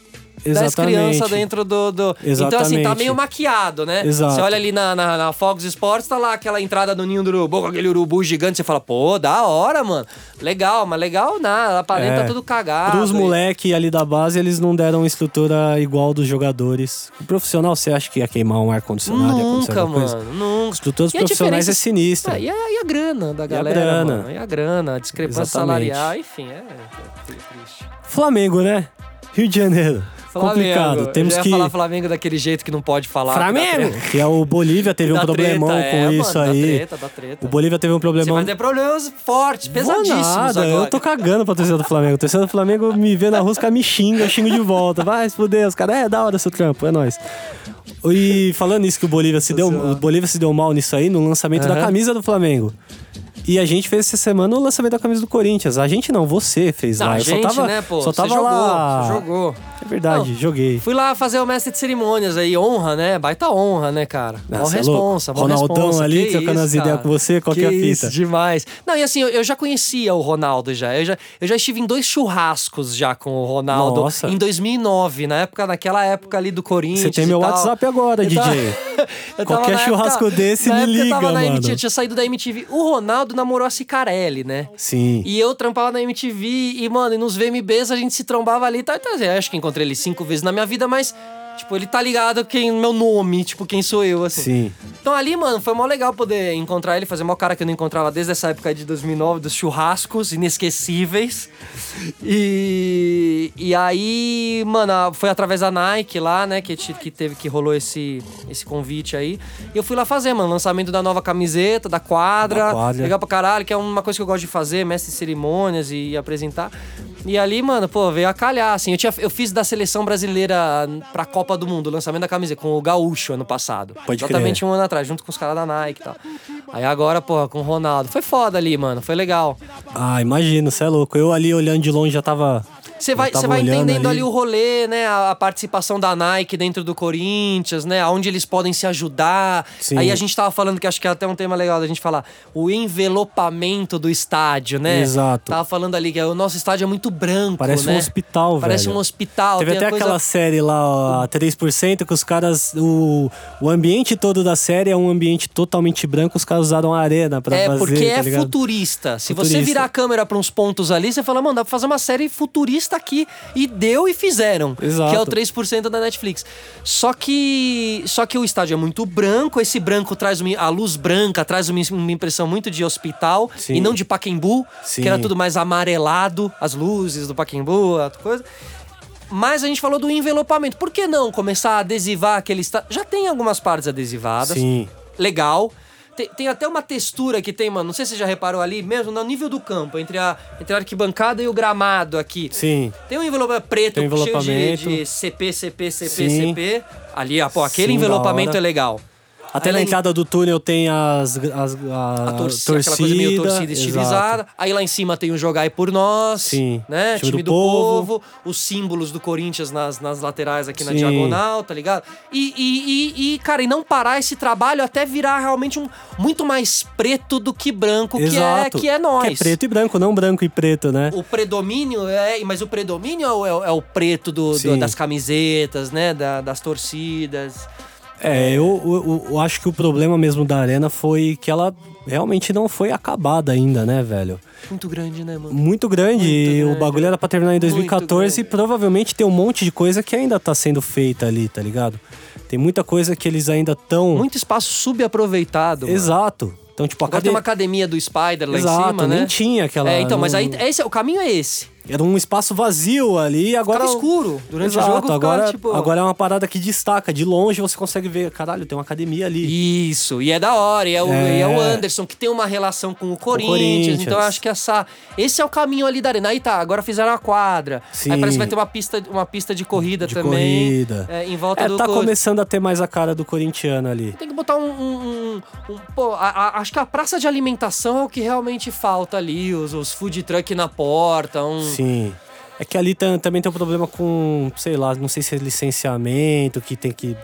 [SPEAKER 3] das
[SPEAKER 2] Exatamente.
[SPEAKER 3] crianças dentro do. do- Então, assim, tá
[SPEAKER 2] Exatamente.
[SPEAKER 3] meio maquiado, né?
[SPEAKER 2] Exato.
[SPEAKER 3] Você olha ali na, na, na Fox Sports, tá lá aquela entrada do ninho do urubu, com aquele urubu gigante, você fala, pô, da hora, mano. Legal, mas legal nada, a parede
[SPEAKER 2] É.
[SPEAKER 3] tá tudo cagado.
[SPEAKER 2] Pros moleque ali da base, eles não deram estrutura igual dos jogadores. O profissional, você acha que ia queimar um ar-condicionado? ia acontecer
[SPEAKER 3] Nunca,
[SPEAKER 2] alguma coisa?
[SPEAKER 3] mano, nunca.
[SPEAKER 2] Estrutura dos
[SPEAKER 3] E a
[SPEAKER 2] profissionais é
[SPEAKER 3] diferença-
[SPEAKER 2] sinistra.
[SPEAKER 3] Ah, e, a, e a grana da galera,
[SPEAKER 2] grana.
[SPEAKER 3] mano? E a grana, a discrepância
[SPEAKER 2] Exatamente.
[SPEAKER 3] salarial, enfim, é, é triste.
[SPEAKER 2] Flamengo, né? Rio de Janeiro. Complicado.
[SPEAKER 3] Flamengo.
[SPEAKER 2] Temos
[SPEAKER 3] Eu já
[SPEAKER 2] que.
[SPEAKER 3] ia falar Flamengo daquele jeito que não pode falar. que dá treta.
[SPEAKER 2] Que é o Bolívia teve um
[SPEAKER 3] Dá
[SPEAKER 2] problemão
[SPEAKER 3] treta,
[SPEAKER 2] com
[SPEAKER 3] é, mano,
[SPEAKER 2] isso
[SPEAKER 3] dá
[SPEAKER 2] aí.
[SPEAKER 3] treta, dá treta.
[SPEAKER 2] O Bolívia teve um
[SPEAKER 3] Você
[SPEAKER 2] problemão.
[SPEAKER 3] vai ter problemas fortes,
[SPEAKER 2] Vou
[SPEAKER 3] pesadíssimos
[SPEAKER 2] nada,
[SPEAKER 3] agora.
[SPEAKER 2] eu tô cagando pra torcida do Flamengo. A torcida do Flamengo me vê na rosca, me xinga, eu xingo de volta. Vai se fuder, os caras, é da hora seu trampo, é nóis. E falando isso que o Bolívia se deu, o Bolívia se deu mal nisso aí no lançamento da
[SPEAKER 3] Aham.
[SPEAKER 2] camisa do Flamengo. E a gente fez essa semana o lançamento da camisa do Corinthians. A gente não, você fez
[SPEAKER 3] Não,
[SPEAKER 2] lá.
[SPEAKER 3] a
[SPEAKER 2] Eu
[SPEAKER 3] gente,
[SPEAKER 2] só tava,
[SPEAKER 3] né, pô?
[SPEAKER 2] só
[SPEAKER 3] Você
[SPEAKER 2] tava
[SPEAKER 3] jogou,
[SPEAKER 2] lá.
[SPEAKER 3] Você jogou.
[SPEAKER 2] É verdade,
[SPEAKER 3] Não.
[SPEAKER 2] joguei.
[SPEAKER 3] Fui lá fazer o mestre de cerimônias aí, honra, né? Baita honra, né, cara? Mó
[SPEAKER 2] Nossa, é louco.
[SPEAKER 3] responsa, mó
[SPEAKER 2] Ronaldão
[SPEAKER 3] responsa.
[SPEAKER 2] ali,
[SPEAKER 3] que
[SPEAKER 2] trocando
[SPEAKER 3] isso,
[SPEAKER 2] as ideias
[SPEAKER 3] cara.
[SPEAKER 2] com você, qual que é a fita?
[SPEAKER 3] Isso, demais. Não, e assim, eu, eu já conhecia o Ronaldo já. Eu, já. eu já estive em dois churrascos já com o Ronaldo
[SPEAKER 2] Nossa.
[SPEAKER 3] em 2009, na época, naquela época ali do Corinthians.
[SPEAKER 2] Você tem meu
[SPEAKER 3] e tal.
[SPEAKER 2] WhatsApp agora,
[SPEAKER 3] Eu
[SPEAKER 2] DJ.
[SPEAKER 3] tava- eu tava
[SPEAKER 2] Qualquer
[SPEAKER 3] na época-
[SPEAKER 2] churrasco desse,
[SPEAKER 3] na
[SPEAKER 2] me
[SPEAKER 3] época eu
[SPEAKER 2] liga,
[SPEAKER 3] tava na
[SPEAKER 2] mano.
[SPEAKER 3] MTV, eu tinha saído da MTV. O Ronaldo namorou a Cicarelli, né?
[SPEAKER 2] Sim.
[SPEAKER 3] E eu trampava na MTV e, mano, e nos VMBs a gente se trombava ali. Tá, tá, eu acho que encontrei ele cinco vezes na minha vida, mas, tipo, ele tá ligado quem meu nome, tipo, quem sou eu, assim.
[SPEAKER 2] Sim.
[SPEAKER 3] Então ali, mano, foi mó legal poder encontrar ele, fazer mó cara que eu não encontrava desde essa época aí de 2009, dos churrascos inesquecíveis. E, e aí, mano, a- foi através da Nike lá, né, que, te- que teve que rolou esse, esse convite aí. E eu fui lá fazer, mano, lançamento da nova camiseta, da quadra.
[SPEAKER 2] Da quadra.
[SPEAKER 3] Legal pra caralho, que é uma coisa que eu gosto de fazer, mestre de cerimônias e, apresentar. E ali, mano, pô, veio a calhar, assim. Eu, tinha, eu fiz da seleção brasileira pra Copa do Mundo, o lançamento da camiseta, com o Gaúcho ano passado.
[SPEAKER 2] Pode crer.
[SPEAKER 3] Exatamente um ano atrás, junto com os caras da Nike e tal. Aí agora, porra, com o Ronaldo. Foi foda ali, mano. Foi legal.
[SPEAKER 2] Ah, imagino, você é louco. Eu ali olhando de longe já tava.
[SPEAKER 3] Você
[SPEAKER 2] já
[SPEAKER 3] vai,
[SPEAKER 2] tava
[SPEAKER 3] você vai
[SPEAKER 2] olhando
[SPEAKER 3] entendendo ali.
[SPEAKER 2] ali
[SPEAKER 3] o rolê, né? A, a participação da Nike dentro do Corinthians, né? Onde eles podem se ajudar.
[SPEAKER 2] Sim.
[SPEAKER 3] Aí a gente tava falando que acho que é até um tema legal da gente falar. O envelopamento do estádio, né?
[SPEAKER 2] Exato.
[SPEAKER 3] Tava falando ali que o nosso estádio é muito branco,
[SPEAKER 2] Parece
[SPEAKER 3] né?
[SPEAKER 2] um hospital,
[SPEAKER 3] Parece
[SPEAKER 2] velho.
[SPEAKER 3] um hospital.
[SPEAKER 2] Teve
[SPEAKER 3] tem
[SPEAKER 2] até
[SPEAKER 3] a coisa-
[SPEAKER 2] aquela série lá, ó, a 3%, que os caras. O, o ambiente todo da série é um ambiente totalmente branco, os caras usaram a arena pra
[SPEAKER 3] É,
[SPEAKER 2] fazer.
[SPEAKER 3] porque
[SPEAKER 2] tá
[SPEAKER 3] é
[SPEAKER 2] ligado?
[SPEAKER 3] futurista. Se você
[SPEAKER 2] Futurista.
[SPEAKER 3] virar a câmera pra uns pontos ali, você fala, mano, dá pra fazer uma série futurista aqui. E deu e fizeram.
[SPEAKER 2] Exato.
[SPEAKER 3] Que é o 3% da Netflix. Só que. Só que o estádio é muito branco, esse branco traz uma, a luz branca, traz uma, uma impressão muito de hospital
[SPEAKER 2] Sim.
[SPEAKER 3] e não de Paquembu,
[SPEAKER 2] Sim.
[SPEAKER 3] que era tudo mais amarelado, as luzes do Paquembu, a coisa. Mas a gente falou do envelopamento. Por que não começar a adesivar aquele estádio? Já tem algumas partes adesivadas
[SPEAKER 2] Sim.
[SPEAKER 3] legal. Tem, tem até uma textura que tem, mano. Não sei se você já reparou ali, mesmo no nível do campo, entre a, entre a arquibancada e o gramado aqui.
[SPEAKER 2] Sim.
[SPEAKER 3] Tem um envelopamento preto
[SPEAKER 2] Tem um
[SPEAKER 3] cheio
[SPEAKER 2] envelopamento.
[SPEAKER 3] de, de CP, CP, CP,
[SPEAKER 2] Sim.
[SPEAKER 3] CP. Ali, ó, pô, aquele
[SPEAKER 2] Sim, da
[SPEAKER 3] envelopamento
[SPEAKER 2] hora.
[SPEAKER 3] é legal.
[SPEAKER 2] Até
[SPEAKER 3] Aí
[SPEAKER 2] na
[SPEAKER 3] lá em-
[SPEAKER 2] entrada do túnel tem as, as a,
[SPEAKER 3] a torci-
[SPEAKER 2] Ah, torcida.
[SPEAKER 3] aquela coisa meio torcida
[SPEAKER 2] exato.
[SPEAKER 3] estilizada. Aí lá em cima tem o Jogai por Nós,
[SPEAKER 2] Sim.
[SPEAKER 3] né?
[SPEAKER 2] Time
[SPEAKER 3] Time do,
[SPEAKER 2] do
[SPEAKER 3] povo. os símbolos do Corinthians nas, nas laterais aqui na
[SPEAKER 2] Sim.
[SPEAKER 3] diagonal, tá ligado? E, e, e- e, cara, e não parar esse trabalho até virar realmente um muito mais preto do que branco,
[SPEAKER 2] Exato.
[SPEAKER 3] que é que é nós.
[SPEAKER 2] Que é preto e branco, não branco e preto, né?
[SPEAKER 3] O predomínio é. Mas o predomínio é o, é o- é o preto do, do-
[SPEAKER 2] Sim.
[SPEAKER 3] das camisetas, né? da- das torcidas.
[SPEAKER 2] É, eu, eu- eu acho que o problema mesmo da arena foi que ela realmente não foi acabada ainda, né, velho?
[SPEAKER 3] Muito grande, né, mano?
[SPEAKER 2] Muito grande.
[SPEAKER 3] Muito
[SPEAKER 2] e
[SPEAKER 3] grande.
[SPEAKER 2] O bagulho era pra terminar em
[SPEAKER 3] Muito
[SPEAKER 2] 2014 e
[SPEAKER 3] grande.
[SPEAKER 2] provavelmente tem um monte de coisa que ainda tá sendo feita ali, tá ligado? Tem muita coisa que eles ainda estão.
[SPEAKER 3] Muito espaço subaproveitado. mano.
[SPEAKER 2] Exato. Então, tipo, a
[SPEAKER 3] Agora tem uma
[SPEAKER 2] cadeira.
[SPEAKER 3] academia do Spider lá em
[SPEAKER 2] Exato,
[SPEAKER 3] cima, né?
[SPEAKER 2] nem tinha aquela-
[SPEAKER 3] É, então, mas
[SPEAKER 2] não-
[SPEAKER 3] aí esse, o caminho é esse.
[SPEAKER 2] Era um espaço vazio ali e agora.
[SPEAKER 3] Ficava escuro. Durante
[SPEAKER 2] Exato,
[SPEAKER 3] o jogo ficava,
[SPEAKER 2] agora,
[SPEAKER 3] tipo...
[SPEAKER 2] agora é uma parada que destaca. De longe você consegue ver, caralho, tem uma academia ali.
[SPEAKER 3] Isso, e é da hora, e é, o,
[SPEAKER 2] É.
[SPEAKER 3] e é o Anderson que tem uma relação com o Corinthians,
[SPEAKER 2] Corinthians.
[SPEAKER 3] então eu acho que essa, esse é o caminho ali da arena. Aí tá, agora fizeram a quadra, aí
[SPEAKER 2] Sim.
[SPEAKER 3] parece que vai ter uma pista, uma pista de corrida
[SPEAKER 2] de
[SPEAKER 3] também,
[SPEAKER 2] corrida.
[SPEAKER 3] é, em volta
[SPEAKER 2] É,
[SPEAKER 3] do
[SPEAKER 2] tá
[SPEAKER 3] Corinthians.
[SPEAKER 2] começando a ter mais a cara do corintiano ali.
[SPEAKER 3] Tem que botar um. um- um- um- pô, a- a- acho que a praça de alimentação é o que realmente falta ali. Os, os food truck na porta. Um...
[SPEAKER 2] Sim. É que ali tam- também tem um problema com, sei lá, não sei se é licenciamento, que tem que.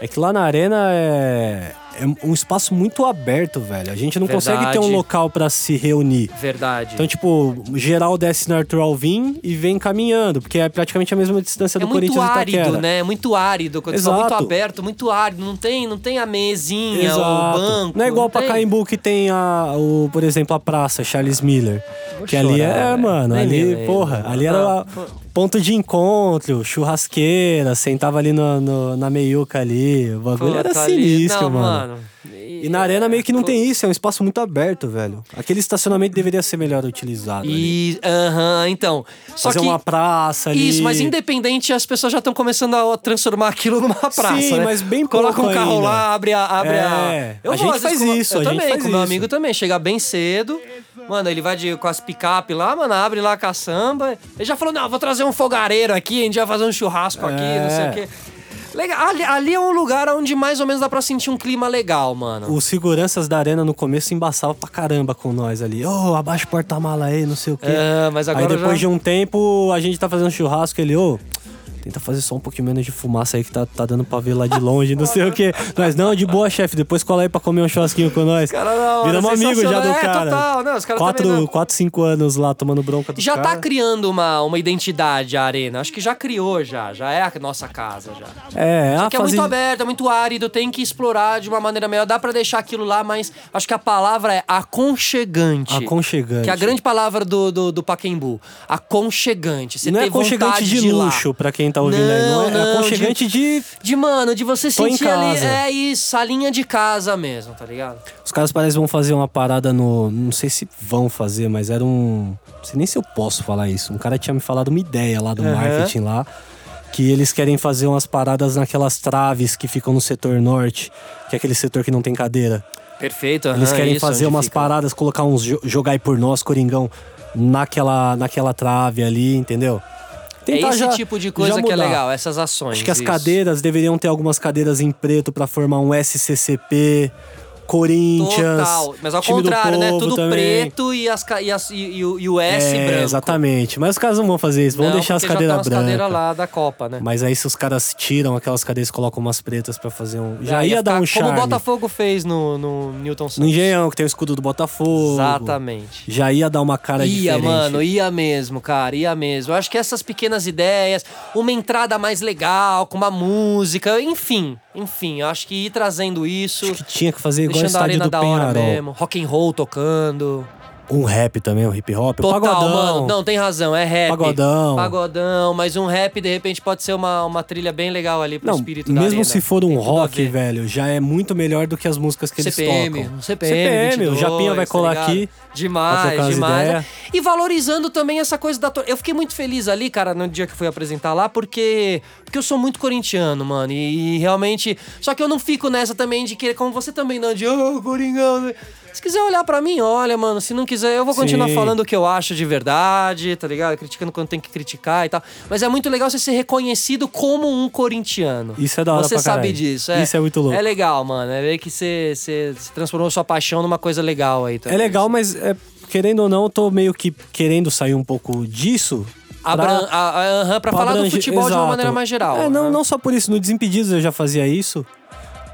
[SPEAKER 2] É que lá na arena é, é um espaço muito aberto, velho. A gente não consegue ter um
[SPEAKER 3] Verdade.
[SPEAKER 2] local pra se reunir.
[SPEAKER 3] Verdade.
[SPEAKER 2] Então, tipo, geral desce no Arthur Alvim e vem caminhando, porque é praticamente a mesma distância
[SPEAKER 3] é
[SPEAKER 2] do
[SPEAKER 3] muito
[SPEAKER 2] Corinthians e
[SPEAKER 3] árido,
[SPEAKER 2] Itaquera.
[SPEAKER 3] né? É muito árido. Quando você fala muito
[SPEAKER 2] Exato.
[SPEAKER 3] aberto, muito árido. Não tem, não tem a mesinha,
[SPEAKER 2] Exato.
[SPEAKER 3] o banco.
[SPEAKER 2] não é igual pra
[SPEAKER 3] tem.
[SPEAKER 2] Caimbu que tem a, o, por exemplo, a praça Charles Miller.
[SPEAKER 3] Vou
[SPEAKER 2] que ali
[SPEAKER 3] chorar,
[SPEAKER 2] é,
[SPEAKER 3] velho.
[SPEAKER 2] mano,
[SPEAKER 3] Nem me
[SPEAKER 2] ali,
[SPEAKER 3] lembro.
[SPEAKER 2] porra, ali era
[SPEAKER 3] Não,
[SPEAKER 2] a- ponto de encontro, churrasqueira, sentava ali no, no- na meiuca ali. O bagulho era
[SPEAKER 3] Puta, tá ali-
[SPEAKER 2] sinistro,
[SPEAKER 3] não,
[SPEAKER 2] mano. E na arena meio que não
[SPEAKER 3] Pô,
[SPEAKER 2] tem isso, é um espaço muito aberto, velho. Aquele estacionamento deveria ser melhor utilizado. ali.
[SPEAKER 3] E, aham, então. Só
[SPEAKER 2] Fazer
[SPEAKER 3] que.
[SPEAKER 2] uma praça ali.
[SPEAKER 3] Isso, mas independente, as pessoas já estão começando a transformar aquilo numa praça.
[SPEAKER 2] Sim,
[SPEAKER 3] né?
[SPEAKER 2] mas bem
[SPEAKER 3] Coloca um
[SPEAKER 2] pouco
[SPEAKER 3] carro
[SPEAKER 2] ainda.
[SPEAKER 3] lá, abre a. Abre
[SPEAKER 2] É,
[SPEAKER 3] a... Eu
[SPEAKER 2] a
[SPEAKER 3] vou,
[SPEAKER 2] gente
[SPEAKER 3] às
[SPEAKER 2] faz
[SPEAKER 3] vezes, com-
[SPEAKER 2] isso,
[SPEAKER 3] eu
[SPEAKER 2] a gente
[SPEAKER 3] também,
[SPEAKER 2] faz
[SPEAKER 3] com meu
[SPEAKER 2] isso.
[SPEAKER 3] amigo também. Chega bem cedo. Mano, ele vai de, com as picape lá, mano, abre lá a caçamba. Ele já falou: não, vou trazer um fogareiro aqui, a gente vai fazer um churrasco aqui, não sei o
[SPEAKER 2] É.
[SPEAKER 3] quê. Legal. Ali, ali é um lugar onde mais ou menos dá pra sentir um clima legal, mano.
[SPEAKER 2] Os seguranças da arena no começo embaçavam pra caramba com nós ali. Ô, abaixa o porta-mala aí, não sei o quê.
[SPEAKER 3] É, mas agora
[SPEAKER 2] aí depois de
[SPEAKER 3] já-
[SPEAKER 2] um tempo, a gente tá fazendo churrasco, ele, ô, tenta fazer só um pouquinho menos de fumaça aí que tá, tá dando pra ver lá de longe, não sei o quê. Mas não, de boa, chefe, depois cola aí pra comer um churrasquinho com nós.
[SPEAKER 3] Cara, da hora,
[SPEAKER 2] Viramos amigo já do
[SPEAKER 3] sensacional. É,
[SPEAKER 2] cara.
[SPEAKER 3] total, não, os caras também
[SPEAKER 2] quatro,
[SPEAKER 3] não.
[SPEAKER 2] quatro, cinco anos lá tomando bronca do
[SPEAKER 3] Já
[SPEAKER 2] cara.
[SPEAKER 3] tá criando uma, uma identidade a arena. Acho que já criou, já. Já é a nossa casa, já.
[SPEAKER 2] É, é
[SPEAKER 3] Só
[SPEAKER 2] a
[SPEAKER 3] que é muito
[SPEAKER 2] fase-
[SPEAKER 3] aberto, é muito árido, tem que explorar de uma maneira melhor. Dá pra deixar aquilo lá, mas acho que a palavra é aconchegante.
[SPEAKER 2] Aconchegante.
[SPEAKER 3] Que é a grande palavra do, do, do Paquembu. Aconchegante. Você
[SPEAKER 2] Não é
[SPEAKER 3] ter
[SPEAKER 2] aconchegante
[SPEAKER 3] vontade
[SPEAKER 2] de,
[SPEAKER 3] ir lá.
[SPEAKER 2] luxo pra quem tá ouvindo aí. Não é,
[SPEAKER 3] Não,
[SPEAKER 2] é
[SPEAKER 3] não,
[SPEAKER 2] aconchegante de...
[SPEAKER 3] De, mano, de você
[SPEAKER 2] Tô em
[SPEAKER 3] sentir ali.
[SPEAKER 2] casa.
[SPEAKER 3] É isso, salinha de casa mesmo, tá ligado?
[SPEAKER 2] Os caras parecem que vão fazer uma parada no. Não sei se vão fazer, mas era um. Não sei nem se eu posso falar isso. Um cara tinha me falado uma ideia lá do
[SPEAKER 3] Aham.
[SPEAKER 2] marketing lá. Que eles querem fazer umas paradas naquelas traves que ficam no setor norte, que é aquele setor que não tem cadeira.
[SPEAKER 3] Perfeito,
[SPEAKER 2] Eles
[SPEAKER 3] aham,
[SPEAKER 2] querem
[SPEAKER 3] Ah, isso,
[SPEAKER 2] fazer
[SPEAKER 3] onde
[SPEAKER 2] umas
[SPEAKER 3] fica.
[SPEAKER 2] paradas, colocar uns jo- jogar aí por nós, Coringão, naquela, naquela trave ali, entendeu?
[SPEAKER 3] É
[SPEAKER 2] Tentar
[SPEAKER 3] esse
[SPEAKER 2] já-
[SPEAKER 3] tipo de
[SPEAKER 2] já
[SPEAKER 3] coisa que é
[SPEAKER 2] mudar.
[SPEAKER 3] legal, essas ações.
[SPEAKER 2] Acho que as
[SPEAKER 3] isso.
[SPEAKER 2] cadeiras deveriam ter algumas cadeiras em preto pra formar um SCCP Corinthians.
[SPEAKER 3] Total. Mas ao
[SPEAKER 2] time do
[SPEAKER 3] contrário, né?
[SPEAKER 2] povo
[SPEAKER 3] Tudo
[SPEAKER 2] também.
[SPEAKER 3] preto e, as, ca- e, as- e- e o- e o S
[SPEAKER 2] É,
[SPEAKER 3] branco.
[SPEAKER 2] Exatamente. Mas os caras não vão fazer isso, vão
[SPEAKER 3] Não,
[SPEAKER 2] deixar as
[SPEAKER 3] porque já
[SPEAKER 2] cadeiras
[SPEAKER 3] tá umas
[SPEAKER 2] brancas.
[SPEAKER 3] cadeiras lá da Copa, né?
[SPEAKER 2] Mas aí se os caras tiram aquelas cadeiras e colocam umas pretas pra fazer um. Já
[SPEAKER 3] Aí
[SPEAKER 2] ia, dar
[SPEAKER 3] Ah, ficar
[SPEAKER 2] um charme.
[SPEAKER 3] Como o Botafogo fez no, no Newton
[SPEAKER 2] No
[SPEAKER 3] Santos.
[SPEAKER 2] Engenhão, que tem o escudo do Botafogo.
[SPEAKER 3] Exatamente.
[SPEAKER 2] Já ia dar uma cara
[SPEAKER 3] Ia,
[SPEAKER 2] diferente.
[SPEAKER 3] mano, ia mesmo, cara, ia mesmo. Eu acho que essas pequenas ideias, uma entrada mais legal, com uma música, enfim, enfim, eu acho que ir trazendo isso,
[SPEAKER 2] Acho que tinha que fazer igual o
[SPEAKER 3] deixando a
[SPEAKER 2] estádio
[SPEAKER 3] arena
[SPEAKER 2] do
[SPEAKER 3] da hora
[SPEAKER 2] Penharol.
[SPEAKER 3] mesmo, rock and roll tocando.
[SPEAKER 2] Um rap também, um hip hop. um
[SPEAKER 3] Total,
[SPEAKER 2] pagodão.
[SPEAKER 3] mano. Não, tem razão, é rap.
[SPEAKER 2] Pagodão.
[SPEAKER 3] Pagodão, mas um rap, de repente, pode ser uma, uma trilha bem legal ali pro
[SPEAKER 2] Não,
[SPEAKER 3] espírito da
[SPEAKER 2] mesmo
[SPEAKER 3] arena.
[SPEAKER 2] se for um
[SPEAKER 3] Tem tudo a
[SPEAKER 2] rock,
[SPEAKER 3] ver.
[SPEAKER 2] velho, já é muito melhor do que as músicas que
[SPEAKER 3] CPM,
[SPEAKER 2] eles tocam.
[SPEAKER 3] um CPM, 22,
[SPEAKER 2] o Japinha vai
[SPEAKER 3] tá
[SPEAKER 2] colar
[SPEAKER 3] ligado?
[SPEAKER 2] aqui. pra
[SPEAKER 3] Demais,
[SPEAKER 2] trocar umas
[SPEAKER 3] demais.
[SPEAKER 2] ideias.
[SPEAKER 3] E valorizando também essa coisa da. tor- Eu fiquei muito feliz ali, cara, no dia que eu fui apresentar lá, porque. Porque eu sou muito corintiano, mano. E, e realmente. Só que eu não fico nessa também de que. Como você também não, de. Oh, Coringão. né?" Se quiser olhar pra mim, olha, mano. Se não quiser, eu vou continuar
[SPEAKER 2] Sim.
[SPEAKER 3] falando o que eu acho de verdade, tá ligado? Criticando quando tem que criticar e tal. Mas é muito legal você ser reconhecido como um corintiano.
[SPEAKER 2] Isso é da hora
[SPEAKER 3] Você
[SPEAKER 2] pra
[SPEAKER 3] sabe
[SPEAKER 2] caralho.
[SPEAKER 3] disso,
[SPEAKER 2] Isso é muito louco.
[SPEAKER 3] É legal, mano. É ver que você você- você transformou sua paixão numa coisa legal aí
[SPEAKER 2] É
[SPEAKER 3] também.
[SPEAKER 2] legal, mas é, querendo ou não, eu tô meio que querendo sair um pouco disso.
[SPEAKER 3] Abran, a, a- aham, pra falar do
[SPEAKER 2] abrange-
[SPEAKER 3] futebol de uma
[SPEAKER 2] Exato.
[SPEAKER 3] maneira mais geral.
[SPEAKER 2] É, não,
[SPEAKER 3] né?
[SPEAKER 2] não só por isso. No Desimpedidos eu já fazia isso,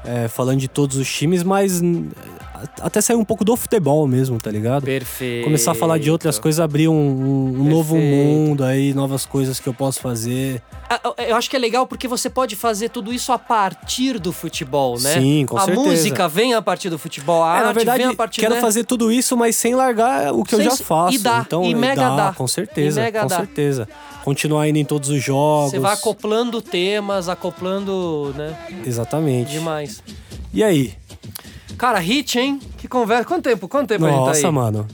[SPEAKER 2] é, falando de todos os times, mas hum, a- até sair um pouco do futebol mesmo, tá ligado?
[SPEAKER 3] Perfeito.
[SPEAKER 2] Começar a falar de outras coisas, abrir um, um- um novo
[SPEAKER 3] Perfeito.
[SPEAKER 2] mundo aí, novas coisas que eu posso fazer.
[SPEAKER 3] Ah, eu- Eu acho que é legal porque você pode fazer tudo isso a partir do futebol, né?
[SPEAKER 2] Sim, com
[SPEAKER 3] a
[SPEAKER 2] certeza.
[SPEAKER 3] A música vem a partir do futebol, a
[SPEAKER 2] É,
[SPEAKER 3] arte
[SPEAKER 2] na verdade,
[SPEAKER 3] vem a partir
[SPEAKER 2] quero
[SPEAKER 3] né?
[SPEAKER 2] fazer tudo isso, mas sem largar o que eu
[SPEAKER 3] Sem-
[SPEAKER 2] já faço.
[SPEAKER 3] e dá,
[SPEAKER 2] então,
[SPEAKER 3] e mega dá.
[SPEAKER 2] Com certeza,
[SPEAKER 3] E mega
[SPEAKER 2] com
[SPEAKER 3] dá.
[SPEAKER 2] certeza. Continuar indo em todos os jogos.
[SPEAKER 3] Você vai acoplando temas, acoplando, né?
[SPEAKER 2] Exatamente.
[SPEAKER 3] Demais.
[SPEAKER 2] E aí?
[SPEAKER 3] Cara, hit, hein? Que conversa. Quanto tempo? Quanto tempo a gente
[SPEAKER 2] Nossa,
[SPEAKER 3] tá aí?
[SPEAKER 2] mano.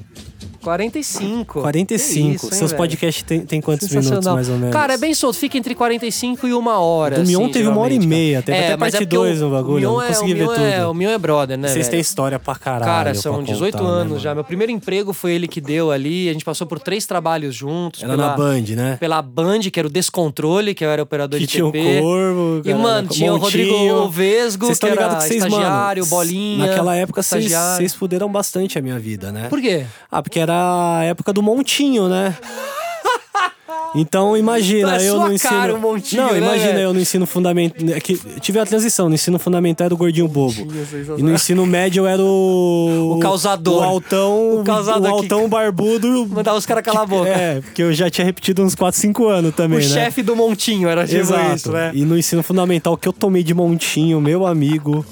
[SPEAKER 3] 45. Que
[SPEAKER 2] 45.
[SPEAKER 3] isso, hein,
[SPEAKER 2] Seus
[SPEAKER 3] velho?
[SPEAKER 2] podcasts tem, tem quantos minutos,
[SPEAKER 3] Sensacional.
[SPEAKER 2] mais ou menos?
[SPEAKER 3] Cara, é bem solto, fica entre 45 e uma hora.
[SPEAKER 2] Do
[SPEAKER 3] assim,
[SPEAKER 2] Mion teve uma hora e
[SPEAKER 3] geralmente, cara.
[SPEAKER 2] meia, teve até
[SPEAKER 3] mas é
[SPEAKER 2] parte
[SPEAKER 3] porque o-
[SPEAKER 2] dois no bagulho,
[SPEAKER 3] o Mion
[SPEAKER 2] eu não
[SPEAKER 3] é-
[SPEAKER 2] consegui
[SPEAKER 3] o
[SPEAKER 2] ver
[SPEAKER 3] Mion é-
[SPEAKER 2] tudo.
[SPEAKER 3] o Mion é brother, né?
[SPEAKER 2] Vocês
[SPEAKER 3] velho?
[SPEAKER 2] têm história pra caralho.
[SPEAKER 3] Cara,
[SPEAKER 2] pra
[SPEAKER 3] são
[SPEAKER 2] contar,
[SPEAKER 3] 18
[SPEAKER 2] né,
[SPEAKER 3] anos
[SPEAKER 2] mano?
[SPEAKER 3] já. Meu primeiro emprego foi ele que deu ali. A gente passou por três trabalhos juntos.
[SPEAKER 2] Era na Band, né?
[SPEAKER 3] Pela Band, que era o Descontrole, que eu era operador
[SPEAKER 2] Que
[SPEAKER 3] de
[SPEAKER 2] tinha o
[SPEAKER 3] TV.
[SPEAKER 2] Corvo,
[SPEAKER 3] E,
[SPEAKER 2] galera,
[SPEAKER 3] mano,
[SPEAKER 2] com
[SPEAKER 3] tinha o
[SPEAKER 2] Montinho.
[SPEAKER 3] Rodrigo Vesgo,
[SPEAKER 2] Vocês
[SPEAKER 3] que
[SPEAKER 2] estão
[SPEAKER 3] era
[SPEAKER 2] ligados que vocês,
[SPEAKER 3] estagiário,
[SPEAKER 2] mano,
[SPEAKER 3] bolinha.
[SPEAKER 2] Naquela época, vocês
[SPEAKER 3] estagiário.
[SPEAKER 2] vocês fuderam bastante a minha vida, né?
[SPEAKER 3] Por quê?
[SPEAKER 2] Ah, porque era a época do montinho, né? Então imagina,
[SPEAKER 3] Não, é
[SPEAKER 2] eu
[SPEAKER 3] sua
[SPEAKER 2] no ensino.
[SPEAKER 3] cara o montinho,
[SPEAKER 2] não,
[SPEAKER 3] né,
[SPEAKER 2] imagina
[SPEAKER 3] velho?
[SPEAKER 2] eu no ensino fundamental. né, que Tive a transição, no ensino fundamental era o gordinho bobo.
[SPEAKER 3] sensacional.
[SPEAKER 2] E no ensino médio eu era o.
[SPEAKER 3] O causador.
[SPEAKER 2] O altão.
[SPEAKER 3] O causado
[SPEAKER 2] o
[SPEAKER 3] aqui.
[SPEAKER 2] altão barbudo.
[SPEAKER 3] Mandar os caras calar a boca.
[SPEAKER 2] É, porque eu já tinha repetido uns 4, 5 anos também.
[SPEAKER 3] o
[SPEAKER 2] né?
[SPEAKER 3] chefe do Montinho era tipo
[SPEAKER 2] Exato.
[SPEAKER 3] isso, né?
[SPEAKER 2] E no ensino fundamental que eu tomei de montinho, meu amigo.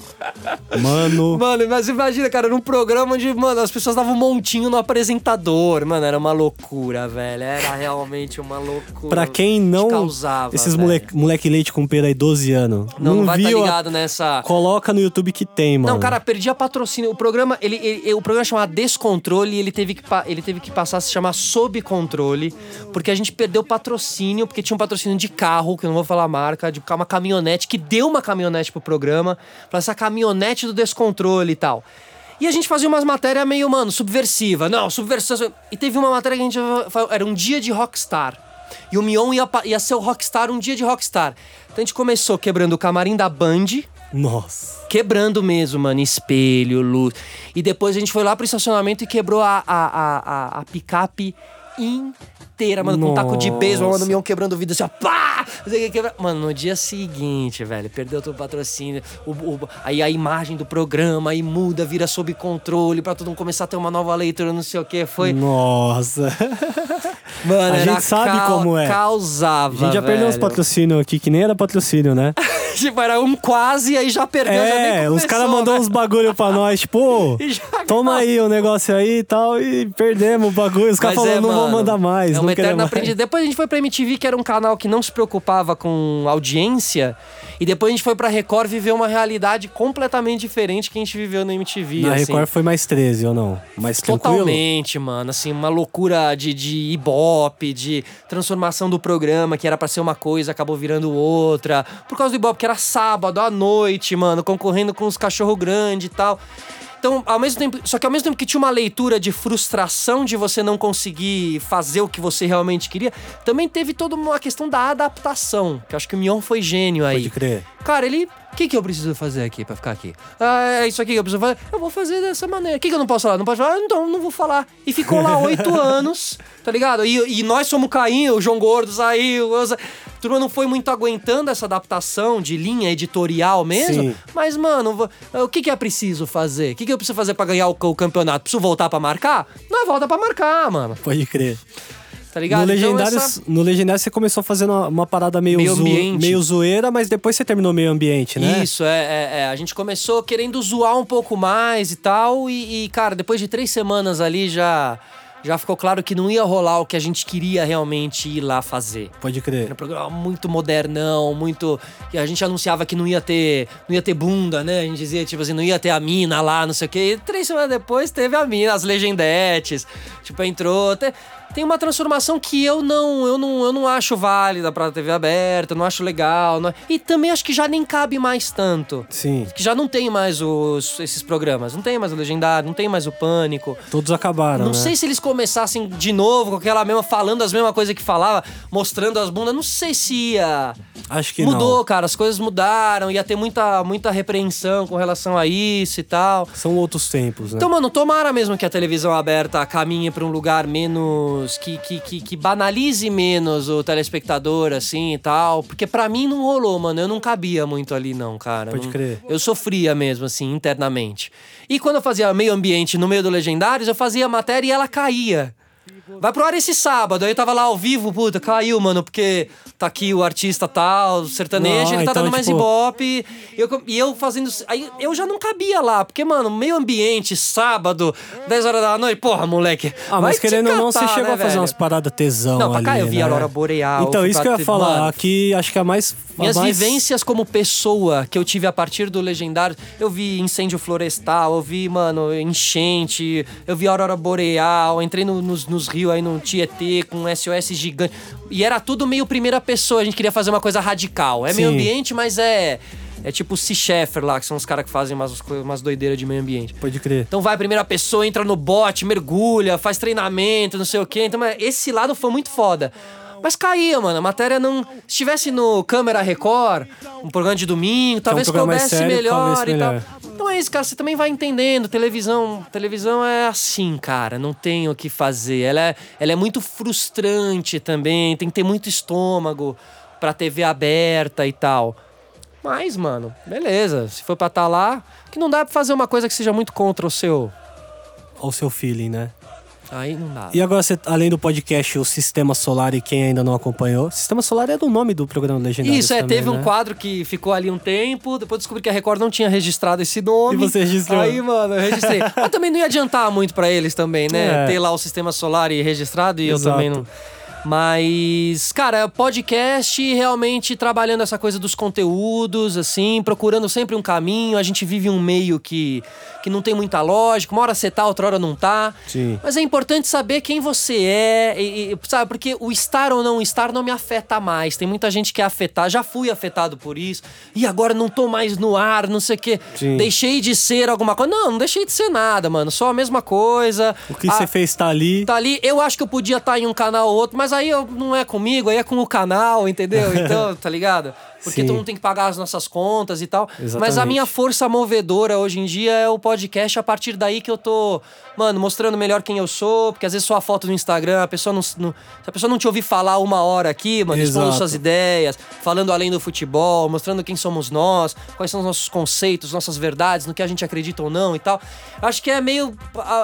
[SPEAKER 2] Mano.
[SPEAKER 3] Mano, mas imagina, cara, num programa onde, mano, as pessoas davam um montinho no apresentador. Mano, era uma loucura, velho. Era realmente uma loucura.
[SPEAKER 2] Pra quem não.
[SPEAKER 3] Te causava,
[SPEAKER 2] esses
[SPEAKER 3] velho.
[SPEAKER 2] moleque, moleque leite com pera aí 12 anos.
[SPEAKER 3] né? Não, não vai
[SPEAKER 2] viu
[SPEAKER 3] tá
[SPEAKER 2] a-
[SPEAKER 3] ligado nessa.
[SPEAKER 2] Coloca no YouTube que tem, mano.
[SPEAKER 3] Não, cara, perdi a patrocínio. O programa, ele, ele- o programa chamava Descontrole e ele teve, que, pa- ele teve que passar a se chamar Sob Controle, porque a gente perdeu patrocínio, porque tinha um patrocínio de carro, que eu não vou falar a marca, de uma caminhonete, que deu uma caminhonete pro programa, pra essa caminhonete do Descontrole e tal. E a gente fazia umas matérias meio, mano, subversiva. Não, subversão. sub- E teve uma matéria que a gente. fa- Era um dia de rockstar. E o Mion ia, pa- ia ser o rockstar, um dia de rockstar. Então a gente começou quebrando o camarim da Band
[SPEAKER 2] Nossa.
[SPEAKER 3] quebrando mesmo, mano, espelho, luz. E depois a gente foi lá pro estacionamento e quebrou a, a, a, a, a picape inteira, mano, com um taco de
[SPEAKER 2] Nossa.
[SPEAKER 3] beisebol, mano, o Mion quebrando o vidro assim, ó, pá! Não sei o que, quebra- Mano, no dia seguinte, velho, perdeu todo o patrocínio, o, o- aí a imagem do programa, aí muda, vira sob controle, pra todo mundo começar a ter uma nova leitura, não sei o que, foi...
[SPEAKER 2] Nossa.
[SPEAKER 3] Mano,
[SPEAKER 2] a
[SPEAKER 3] era
[SPEAKER 2] gente sabe
[SPEAKER 3] cau-
[SPEAKER 2] como é.
[SPEAKER 3] Causava,
[SPEAKER 2] A gente já perdeu uns
[SPEAKER 3] velho.
[SPEAKER 2] patrocínios aqui, que nem era patrocínio, né?
[SPEAKER 3] Tipo, era um quase, aí já perdeu, já nem
[SPEAKER 2] é, os
[SPEAKER 3] começou,
[SPEAKER 2] caras mandou
[SPEAKER 3] né?
[SPEAKER 2] uns bagulho pra nós, tipo, ô,
[SPEAKER 3] E já
[SPEAKER 2] toma aí o negócio aí e tal, e perdemos o bagulho. Os caras
[SPEAKER 3] Mas é,
[SPEAKER 2] falaram, não vou
[SPEAKER 3] mano,
[SPEAKER 2] mandar mais,
[SPEAKER 3] É
[SPEAKER 2] não
[SPEAKER 3] uma
[SPEAKER 2] queremos
[SPEAKER 3] eterna
[SPEAKER 2] mais.
[SPEAKER 3] aprendiz. Depois a gente foi pra MTV, que era um canal que não se preocupava com audiência. E depois a gente foi pra Record viver uma realidade completamente diferente que a gente viveu na MTV.
[SPEAKER 2] Na
[SPEAKER 3] assim.
[SPEAKER 2] Record foi mais 13 ou não? Mais tranquilo?
[SPEAKER 3] Totalmente, mano. Assim, uma loucura de, de ibope, de transformação do programa, que era pra ser uma coisa, acabou virando outra. Por causa do ibope, que era sábado à noite, mano, concorrendo com os cachorro grande e tal. Então, ao mesmo tempo, só que ao mesmo tempo que tinha uma leitura de frustração de você não conseguir fazer o que você realmente queria, também teve toda uma questão da adaptação, que eu acho que o Mion foi gênio aí.
[SPEAKER 2] Pode crer.
[SPEAKER 3] Cara, ele. O que, que eu preciso fazer aqui pra ficar aqui? Ah, é isso aqui que eu preciso fazer? Eu vou fazer dessa maneira. O que, que eu não posso falar? Não posso falar? Ah, Então, não vou falar. E ficou lá oito anos, tá ligado? E, e nós somos Caim, o João Gordo saiu. eu sa- A turma não foi muito aguentando essa adaptação de linha editorial mesmo.
[SPEAKER 2] Sim.
[SPEAKER 3] Mas, mano, vo- o que, que é preciso fazer? O que, que eu preciso fazer pra ganhar o, o campeonato? Preciso voltar pra marcar? Não, volta pra marcar, mano.
[SPEAKER 2] Pode crer.
[SPEAKER 3] Tá ligado?
[SPEAKER 2] no,
[SPEAKER 3] Então,
[SPEAKER 2] legendário,
[SPEAKER 3] essa-
[SPEAKER 2] no Legendário você começou fazendo uma, uma parada meio,
[SPEAKER 3] Meio
[SPEAKER 2] zo-
[SPEAKER 3] ambiente.
[SPEAKER 2] meio zoeira, mas depois você terminou meio ambiente, né?
[SPEAKER 3] Isso, é, é, é. A gente começou querendo zoar um pouco mais e tal. E, e, cara, depois de três semanas ali já, já ficou claro que não ia rolar o que a gente queria realmente ir lá fazer.
[SPEAKER 2] Pode
[SPEAKER 3] Era um
[SPEAKER 2] crer.
[SPEAKER 3] programa muito modernão, muito. E a gente anunciava que não ia ter. Não ia ter bunda, né? A gente dizia, tipo assim, não ia ter a mina lá, não sei o quê. E três semanas depois teve a mina, as legendetes. Tipo, entrou. Te- Tem uma transformação que eu não, eu não, eu não acho válida pra TV aberta, não acho legal. não- E também acho que já nem cabe mais tanto.
[SPEAKER 2] Sim.
[SPEAKER 3] Que já não tem mais os, esses programas. Não tem mais o Legendário, não tem mais o Pânico.
[SPEAKER 2] Todos acabaram.
[SPEAKER 3] Não
[SPEAKER 2] né?
[SPEAKER 3] sei se eles começassem de novo com aquela mesma, falando as mesmas coisas que falava, mostrando as bundas. Não sei se ia.
[SPEAKER 2] Acho que
[SPEAKER 3] Mudou,
[SPEAKER 2] não.
[SPEAKER 3] cara. As coisas mudaram. Ia ter muita, muita repreensão com relação a isso e tal.
[SPEAKER 2] São outros tempos, né?
[SPEAKER 3] Então, mano, tomara mesmo que a televisão aberta caminhe pra um lugar menos. Que, que, que, que banalize menos o telespectador, assim e tal. Porque pra mim não rolou, mano. Eu não cabia muito ali, não, cara.
[SPEAKER 2] Pode
[SPEAKER 3] Não-
[SPEAKER 2] crer.
[SPEAKER 3] Eu sofria mesmo, assim, internamente. E quando eu fazia meio ambiente no meio do Legendários, eu fazia matéria e ela caía. Vai pro ar esse sábado, aí tava lá ao vivo, puta, caiu, mano, porque tá aqui o artista tal, sertanejo,
[SPEAKER 2] Ah,
[SPEAKER 3] ele tá
[SPEAKER 2] então,
[SPEAKER 3] dando mais
[SPEAKER 2] tipo,
[SPEAKER 3] ibope pop. E eu, com- e eu fazendo. Aí eu já não cabia lá, porque, mano, meio ambiente, sábado, 10 horas da noite, porra, moleque.
[SPEAKER 2] Ah, mas
[SPEAKER 3] vai te
[SPEAKER 2] querendo ou não, você
[SPEAKER 3] catar,
[SPEAKER 2] chegou
[SPEAKER 3] né,
[SPEAKER 2] a fazer
[SPEAKER 3] velho?
[SPEAKER 2] umas paradas tesão
[SPEAKER 3] Não, pra
[SPEAKER 2] ali,
[SPEAKER 3] cá eu vi
[SPEAKER 2] né?
[SPEAKER 3] a aurora boreal,
[SPEAKER 2] Então,
[SPEAKER 3] fui
[SPEAKER 2] isso que
[SPEAKER 3] pra
[SPEAKER 2] eu ia
[SPEAKER 3] te-
[SPEAKER 2] falar.
[SPEAKER 3] Mano.
[SPEAKER 2] Aqui, acho que a mais... a
[SPEAKER 3] Minhas
[SPEAKER 2] mais-
[SPEAKER 3] vivências como pessoa que eu tive a partir do Legendário, eu vi incêndio florestal, eu vi, mano, enchente, eu vi aurora boreal, entrei no- nos, nos rios aí no Tietê com um SOS gigante. E era tudo meio primeira pessoa, a gente queria fazer uma coisa radical. É meio
[SPEAKER 2] Sim.
[SPEAKER 3] ambiente, mas é. É tipo o Sea Shepherd lá, que são os caras que fazem umas, coi- umas doideiras de meio ambiente.
[SPEAKER 2] Pode crer.
[SPEAKER 3] Então vai, primeira pessoa, entra no bote, mergulha, faz treinamento, não sei o quê. Então é, esse lado foi muito foda. Mas caía, mano. A matéria não. Se estivesse no Câmera Record, um programa de domingo, talvez
[SPEAKER 2] É um programa mais
[SPEAKER 3] coubesse
[SPEAKER 2] sério,
[SPEAKER 3] melhor
[SPEAKER 2] talvez
[SPEAKER 3] e tal.
[SPEAKER 2] melhor.
[SPEAKER 3] Então é isso, cara. Você também vai entendendo. Televisão, televisão é assim, cara. Não tem o que fazer. Ela é, ela é muito frustrante também. Tem que ter muito estômago pra TV aberta e tal. Mas, mano, beleza. Se for pra estar lá, que não dá pra fazer uma coisa que seja muito contra o seu.
[SPEAKER 2] Olha o seu feeling, né?
[SPEAKER 3] Aí não dá.
[SPEAKER 2] E agora, você, além do podcast O Sistema Solar e quem ainda não acompanhou... Sistema Solar é do nome do programa do Legendário
[SPEAKER 3] Isso, é,
[SPEAKER 2] também,
[SPEAKER 3] teve um
[SPEAKER 2] né?
[SPEAKER 3] quadro que ficou ali um tempo, depois descobri que a Record não tinha registrado esse nome.
[SPEAKER 2] E você registrou.
[SPEAKER 3] Aí, mano, eu registrei. Mas também não ia adiantar muito pra eles também, né?
[SPEAKER 2] É.
[SPEAKER 3] Ter lá o sistema solar e registrado e eu
[SPEAKER 2] Exato.
[SPEAKER 3] também não. Mas, cara, é podcast realmente trabalhando essa coisa dos conteúdos, assim, procurando sempre um caminho. A gente vive um meio que, que não tem muita lógica. Uma hora você tá, outra hora não tá.
[SPEAKER 2] Sim.
[SPEAKER 3] Mas é importante saber quem você é, e- e- sabe? Porque o estar ou não estar não me afeta mais. Tem muita gente que é afetada, já fui afetado por isso, e agora não tô mais no ar, não sei o quê.
[SPEAKER 2] Sim.
[SPEAKER 3] Deixei de ser alguma coisa. Não, não deixei de ser nada, mano. Só a mesma coisa.
[SPEAKER 2] O que
[SPEAKER 3] A-
[SPEAKER 2] você fez tá ali.
[SPEAKER 3] Ah, Tá ali, eu acho que eu podia estar em um canal ou outro, mas aí eu- não é comigo, aí é com o canal, entendeu? Então, tá ligado? Porque
[SPEAKER 2] Sim.
[SPEAKER 3] todo mundo tem que pagar as nossas contas e tal. Mas a
[SPEAKER 2] Exatamente.
[SPEAKER 3] minha força movedora hoje em dia é o podcast. A partir daí que eu tô, mano, mostrando melhor quem eu sou, porque às vezes só a foto no Instagram, a pessoa não. não- se a pessoa não te ouvir falar uma hora aqui, mano, expondo
[SPEAKER 2] Exato.
[SPEAKER 3] suas ideias, falando além do futebol, mostrando quem somos nós, quais são os nossos conceitos, nossas verdades, no que a gente acredita ou não e tal. Acho que é meio.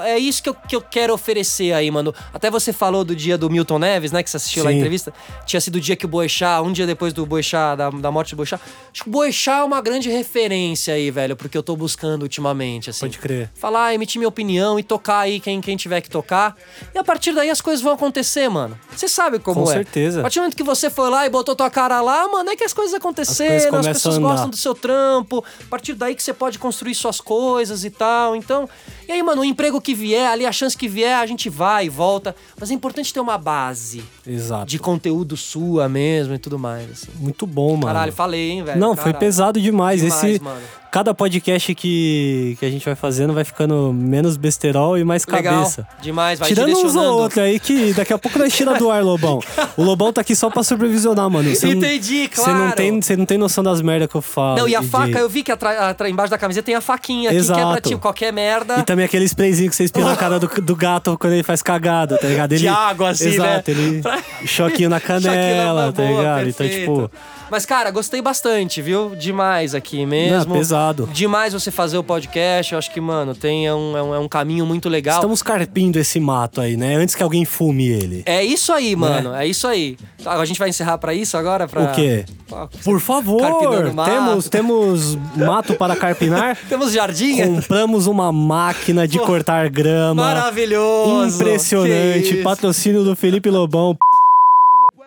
[SPEAKER 3] É isso que eu, que eu quero oferecer aí, mano. Até você falou do dia do Milton Neves, né? Que você assistiu lá a
[SPEAKER 2] Sim.
[SPEAKER 3] entrevista. Tinha sido o dia que o Boechat, um dia depois do Boechat, da, da morte do Boechat. Acho que o Boechat é uma grande referência aí, velho, porque eu tô buscando ultimamente, assim.
[SPEAKER 2] Pode crer.
[SPEAKER 3] Falar, emitir minha opinião e tocar aí quem, quem tiver que tocar. E a partir daí as coisas vão acontecer, mano. Você sabe como
[SPEAKER 2] Com
[SPEAKER 3] é.
[SPEAKER 2] certeza.
[SPEAKER 3] A partir do momento que você foi lá e botou tua cara lá, mano, é que as coisas aconteceram, as,
[SPEAKER 2] começam
[SPEAKER 3] pessoas
[SPEAKER 2] a andar.
[SPEAKER 3] gostam do seu trampo. A partir daí que você pode construir suas coisas e tal. Então, E aí, mano, o emprego que vier, ali a chance que vier, a gente vai e volta. Mas é importante ter uma base
[SPEAKER 2] Exato.
[SPEAKER 3] de conteúdo sua mesmo e tudo mais, assim.
[SPEAKER 2] Muito bom, mano.
[SPEAKER 3] Caralho, falei, hein, velho.
[SPEAKER 2] Não, foi
[SPEAKER 3] Caralho.
[SPEAKER 2] pesado demais.
[SPEAKER 3] Demais,
[SPEAKER 2] Esse.
[SPEAKER 3] mano.
[SPEAKER 2] Cada podcast que, que a gente vai fazendo vai ficando menos besterol e mais
[SPEAKER 3] Legal,
[SPEAKER 2] cabeça.
[SPEAKER 3] demais, vai
[SPEAKER 2] Tirando uns
[SPEAKER 3] direcionando.
[SPEAKER 2] ou outro aí que daqui a pouco nós tira do ar, Lobão. O Lobão tá aqui só pra supervisionar, mano. Você não-
[SPEAKER 3] Entendi,
[SPEAKER 2] Você não
[SPEAKER 3] claro.
[SPEAKER 2] tem, você não tem noção das merdas que eu falo.
[SPEAKER 3] Não, e a
[SPEAKER 2] DJ.
[SPEAKER 3] faca, eu vi que atra- atra- embaixo da camiseta tem a faquinha aqui, que é pra
[SPEAKER 2] Exato.
[SPEAKER 3] tipo, qualquer merda.
[SPEAKER 2] E também aquele sprayzinho que você espirra na cara do, do gato quando ele faz cagada, tá ligado? Ele,
[SPEAKER 3] De água, assim,
[SPEAKER 2] Exato,
[SPEAKER 3] né?
[SPEAKER 2] ele. Choquinho na
[SPEAKER 3] Shaquille
[SPEAKER 2] canela,
[SPEAKER 3] O'Neal,
[SPEAKER 2] tá
[SPEAKER 3] boa,
[SPEAKER 2] ligado? Então,
[SPEAKER 3] perfeito.
[SPEAKER 2] tipo.
[SPEAKER 3] Mas, cara, gostei bastante, viu? Demais aqui mesmo.
[SPEAKER 2] Não, pesado.
[SPEAKER 3] Demais você fazer o podcast. Eu acho que, mano, tem é um, é um, é um caminho muito legal.
[SPEAKER 2] Estamos carpindo esse mato aí, né? Antes que alguém fume ele.
[SPEAKER 3] É isso aí, mano. É isso aí. Tá, A gente vai encerrar pra isso agora? Pra...
[SPEAKER 2] Né? O quê?
[SPEAKER 3] Ó,
[SPEAKER 2] Por favor,
[SPEAKER 3] Carpinando mato.
[SPEAKER 2] temos, temos mato para carpinar.
[SPEAKER 3] Temos jardim?
[SPEAKER 2] Compramos uma máquina de cortar grama.
[SPEAKER 3] Maravilhoso! Que
[SPEAKER 2] Impressionante.
[SPEAKER 3] isso.
[SPEAKER 2] Patrocínio do Felipe Lobão.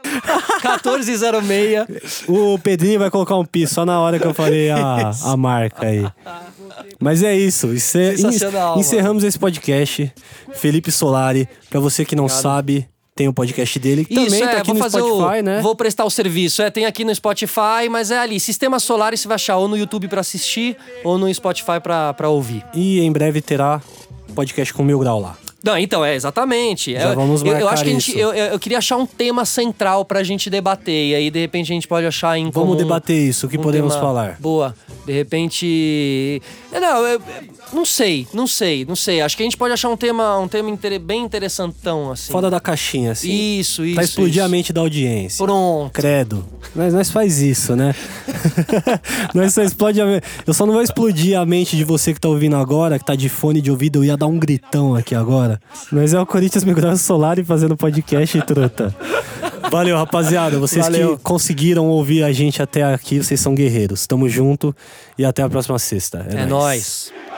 [SPEAKER 3] 1406.
[SPEAKER 2] O Pedrinho vai colocar um pi só na hora que eu falei a, a marca aí. Mas é isso. Isso é-
[SPEAKER 3] Sensacional,
[SPEAKER 2] encerramos esse podcast. Felipe Solari, pra você que não sabe, tem o podcast dele. que também
[SPEAKER 3] Isso,
[SPEAKER 2] tá
[SPEAKER 3] é,
[SPEAKER 2] aqui
[SPEAKER 3] vou
[SPEAKER 2] no
[SPEAKER 3] fazer
[SPEAKER 2] Spotify,
[SPEAKER 3] o,
[SPEAKER 2] né?
[SPEAKER 3] Vou prestar o serviço. É, tem aqui no Spotify, mas é ali. Sistema Solar você vai achar ou no YouTube pra assistir ou no Spotify pra, pra ouvir.
[SPEAKER 2] E em breve terá podcast com Mil Grau lá.
[SPEAKER 3] Não, então, é, exatamente.
[SPEAKER 2] Já
[SPEAKER 3] Eu-
[SPEAKER 2] vamos
[SPEAKER 3] eu, eu
[SPEAKER 2] marcar
[SPEAKER 3] acho que a gente,
[SPEAKER 2] isso.
[SPEAKER 3] eu, eu, eu queria achar um tema central pra gente debater. E aí, de repente, a gente pode achar em
[SPEAKER 2] Vamos
[SPEAKER 3] comum
[SPEAKER 2] debater isso. O que
[SPEAKER 3] um
[SPEAKER 2] podemos
[SPEAKER 3] tema-
[SPEAKER 2] falar?
[SPEAKER 3] Boa. De repente. é, Não, eu- eu- não sei, não sei, não sei. Acho que a gente pode achar um tema, um tema inter- bem interessantão, assim.
[SPEAKER 2] Fora da caixinha, assim.
[SPEAKER 3] Isso, isso.
[SPEAKER 2] pra explodir
[SPEAKER 3] isso.
[SPEAKER 2] a mente da audiência.
[SPEAKER 3] Pronto.
[SPEAKER 2] Credo. Nós, nós faz isso, né? nós só explode a me- Eu só não vou explodir a mente de você que tá ouvindo agora, que tá de fone de ouvido, eu ia dar um gritão aqui agora. Mas é o Corinthians Migral Solar e fazendo podcast, truta. Valeu, rapaziada. Vocês
[SPEAKER 3] Valeu.
[SPEAKER 2] que conseguiram ouvir a gente até aqui, vocês são guerreiros. Tamo junto e até a próxima sexta. É,
[SPEAKER 3] É
[SPEAKER 2] nóis.
[SPEAKER 3] nóis.